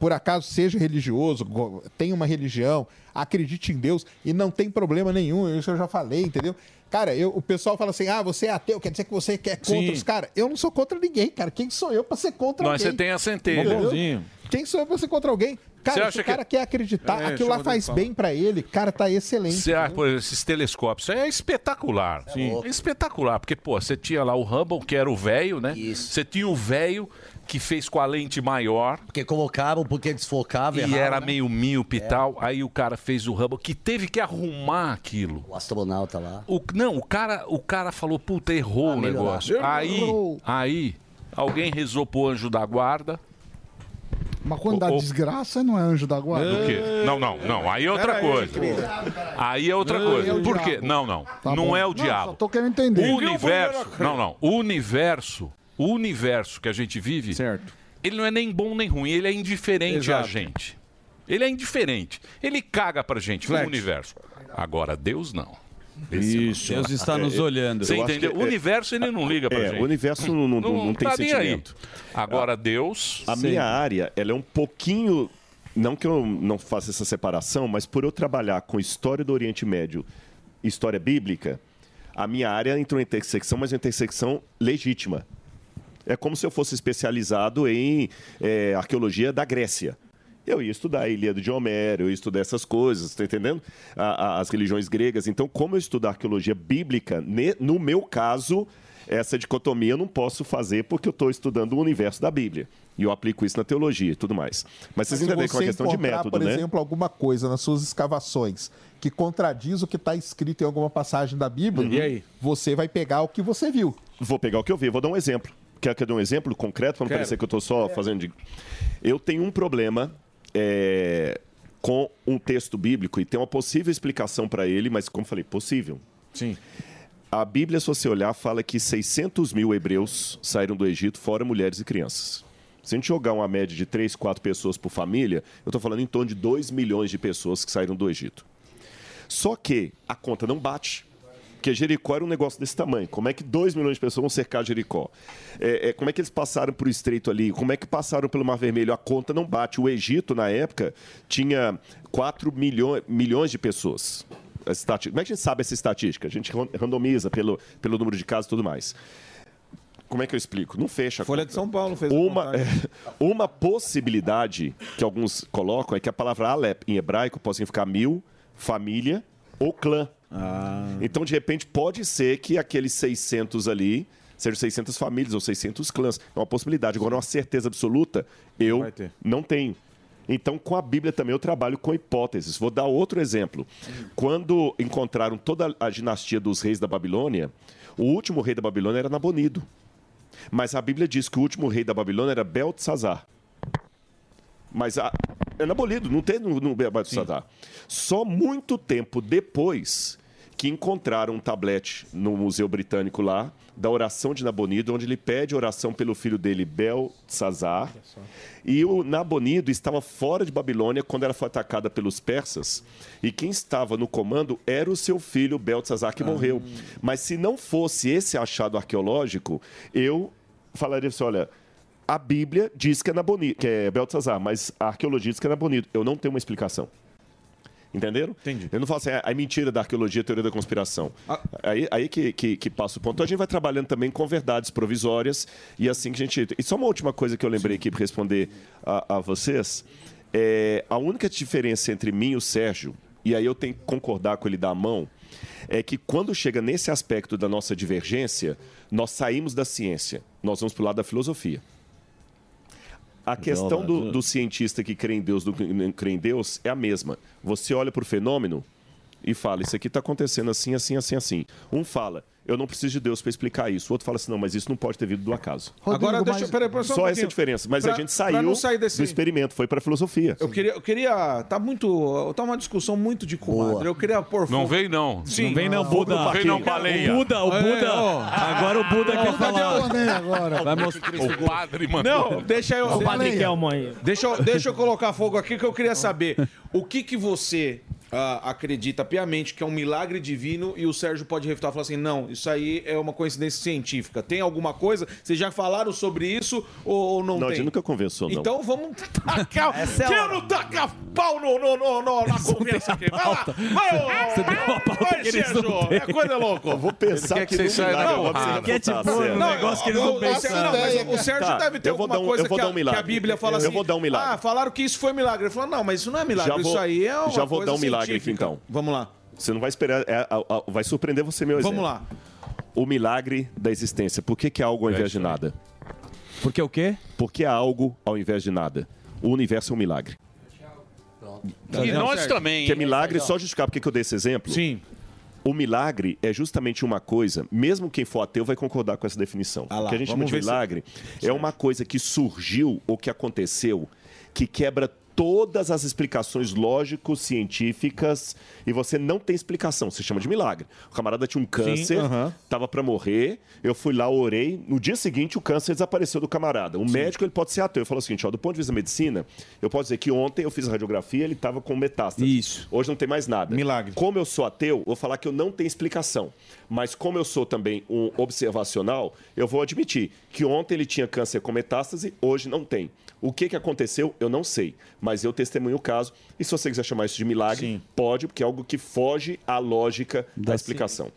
S26: por acaso seja religioso, go- tenha uma religião, acredite em Deus e não tem problema nenhum, isso eu já falei, entendeu? Cara, eu- o pessoal fala assim: "Ah, você é ateu, quer dizer que você quer contra
S5: Sim.
S26: os caras". Eu não sou contra ninguém, cara. Quem sou eu pra ser contra
S5: Mas
S26: alguém?
S5: você tem a centelha.
S26: Entendeu?
S5: Bonzinho.
S26: Quem sou eu pra ser contra alguém?
S5: Você
S26: Cara, se
S5: acha
S26: o cara
S5: que-
S26: quer acreditar,
S5: É,
S26: aquilo lá
S5: chama de
S26: faz
S5: palma.
S26: bem pra ele, cara, tá excelente.
S5: Você acha, por exemplo, esses telescópios, isso é espetacular. É espetacular, porque, pô, você tinha lá o Hubble, que era o velho, né? Você tinha o velho que fez com a lente maior.
S11: Porque colocaram, porque desfocava.
S5: E
S11: errava,
S5: era
S11: né?
S5: meio míope e tal. Aí o cara fez o Hubble, que teve que arrumar aquilo.
S11: O astronauta lá. Ah,
S5: O, não, o cara, o cara falou, puta, errou o
S11: melhorar.
S5: negócio. Aí,
S11: Errou.
S5: aí, alguém rezou pro anjo da guarda.
S6: Mas quando dá
S5: Ô, ô.
S6: desgraça, não é anjo da guarda.
S5: Do quê? Não, não, não. Aí é outra
S6: Peraí,
S5: coisa.
S6: querido.
S5: Aí é outra
S6: Não, é
S5: coisa.
S6: o
S5: Por quê?
S6: diabo.
S5: Não, não.
S6: Tá
S5: não
S6: bom.
S5: é o diabo.
S6: Só tô querendo entender.
S5: O universo. Não, não. O universo. O universo que a gente vive. Certo. Ele não é nem bom nem ruim. Ele é indiferente a
S2: Exato.
S5: gente. Ele é indiferente. Ele caga pra gente
S2: Flex.
S5: o universo. Agora, Deus não.
S3: Isso. Deus está nos olhando.
S5: Você
S3: Eu acho
S5: entendeu?
S3: que-
S5: O universo ele não liga pra
S10: É,
S5: gente.
S10: o universo não, não- não- não tem
S5: tá nem aí.
S10: sentimento.
S5: Agora, Deus.
S10: A minha área, ela é um pouquinho. Não que eu não faça essa separação, mas por eu trabalhar com história do Oriente Médio, história bíblica, a minha área entrou em intersecção, mas uma intersecção legítima. É como se eu fosse especializado em eh, arqueologia da Grécia. Eu ia estudar a Ilíada de Homero, eu ia estudar essas coisas, tá entendendo? A- a- as religiões gregas. Então, como eu estudo arqueologia bíblica, ne- no meu caso, essa dicotomia eu não posso fazer porque eu estou estudando o universo da Bíblia. E eu aplico isso na teologia e tudo mais. Mas vocês
S26: Se
S10: entendem que é uma
S26: você
S10: questão de
S26: encontrar,
S10: método,
S26: por
S10: né?
S26: exemplo, alguma coisa nas suas escavações que contradiz o que está escrito em alguma passagem da Bíblia,
S10: Uhum.
S5: Uhum.
S10: E aí?
S26: você vai pegar o que você viu.
S10: Vou pegar o que eu vi, vou dar um exemplo. Quer que eu dê um exemplo concreto para não
S26: Quero.
S10: parecer que eu estou só fazendo de... Eu tenho um problema é, com um texto bíblico e tem uma possível explicação para ele, mas como eu falei, possível.
S2: Sim.
S10: A Bíblia, se você olhar, fala que 600 mil hebreus saíram do Egito, fora mulheres e crianças. Se a gente jogar uma média de 3, 4 pessoas por família, eu estou falando em torno de 2 milhões de pessoas que saíram do Egito. Só que a conta não bate. Porque Jericó era um negócio desse tamanho. Como é que 2 milhões de pessoas vão cercar Jericó? É, é, como é que eles passaram por estreito ali? Como é que passaram pelo Mar Vermelho? A conta não bate. O Egito, na época, tinha 4 milho- milhões de pessoas. Essa estati- Como é que a gente sabe essa estatística? A gente ran- randomiza pelo, pelo número de casos e tudo mais. Como é que eu explico? Não fecha. Folha de São Paulo fez uma *laughs* uma possibilidade que alguns colocam é que a palavra Alep em hebraico pode significar mil, família ou clã. Então de repente pode ser que aqueles 600 ali sejam 600 famílias ou 600 clãs. É uma possibilidade. Agora uma certeza absoluta eu não tenho. Então, com a Bíblia também eu trabalho com hipóteses. Vou dar outro exemplo. Quando encontraram toda a dinastia dos reis da Babilônia, o último rei da Babilônia era Nabonido. Mas a Bíblia diz que o último rei da Babilônia era Beltzazar. Mas a, é Nabolido, não tem no, no Beltzazar. Só muito tempo depois que encontraram um tablete no Museu Britânico lá, da oração de Nabonido, onde ele pede oração pelo filho dele, Beltzazar. E o Nabonido estava fora de Babilônia quando ela foi atacada pelos persas. E quem estava no comando era o seu filho, Beltzazar, que morreu. Mas se não fosse esse achado arqueológico, eu falaria assim, olha, a Bíblia diz que é, na Boni, que é Beltzazar, mas a arqueologia diz que é na Bonito. Eu não tenho uma explicação. Entenderam? Entendi. Eu não falo assim, é, é mentira da arqueologia, é teoria da conspiração. Aí, aí que, que, que passa o ponto. Então a gente vai trabalhando também com verdades provisórias e assim que a gente. E só uma última coisa que eu lembrei aqui para responder a, a vocês. É, a única diferença entre mim e o Sérgio, e aí eu tenho que concordar com ele dar a mão, é que quando chega nesse aspecto da nossa divergência, nós saímos da ciência, nós vamos para o lado da filosofia. A questão do, do cientista que crê em Deus, do que não crê em Deus, é a mesma. Você olha para o fenômeno e fala: Isso aqui está acontecendo assim, assim, assim, assim. Um fala: Eu não preciso de Deus para explicar isso. O outro fala assim: Não, mas isso não pode ter vindo do acaso.
S2: Agora deixa eu. Peraí, peraí,
S10: só
S2: um
S10: essa
S2: pouquinho.
S10: diferença. Mas
S2: Pra-
S10: a gente
S2: pra
S10: saiu
S2: não sair desse-
S10: do experimento, foi para a filosofia.
S2: Eu queria, eu queria. Tá muito. Tá uma discussão muito de comadre. Eu queria pôr
S5: Não
S2: fogo.
S5: vem, não.
S2: Sim.
S5: Não vem, não,
S2: Fogo
S5: Buda.
S2: no
S5: Não vem, não,
S2: parquinho.
S5: baleia.
S2: O Buda, o
S5: É,
S2: Buda.
S5: ó.
S2: Agora o Buda quer falar.
S5: Vai mostrar. O padre mandou.
S2: Não, deixa eu.
S5: O padre
S2: Kelmo aí. Deixa eu, deixa eu colocar fogo aqui que eu queria saber. O que que você ah, acredita piamente que é um milagre divino e o Sérgio pode refutar e falar assim: não, isso aí é uma coincidência científica. Tem alguma coisa? Vocês já falaram sobre isso ou, ou não,
S10: Não, a
S2: tem?
S10: gente nunca conversou, não.
S2: Então vamos
S1: *laughs*
S2: tacar.
S1: é
S2: Quero tacar pau no, no, no, no, na conversa aqui. Vai lá. Vai, ô, vai, Sérgio. É coisa louca.
S10: Eu vou pensar
S2: Ele quer que vocês saiam
S10: é
S2: na porrada. Ele quer te pôr num é tipo um negócio que eles não pensaram. Não, mas o Sérgio deve ter
S10: tá eu vou
S2: alguma
S10: dar um,
S2: coisa
S10: eu vou
S2: que
S10: dar
S2: a-
S10: um milagre.
S2: que a Bíblia fala
S10: Eu
S2: assim,
S10: vou dar um milagre.
S2: Ah, falaram que isso foi milagre. Ele falou, não, mas isso não é milagre.
S10: Já
S2: isso
S10: vou-
S2: aí é uma
S10: Já vou
S2: coisa
S10: dar um milagre aqui,
S2: científica.
S10: então.
S2: Vamos lá.
S10: Você não vai esperar. é, a- a- vai surpreender você, meu
S2: Vamos
S10: exemplo.
S2: lá.
S10: O milagre da existência. Por que, que é algo ao invés de
S5: né?
S10: nada?
S3: Porque o quê?
S10: Porque é algo ao invés de nada. O universo é um milagre.
S5: Tá.
S2: Tá.
S5: E nós também,
S10: Que é
S5: hein?
S10: milagre,
S5: Sérgio.
S10: só justificar porque que eu dei esse exemplo. Sim. O milagre é justamente uma coisa, mesmo quem for ateu vai concordar com essa definição.
S2: Ah lá,
S10: o que a gente chama
S2: vamos
S10: de
S2: ver se-
S10: milagre é uma coisa que surgiu ou que aconteceu que quebra todas as explicações lógico-científicas e você não tem explicação, se chama de milagre. O camarada tinha um câncer,
S2: aham.
S10: tava para morrer, eu fui lá, orei, no dia seguinte o câncer desapareceu do camarada. O médico ele pode ser ateu, ele falou o seguinte, ó, do ponto de vista da medicina, eu posso dizer que ontem eu fiz radiografia, ele tava com metástase. Isso. Hoje não tem mais nada. Milagre. Como eu sou ateu, vou falar que eu não tenho explicação, mas como eu sou também um observacional, eu vou admitir que ontem ele tinha câncer com metástase, hoje não tem. O que, que aconteceu, eu não sei, mas eu testemunho o caso. E se você quiser chamar isso de milagre, pode, porque é algo que foge à lógica da, explicação.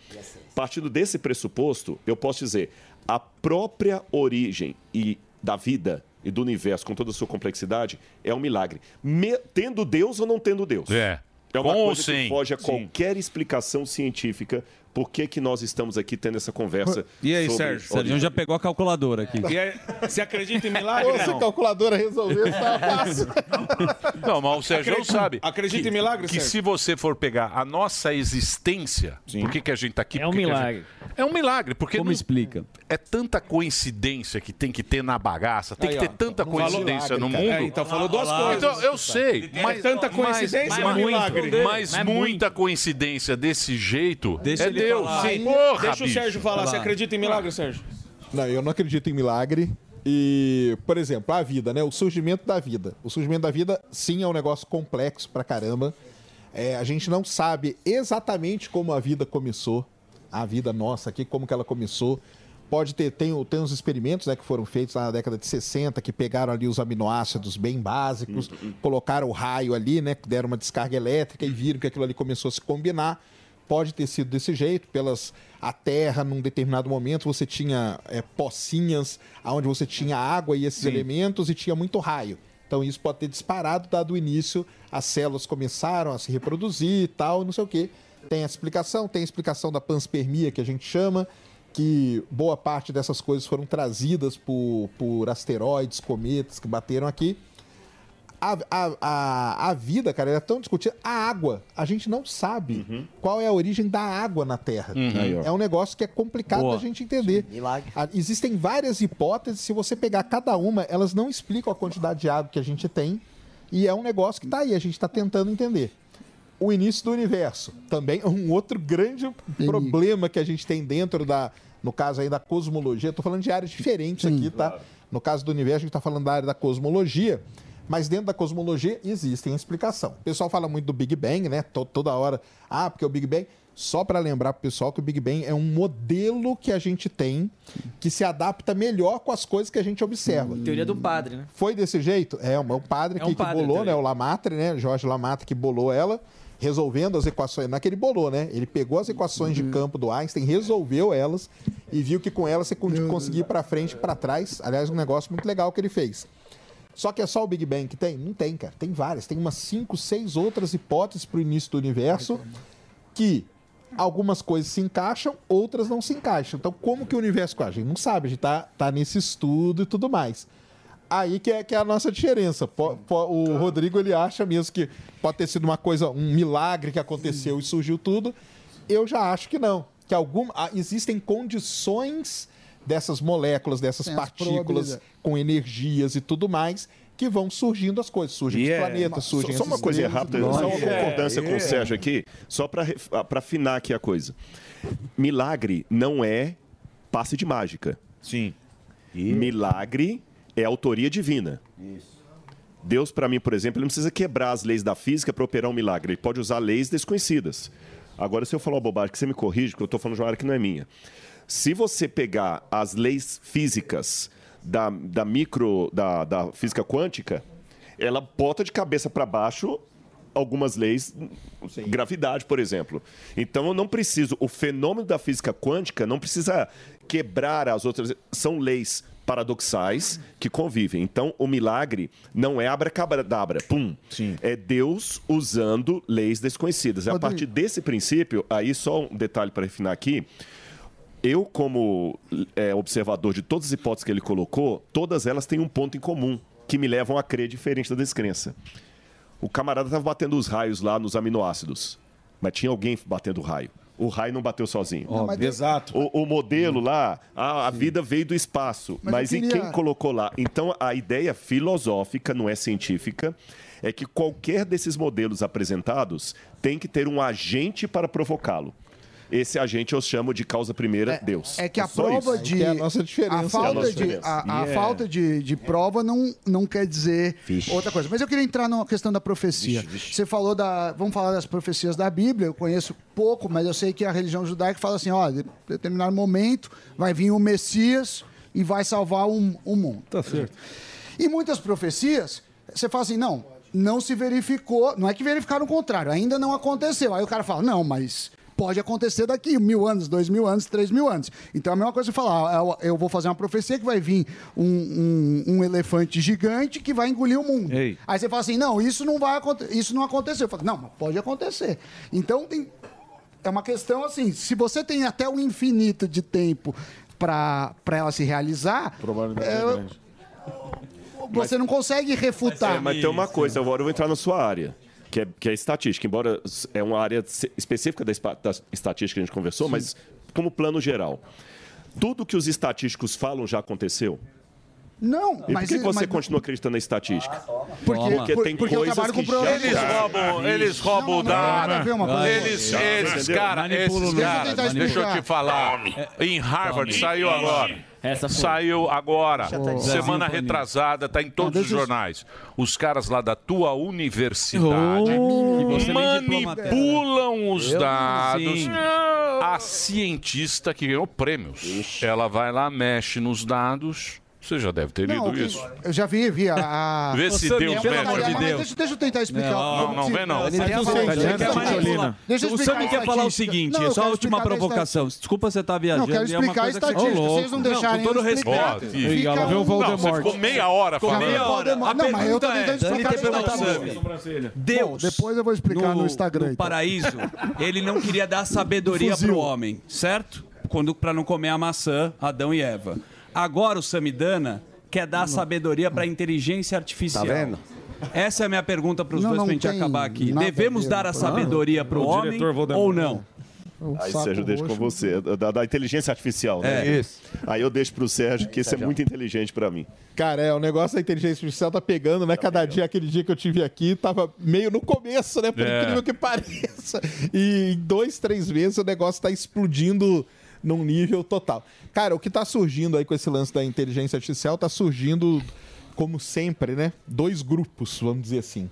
S10: Partindo desse pressuposto, eu posso dizer: a própria origem e da vida e do universo, com toda a sua complexidade, é um milagre. Me- tendo Deus ou não tendo Deus.
S5: É.
S10: É uma
S5: Com ou
S10: coisa
S5: sem?
S10: que foge a
S5: Sim.
S10: qualquer explicação científica. Por que, que nós estamos aqui tendo essa conversa?
S3: E aí,
S10: sobre
S3: Sérgio?
S10: origem?
S3: Sérgio já pegou a calculadora aqui.
S2: E aí, você acredita em milagre?
S26: Ou Tá. se a
S2: não?
S26: calculadora resolver, tá fácil.
S5: Não, mas o Sérgio
S2: Acredita-
S5: sabe.
S2: acredita
S5: que-
S2: em milagre,
S5: Que
S2: Sérgio?
S5: se você for pegar a nossa existência, por que, que a gente tá aqui? É um
S3: milagre.
S5: É um milagre, porque.
S3: Como
S5: não-
S3: explica?
S5: É tanta coincidência que tem que ter na bagaça, tem
S2: Aí,
S5: que ter
S2: ó.
S5: tanta
S2: Não
S5: coincidência
S2: falou milagre,
S5: no
S2: cara.
S5: mundo.
S2: É, então, falou duas
S5: Então,
S2: coisas.
S5: Então, eu sei.
S2: É
S5: Mas,
S2: tanta coincidência,
S5: mas,
S2: é um
S5: mas,
S2: milagre.
S5: Mas,
S2: Mas
S5: muita coincidência desse jeito
S2: Deixa
S5: é
S2: ele
S5: Deus.
S2: falar.
S5: Sim.
S2: Sim.
S5: Porra,
S2: Deixa o
S5: bicho.
S2: Sérgio falar. Você acredita em milagre, Sérgio?
S26: Não, eu não acredito em milagre. E, por exemplo, a vida, né? O surgimento da vida. O surgimento da vida, sim, é um negócio complexo pra caramba. É, a gente não sabe exatamente como a vida começou. A vida nossa aqui, como que ela começou. Pode ter, tem, o- tem uns experimentos né, que foram feitos lá na década de 60, que pegaram ali os aminoácidos bem básicos, colocaram o raio ali, né? Deram uma descarga elétrica e viram que aquilo ali começou a se combinar pode ter sido desse jeito, pelas a terra num determinado momento você tinha é, pocinhas onde você tinha água e esses elementos e tinha muito raio. Então isso pode ter disparado dado o início, as células começaram a se reproduzir e tal, não sei o quê. Tem a explicação, tem a explicação da panspermia que a gente chama, que boa parte dessas coisas foram trazidas por, por asteroides, cometas que bateram aqui a, a, a, a vida, cara, ela é tão discutida. A água, a gente não sabe qual é a origem da água na Terra.
S15: Uhum. Aí, ó.
S26: É um negócio que é complicado
S15: Boa.
S26: da gente entender. A- existem várias hipóteses, se você pegar cada uma, elas não explicam a quantidade de água que a gente tem. E é um negócio que tá aí, a gente está tentando entender. O início do universo também é um outro grande problema que a gente tem dentro da, no caso aí da cosmologia. Estou falando de áreas diferentes aqui, tá? No caso do universo, a gente está falando da área da cosmologia. Mas dentro da cosmologia existe explicação. O pessoal fala muito do Big Bang, né? To- toda hora, ah, porque o Big Bang. Só para lembrar pro pessoal que o Big Bang é um modelo que a gente tem que se adapta melhor com as coisas que a gente observa.
S8: Teoria do padre, né?
S26: Foi desse jeito? É, um- é um padre
S8: É
S26: que,
S8: um
S26: que
S8: padre,
S26: bolou,
S8: tá
S26: né? O Lamatre, né? Jorge Lamatre que bolou ela, resolvendo as equações. Naquele bolou, né? Ele pegou as equações de campo do Einstein, resolveu elas e viu que com elas você con- conseguia ir pra frente e pra trás. Aliás, um negócio muito legal que ele fez. Só que é só o Big Bang que tem? Não tem, cara. Tem várias. Tem umas cinco, seis outras hipóteses pro início do universo que algumas coisas se encaixam, outras não se encaixam. Então, como que o universo coage? A gente não sabe, a gente tá, tá nesse estudo e tudo mais. Aí que é, que é a nossa diferença. Po- po- o Rodrigo ele acha mesmo que pode ter sido uma coisa, um milagre que aconteceu e surgiu tudo. Eu já acho que não. Que alguma, ah, existem condições dessas moléculas, dessas
S4: Tem as
S26: partículas
S4: probabilidades.
S26: com energias e tudo mais que vão surgindo as coisas. Surgem
S10: E
S26: os
S10: é-
S26: planetas,
S10: só-
S26: surgem
S10: Só
S26: as
S10: uma coisa
S26: estrelas e
S10: rápida,
S26: tudo
S10: só uma
S26: mais. É,
S10: concordância com
S26: é.
S10: o Sérgio aqui, só para afinar aqui a coisa. Milagre não é passe de mágica.
S2: Sim.
S10: Milagre é autoria divina. Deus, para mim, por exemplo, ele não precisa quebrar as leis da física para operar um milagre. Ele pode usar leis desconhecidas. Agora, se eu falar uma bobagem, que você me corrige, porque eu estou falando de uma área que não é minha. Se você pegar as leis físicas da, da micro, da, da física quântica, ela bota de cabeça para baixo algumas leis, gravidade, por exemplo. Então, eu não preciso. O fenômeno da física quântica não precisa quebrar as outras. São leis paradoxais que convivem. Então, o milagre não é abracadabra, pum. É Deus usando leis desconhecidas. É A partir desse princípio, aí só um detalhe para refinar aqui. Eu, como é, observador de todas as hipóteses que ele colocou, todas elas têm um ponto em comum, que me levam a crer diferente da descrença. O camarada estava batendo os raios lá nos aminoácidos, mas tinha alguém batendo o raio. O raio não bateu sozinho.
S2: Não, mas- Exato.
S10: O, o modelo lá, a, a vida veio do espaço,
S2: Mas
S10: mas,
S2: eu
S10: e
S2: queria-
S10: quem colocou lá? Então, a ideia filosófica, não é científica, é que qualquer desses modelos apresentados tem que ter um agente para provocá-lo. Esse agente eu chamo de causa primeira, Deus.
S4: É que a
S10: só
S4: prova
S10: isso.
S4: de. A
S10: É a
S4: falta,
S10: nossa
S4: de,
S10: diferença.
S4: a, a
S10: Yeah.
S4: falta de, de prova não, não quer dizer
S10: Vixe.
S4: outra coisa. Mas eu queria entrar na questão da profecia. Você falou da. Vamos falar das profecias da Bíblia. Eu conheço pouco, mas eu sei que a religião judaica fala assim: ó, em determinado momento vai vir o Messias e vai salvar o, o mundo. Tá certo. E muitas profecias, você fala assim, não, não se verificou, não é que verificaram o contrário, ainda não aconteceu. Aí o cara fala, não, mas pode acontecer daqui mil anos, dois mil anos, três mil anos. Então é a mesma coisa que falar, ah, eu, eu vou fazer uma profecia que vai vir um, um- um elefante gigante que vai engolir o mundo.
S1: Ei.
S4: Aí você fala assim, não, isso não vai aconte- isso não aconteceu. Eu falo, não, mas pode acontecer. Então tem é uma questão assim, se você tem até o infinito de tempo para ela se realizar, é, você não consegue refutar.
S10: É, mas tem uma coisa, agora eu vou entrar na sua área, que é, que é estatística, embora s- é uma área se- específica da, espa- da estatística que a gente conversou, mas como plano geral. Tudo que os estatísticos falam já aconteceu?
S4: Não,
S10: E
S4: mas
S10: por que você
S4: mas-
S10: continua acreditando na estatística?
S4: Porque- por-
S10: tem
S4: porque eu
S10: coisas
S4: trabalho com
S10: que já...
S4: probabilidade.
S5: Eles roubam, eles roubam
S4: nada a ver uma
S5: da.
S4: coisa
S5: Eles,
S4: com outra.
S5: eles,
S4: Entendeu?
S5: cara,
S4: Manipulam
S5: esses
S4: nada.
S5: caras.
S4: Deixa eu tentar
S5: Deixa eu te
S4: explicar.
S5: falar. Em Harvard,
S4: Tome.
S5: saiu
S4: Tome.
S5: agora.
S4: Essa foi.
S5: Saiu agora.
S4: Já tá de
S5: Semana
S4: Brasil pra mim.
S5: retrasada, tá em todos os jornais. Os caras lá da tua universidade
S1: você nem diploma tem.
S5: manipulam os
S1: Eu?
S5: dados.
S1: Sim.
S5: A cientista que ganhou prêmios. Ela vai lá, mexe nos dados. Você já deve ter
S4: Não,
S5: lido
S4: o que-
S5: isso.
S4: Eu já vi, vi a. a-
S5: Vê se Deus,
S4: Ô, Sammy,
S5: pelo
S10: tá
S4: pera-
S5: amor de
S4: mas
S5: Deus.
S4: Deixa, deixa eu tentar explicar. um
S5: Não, não, vem não.
S4: Ele
S5: Mas
S4: tem a
S5: tudo bem,
S4: razão, deixa eu
S5: ele quer
S4: explicar.
S5: manipular.
S4: Deixa eu
S3: o
S4: explicar
S3: Sammy
S4: a
S3: quer falar o
S4: estatística.
S3: seguinte,
S4: Não, eu
S3: só a
S4: quero
S3: última
S4: explicar a
S3: provocação. Desculpa você estar viajando.
S4: Não, eu quero
S3: é uma
S4: explicar a
S3: coisa que-
S4: estatística,
S3: Ô, louco.
S4: vocês não deixarem
S3: Com todo
S4: eu
S3: respeito.
S4: explicar. Ó, filho. Fica Lá vem o um- Voldemort.
S5: Não, você ficou meia hora
S4: Ficou
S5: falando.
S4: meia hora.
S5: A
S4: Não, mas eu
S5: pergunta
S4: tô
S5: é,
S4: tentando explicar
S5: Dani,
S4: a
S5: pergunta
S4: estatística.
S5: ao Sammy.
S4: Deus. depois eu vou explicar no, Instagram. então.
S11: Então.
S3: no paraíso, ele não queria dar sabedoria
S4: Fuzil.
S3: pro homem, certo? Quando para não comer a maçã, Adão e Eva. Agora o Samidana quer dar sabedoria para inteligência artificial.
S11: Tá vendo?
S3: Essa é a minha pergunta para os
S11: Não,
S3: dois
S11: não
S3: para gente
S11: tem
S3: acabar aqui.
S11: nada a
S3: Devemos
S11: ver,
S3: dar a
S11: não.
S3: sabedoria pro
S10: O
S3: homem
S10: diretor Voldemort.
S3: ou não?
S4: É um
S10: Aí,
S3: saco
S10: Sérgio, eu deixo com
S3: roxo.
S4: né?
S10: você. Da, da inteligência artificial, né?
S26: É.
S10: Isso. Aí eu deixo pro Sérgio, que esse é muito inteligente para mim.
S26: Cara, é, o negócio da inteligência artificial tá pegando, né? Cada dia, aquele dia que eu tive aqui, tava meio no começo, né? Por
S10: É.
S26: incrível que *laughs* pareça. E em dois, três meses o negócio tá explodindo num nível total. Cara, o que tá surgindo aí com esse lance da inteligência artificial tá surgindo, como sempre, né? Dois grupos, vamos dizer assim.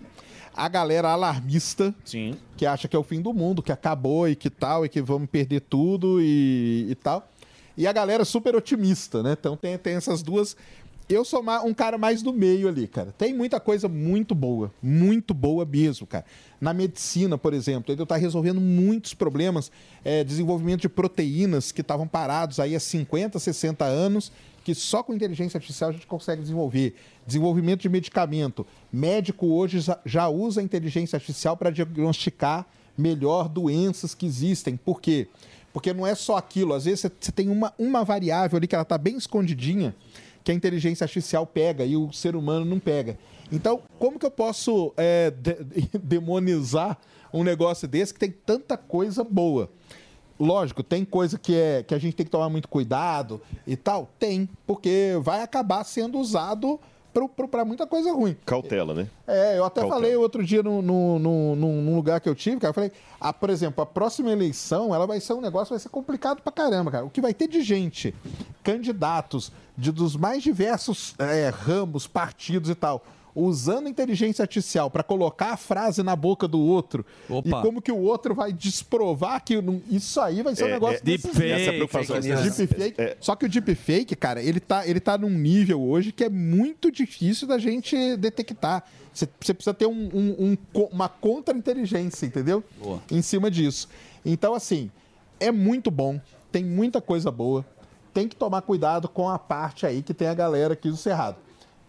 S26: a galera alarmista que acha que é o fim do mundo, que acabou e que tal, e que vamos perder tudo e, e tal. E a galera é super otimista, né? Então tem, tem essas duas. Eu sou ma- um cara mais do meio ali, cara. Tem muita coisa muito boa, muito boa mesmo, cara. Na medicina, por exemplo, ele tá resolvendo muitos problemas, é, desenvolvimento de proteínas que estavam parados aí há 50, 60 anos, que só com inteligência artificial a gente consegue desenvolver. Desenvolvimento de medicamento. Médico hoje já- já usa a inteligência artificial para diagnosticar melhor doenças que existem. Por quê? Porque não é só aquilo. Às vezes você- você tem uma, uma variável ali que ela está bem escondidinha, que a inteligência artificial pega e o ser humano não pega. Então, como que eu posso é, de- *laughs* demonizar um negócio desse que tem tanta coisa boa? Lógico, tem coisa que, é, que a gente tem que tomar muito cuidado e tal? Tem, porque vai acabar sendo usado para muita coisa ruim.
S10: Cautela, né?
S26: É, eu até
S10: Qual que
S26: falei outro dia no, no, no- no- num lugar que eu tive, cara. Eu falei, ah, por exemplo, a próxima eleição, ela vai ser um negócio, vai ser complicado pra caramba, cara. O que vai ter de gente, candidatos de, dos mais diversos é, ramos, partidos e tal, usando inteligência artificial pra colocar a frase na boca do outro e como que o outro vai desprovar que não- isso aí vai ser um
S10: É,
S26: negócio
S10: é, deepfake, essa preocupação.
S26: Essa Deepfake. Só que o deepfake, cara, ele tá, ele tá num nível hoje que é muito difícil da gente detectar. Você você precisa ter um, um- um co- uma contra-inteligência, entendeu? Em cima disso. Então, assim, é muito bom, tem muita coisa boa, tem que tomar cuidado com a parte aí que tem a galera aqui do Cerrado.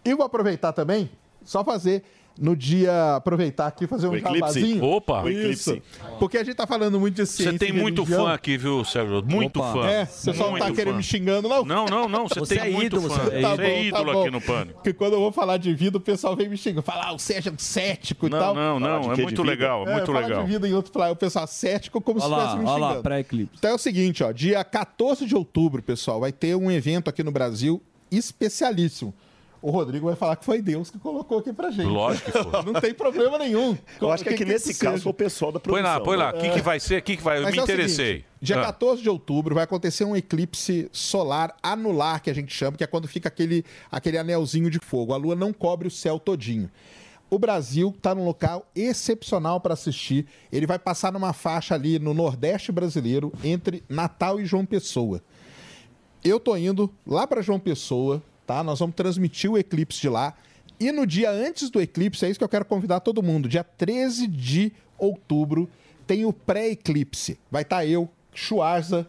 S26: E vou aproveitar também, só fazer no dia, aproveitar aqui, fazer um
S5: O eclipse.
S26: jabazinho.
S5: Opa. O
S26: Isso.
S5: eclipse.
S26: Porque a gente tá falando muito de ciência
S5: Você tem
S26: e
S5: muito
S26: religião.
S5: fã aqui, viu, Sérgio? Muito
S26: Opa.
S5: fã.
S26: É, você só não tá
S5: Muito
S26: querendo
S5: fã.
S26: me xingando, não?
S5: Não, não, não. Você, tem muito fã. Você
S26: Tá bom,
S5: é ídolo
S26: tá bom.
S5: aqui no Pânico.
S26: Porque quando eu vou falar de vida, o pessoal vem me xingar. Falar, ah, o Sérgio é um cético
S5: Não,
S26: e tal.
S5: não, não,
S26: Falar de
S5: é
S26: quê?
S5: muito
S26: De vida?
S5: legal, é muito
S26: falar de
S5: legal.
S26: vida em outro plano. O pessoal cético como
S3: Olha
S26: se
S3: lá,
S26: estivesse me
S3: olha lá,
S26: xingando. Então é o seguinte, ó, dia 14 de outubro, pessoal, vai ter um evento aqui no Brasil especialíssimo. O Rodrigo vai falar que foi Deus que colocou aqui pra gente.
S5: Lógico que foi.
S26: Não tem problema nenhum.
S10: Eu acho que, é que nesse
S26: seja.
S10: caso foi o pessoal da
S5: Põe
S10: produção.
S5: lá, põe lá. O que, que
S10: É.
S5: vai ser? O que, que vai? Eu
S26: Mas
S5: me
S26: é o seguinte, tá
S5: interessei.
S26: dia
S5: Ah.
S26: 14 de outubro vai acontecer um eclipse solar anular, que a gente chama, que é quando fica aquele, aquele anelzinho de fogo. A lua não cobre o céu todinho. O Brasil está num local excepcional para assistir. Ele vai passar numa faixa ali no Nordeste brasileiro, entre Natal e João Pessoa. Eu tô indo lá para João Pessoa, tá? Nós vamos transmitir o eclipse de lá. E no dia antes do eclipse, é isso que eu quero convidar todo mundo. Dia 13 de outubro tem o pré-eclipse. Vai estar eu, Schwarza,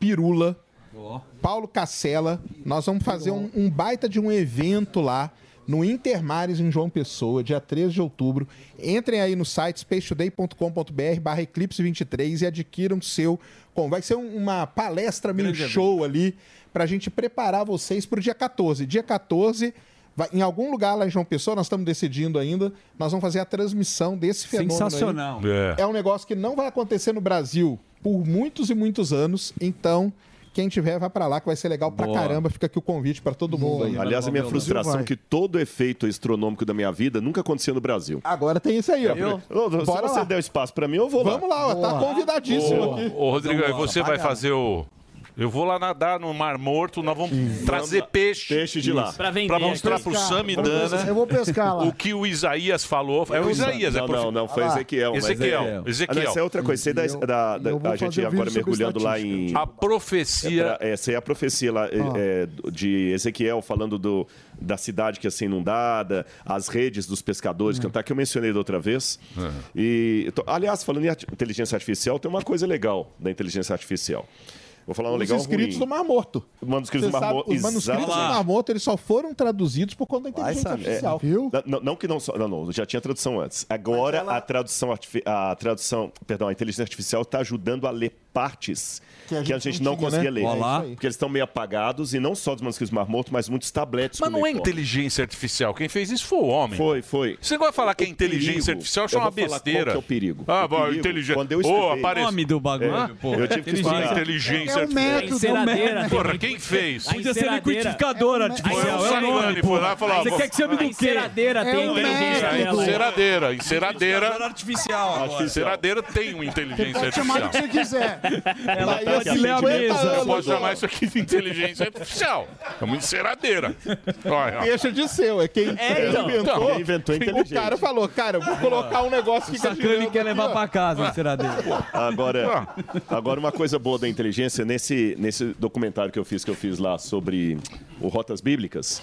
S26: Pirula, Paulo Cacela. Nós vamos fazer um, um baita de um evento lá no Intermares em João Pessoa, dia 13 de outubro. Entrem aí no site spacetoday.com.br barra eclipse 23 e adquiram seu. Bom, vai ser um- uma palestra meio show ali pra gente preparar vocês pro dia 14. Dia 14 vai- em algum lugar lá em João Pessoa, nós estamos decidindo ainda, nós vamos fazer a transmissão desse fenômeno. aí.
S3: Sensacional.
S5: É.
S26: É um negócio que não vai acontecer no Brasil por muitos e muitos anos. Então, quem tiver, vai pra lá que vai ser legal pra
S10: Boa.
S26: caramba. Fica aqui o convite pra todo mundo aí.
S10: Aliás, a minha frustração é que todo efeito astronômico da minha vida nunca aconteceu no Brasil.
S26: Agora tem isso aí, ó.
S10: Se
S26: Bora
S10: você
S26: lá.
S10: der o espaço pra mim, eu vou lá.
S26: Vamos lá, ó, tá convidadíssimo aqui.
S5: Ô, Rodrigo, aí
S10: Vambora,
S5: você vai
S10: bacana.
S5: fazer o. Eu vou lá nadar no Mar Morto, nós vamos trazer peixe. Peixe
S10: de lá.
S5: Pra,
S10: Pra vender
S5: mostrar
S10: aqui.
S5: pro
S10: Pescar.
S5: Samidana.
S10: Eu vou pescar lá.
S5: O que o Isaías falou. É o Isaías, é
S10: não, não, não,
S26: Ah
S10: foi Ezequiel. mas-
S5: Ezequiel.
S10: Ah, não, essa é outra coisa. Isso aí da, da- da- a gente agora mergulhando lá em.
S5: A profecia.
S10: É pra- essa é a profecia lá, é,
S26: Ah.
S10: é, de Ezequiel, falando do, da cidade que ia ser inundada, as redes dos pescadores,
S26: Hum.
S10: que, tá, que eu mencionei da outra vez.
S5: É.
S10: E, eu tô- aliás, falando em arti- inteligência artificial, tem uma coisa legal da inteligência artificial. Vou falar um
S26: Os
S10: legal
S26: escritos
S10: ruim.
S26: do Mar Morto.
S10: Manuscritos
S26: Você
S10: do Mar
S26: sabe,
S10: Morto,
S26: os manuscritos do
S10: exato.
S26: Mar Morto, eles só foram traduzidos por conta da
S10: Vai
S26: inteligência
S10: saber.
S26: artificial.
S10: Não, não- não que não só. Não, não, já tinha tradução antes. Agora a tradução artifi- a tradução, perdão, a inteligência artificial está ajudando a ler partes que a gente, não,
S5: tinha,
S10: conseguia
S5: né?
S10: ler.
S5: Ó lá. É isso aí.
S10: Porque eles estão meio apagados e não só dos manuscritos do Mar Morto, mas muitos tabletes.
S5: Mas
S10: com
S5: não é
S10: leitor.
S5: inteligência artificial. Quem fez isso foi o homem.
S10: Foi, foi.
S5: Você vai falar que é
S10: O
S5: inteligência
S10: perigo,
S5: artificial,
S10: eu
S5: acho uma
S10: vou falar
S5: besteira.
S10: qual que é o perigo.
S5: Ah,
S10: O
S5: bom,
S10: perigo,
S5: inteligência.
S10: quando eu É.
S5: Ô,
S10: estudei-
S5: aparece-
S10: Nome do bagulho, pô.
S5: Eu tive que
S10: Inteligência.
S5: estudar inteligência certo.
S1: É método, Enceradeira, né?
S5: Porra,
S1: tem
S5: quem fez?
S1: A Podia ser enceradeira- liquidificador
S5: Foi
S1: artificial,
S5: o
S1: é o
S5: Sarnani,
S1: nome,
S5: foi
S1: pô.
S5: lá e falou... "Ah,
S1: Você
S5: "Vou-
S1: quer que chame do quê? Enceradeira tem
S5: Não,
S1: inteligência
S5: é,
S1: dela.
S5: Enceradeira, enceradeira...
S9: Artificial agora.
S10: é
S5: Enceradeira tem uma inteligência
S1: Você
S5: artificial.
S1: pode chamar do que você quiser. Ela
S5: Mas
S1: tá aqui, Léo
S5: 50
S1: Mesa.
S5: anos, Eu posso
S1: doutor.
S5: chamar isso aqui de inteligência artificial. É uma enceradeira. Olha, ó.
S15: Deixa de ser, é quem
S5: É,
S15: quem
S5: então.
S15: inventou.
S5: Quem inventou é
S15: o
S5: inteligente.
S15: cara falou, cara, eu vou colocar um negócio que fica girando aqui, ó.
S10: Ah.
S26: *laughs*
S10: Agora, agora, uma coisa boa da inteligência, nesse, nesse documentário que eu fiz, que eu fiz lá sobre o Rotas Bíblicas,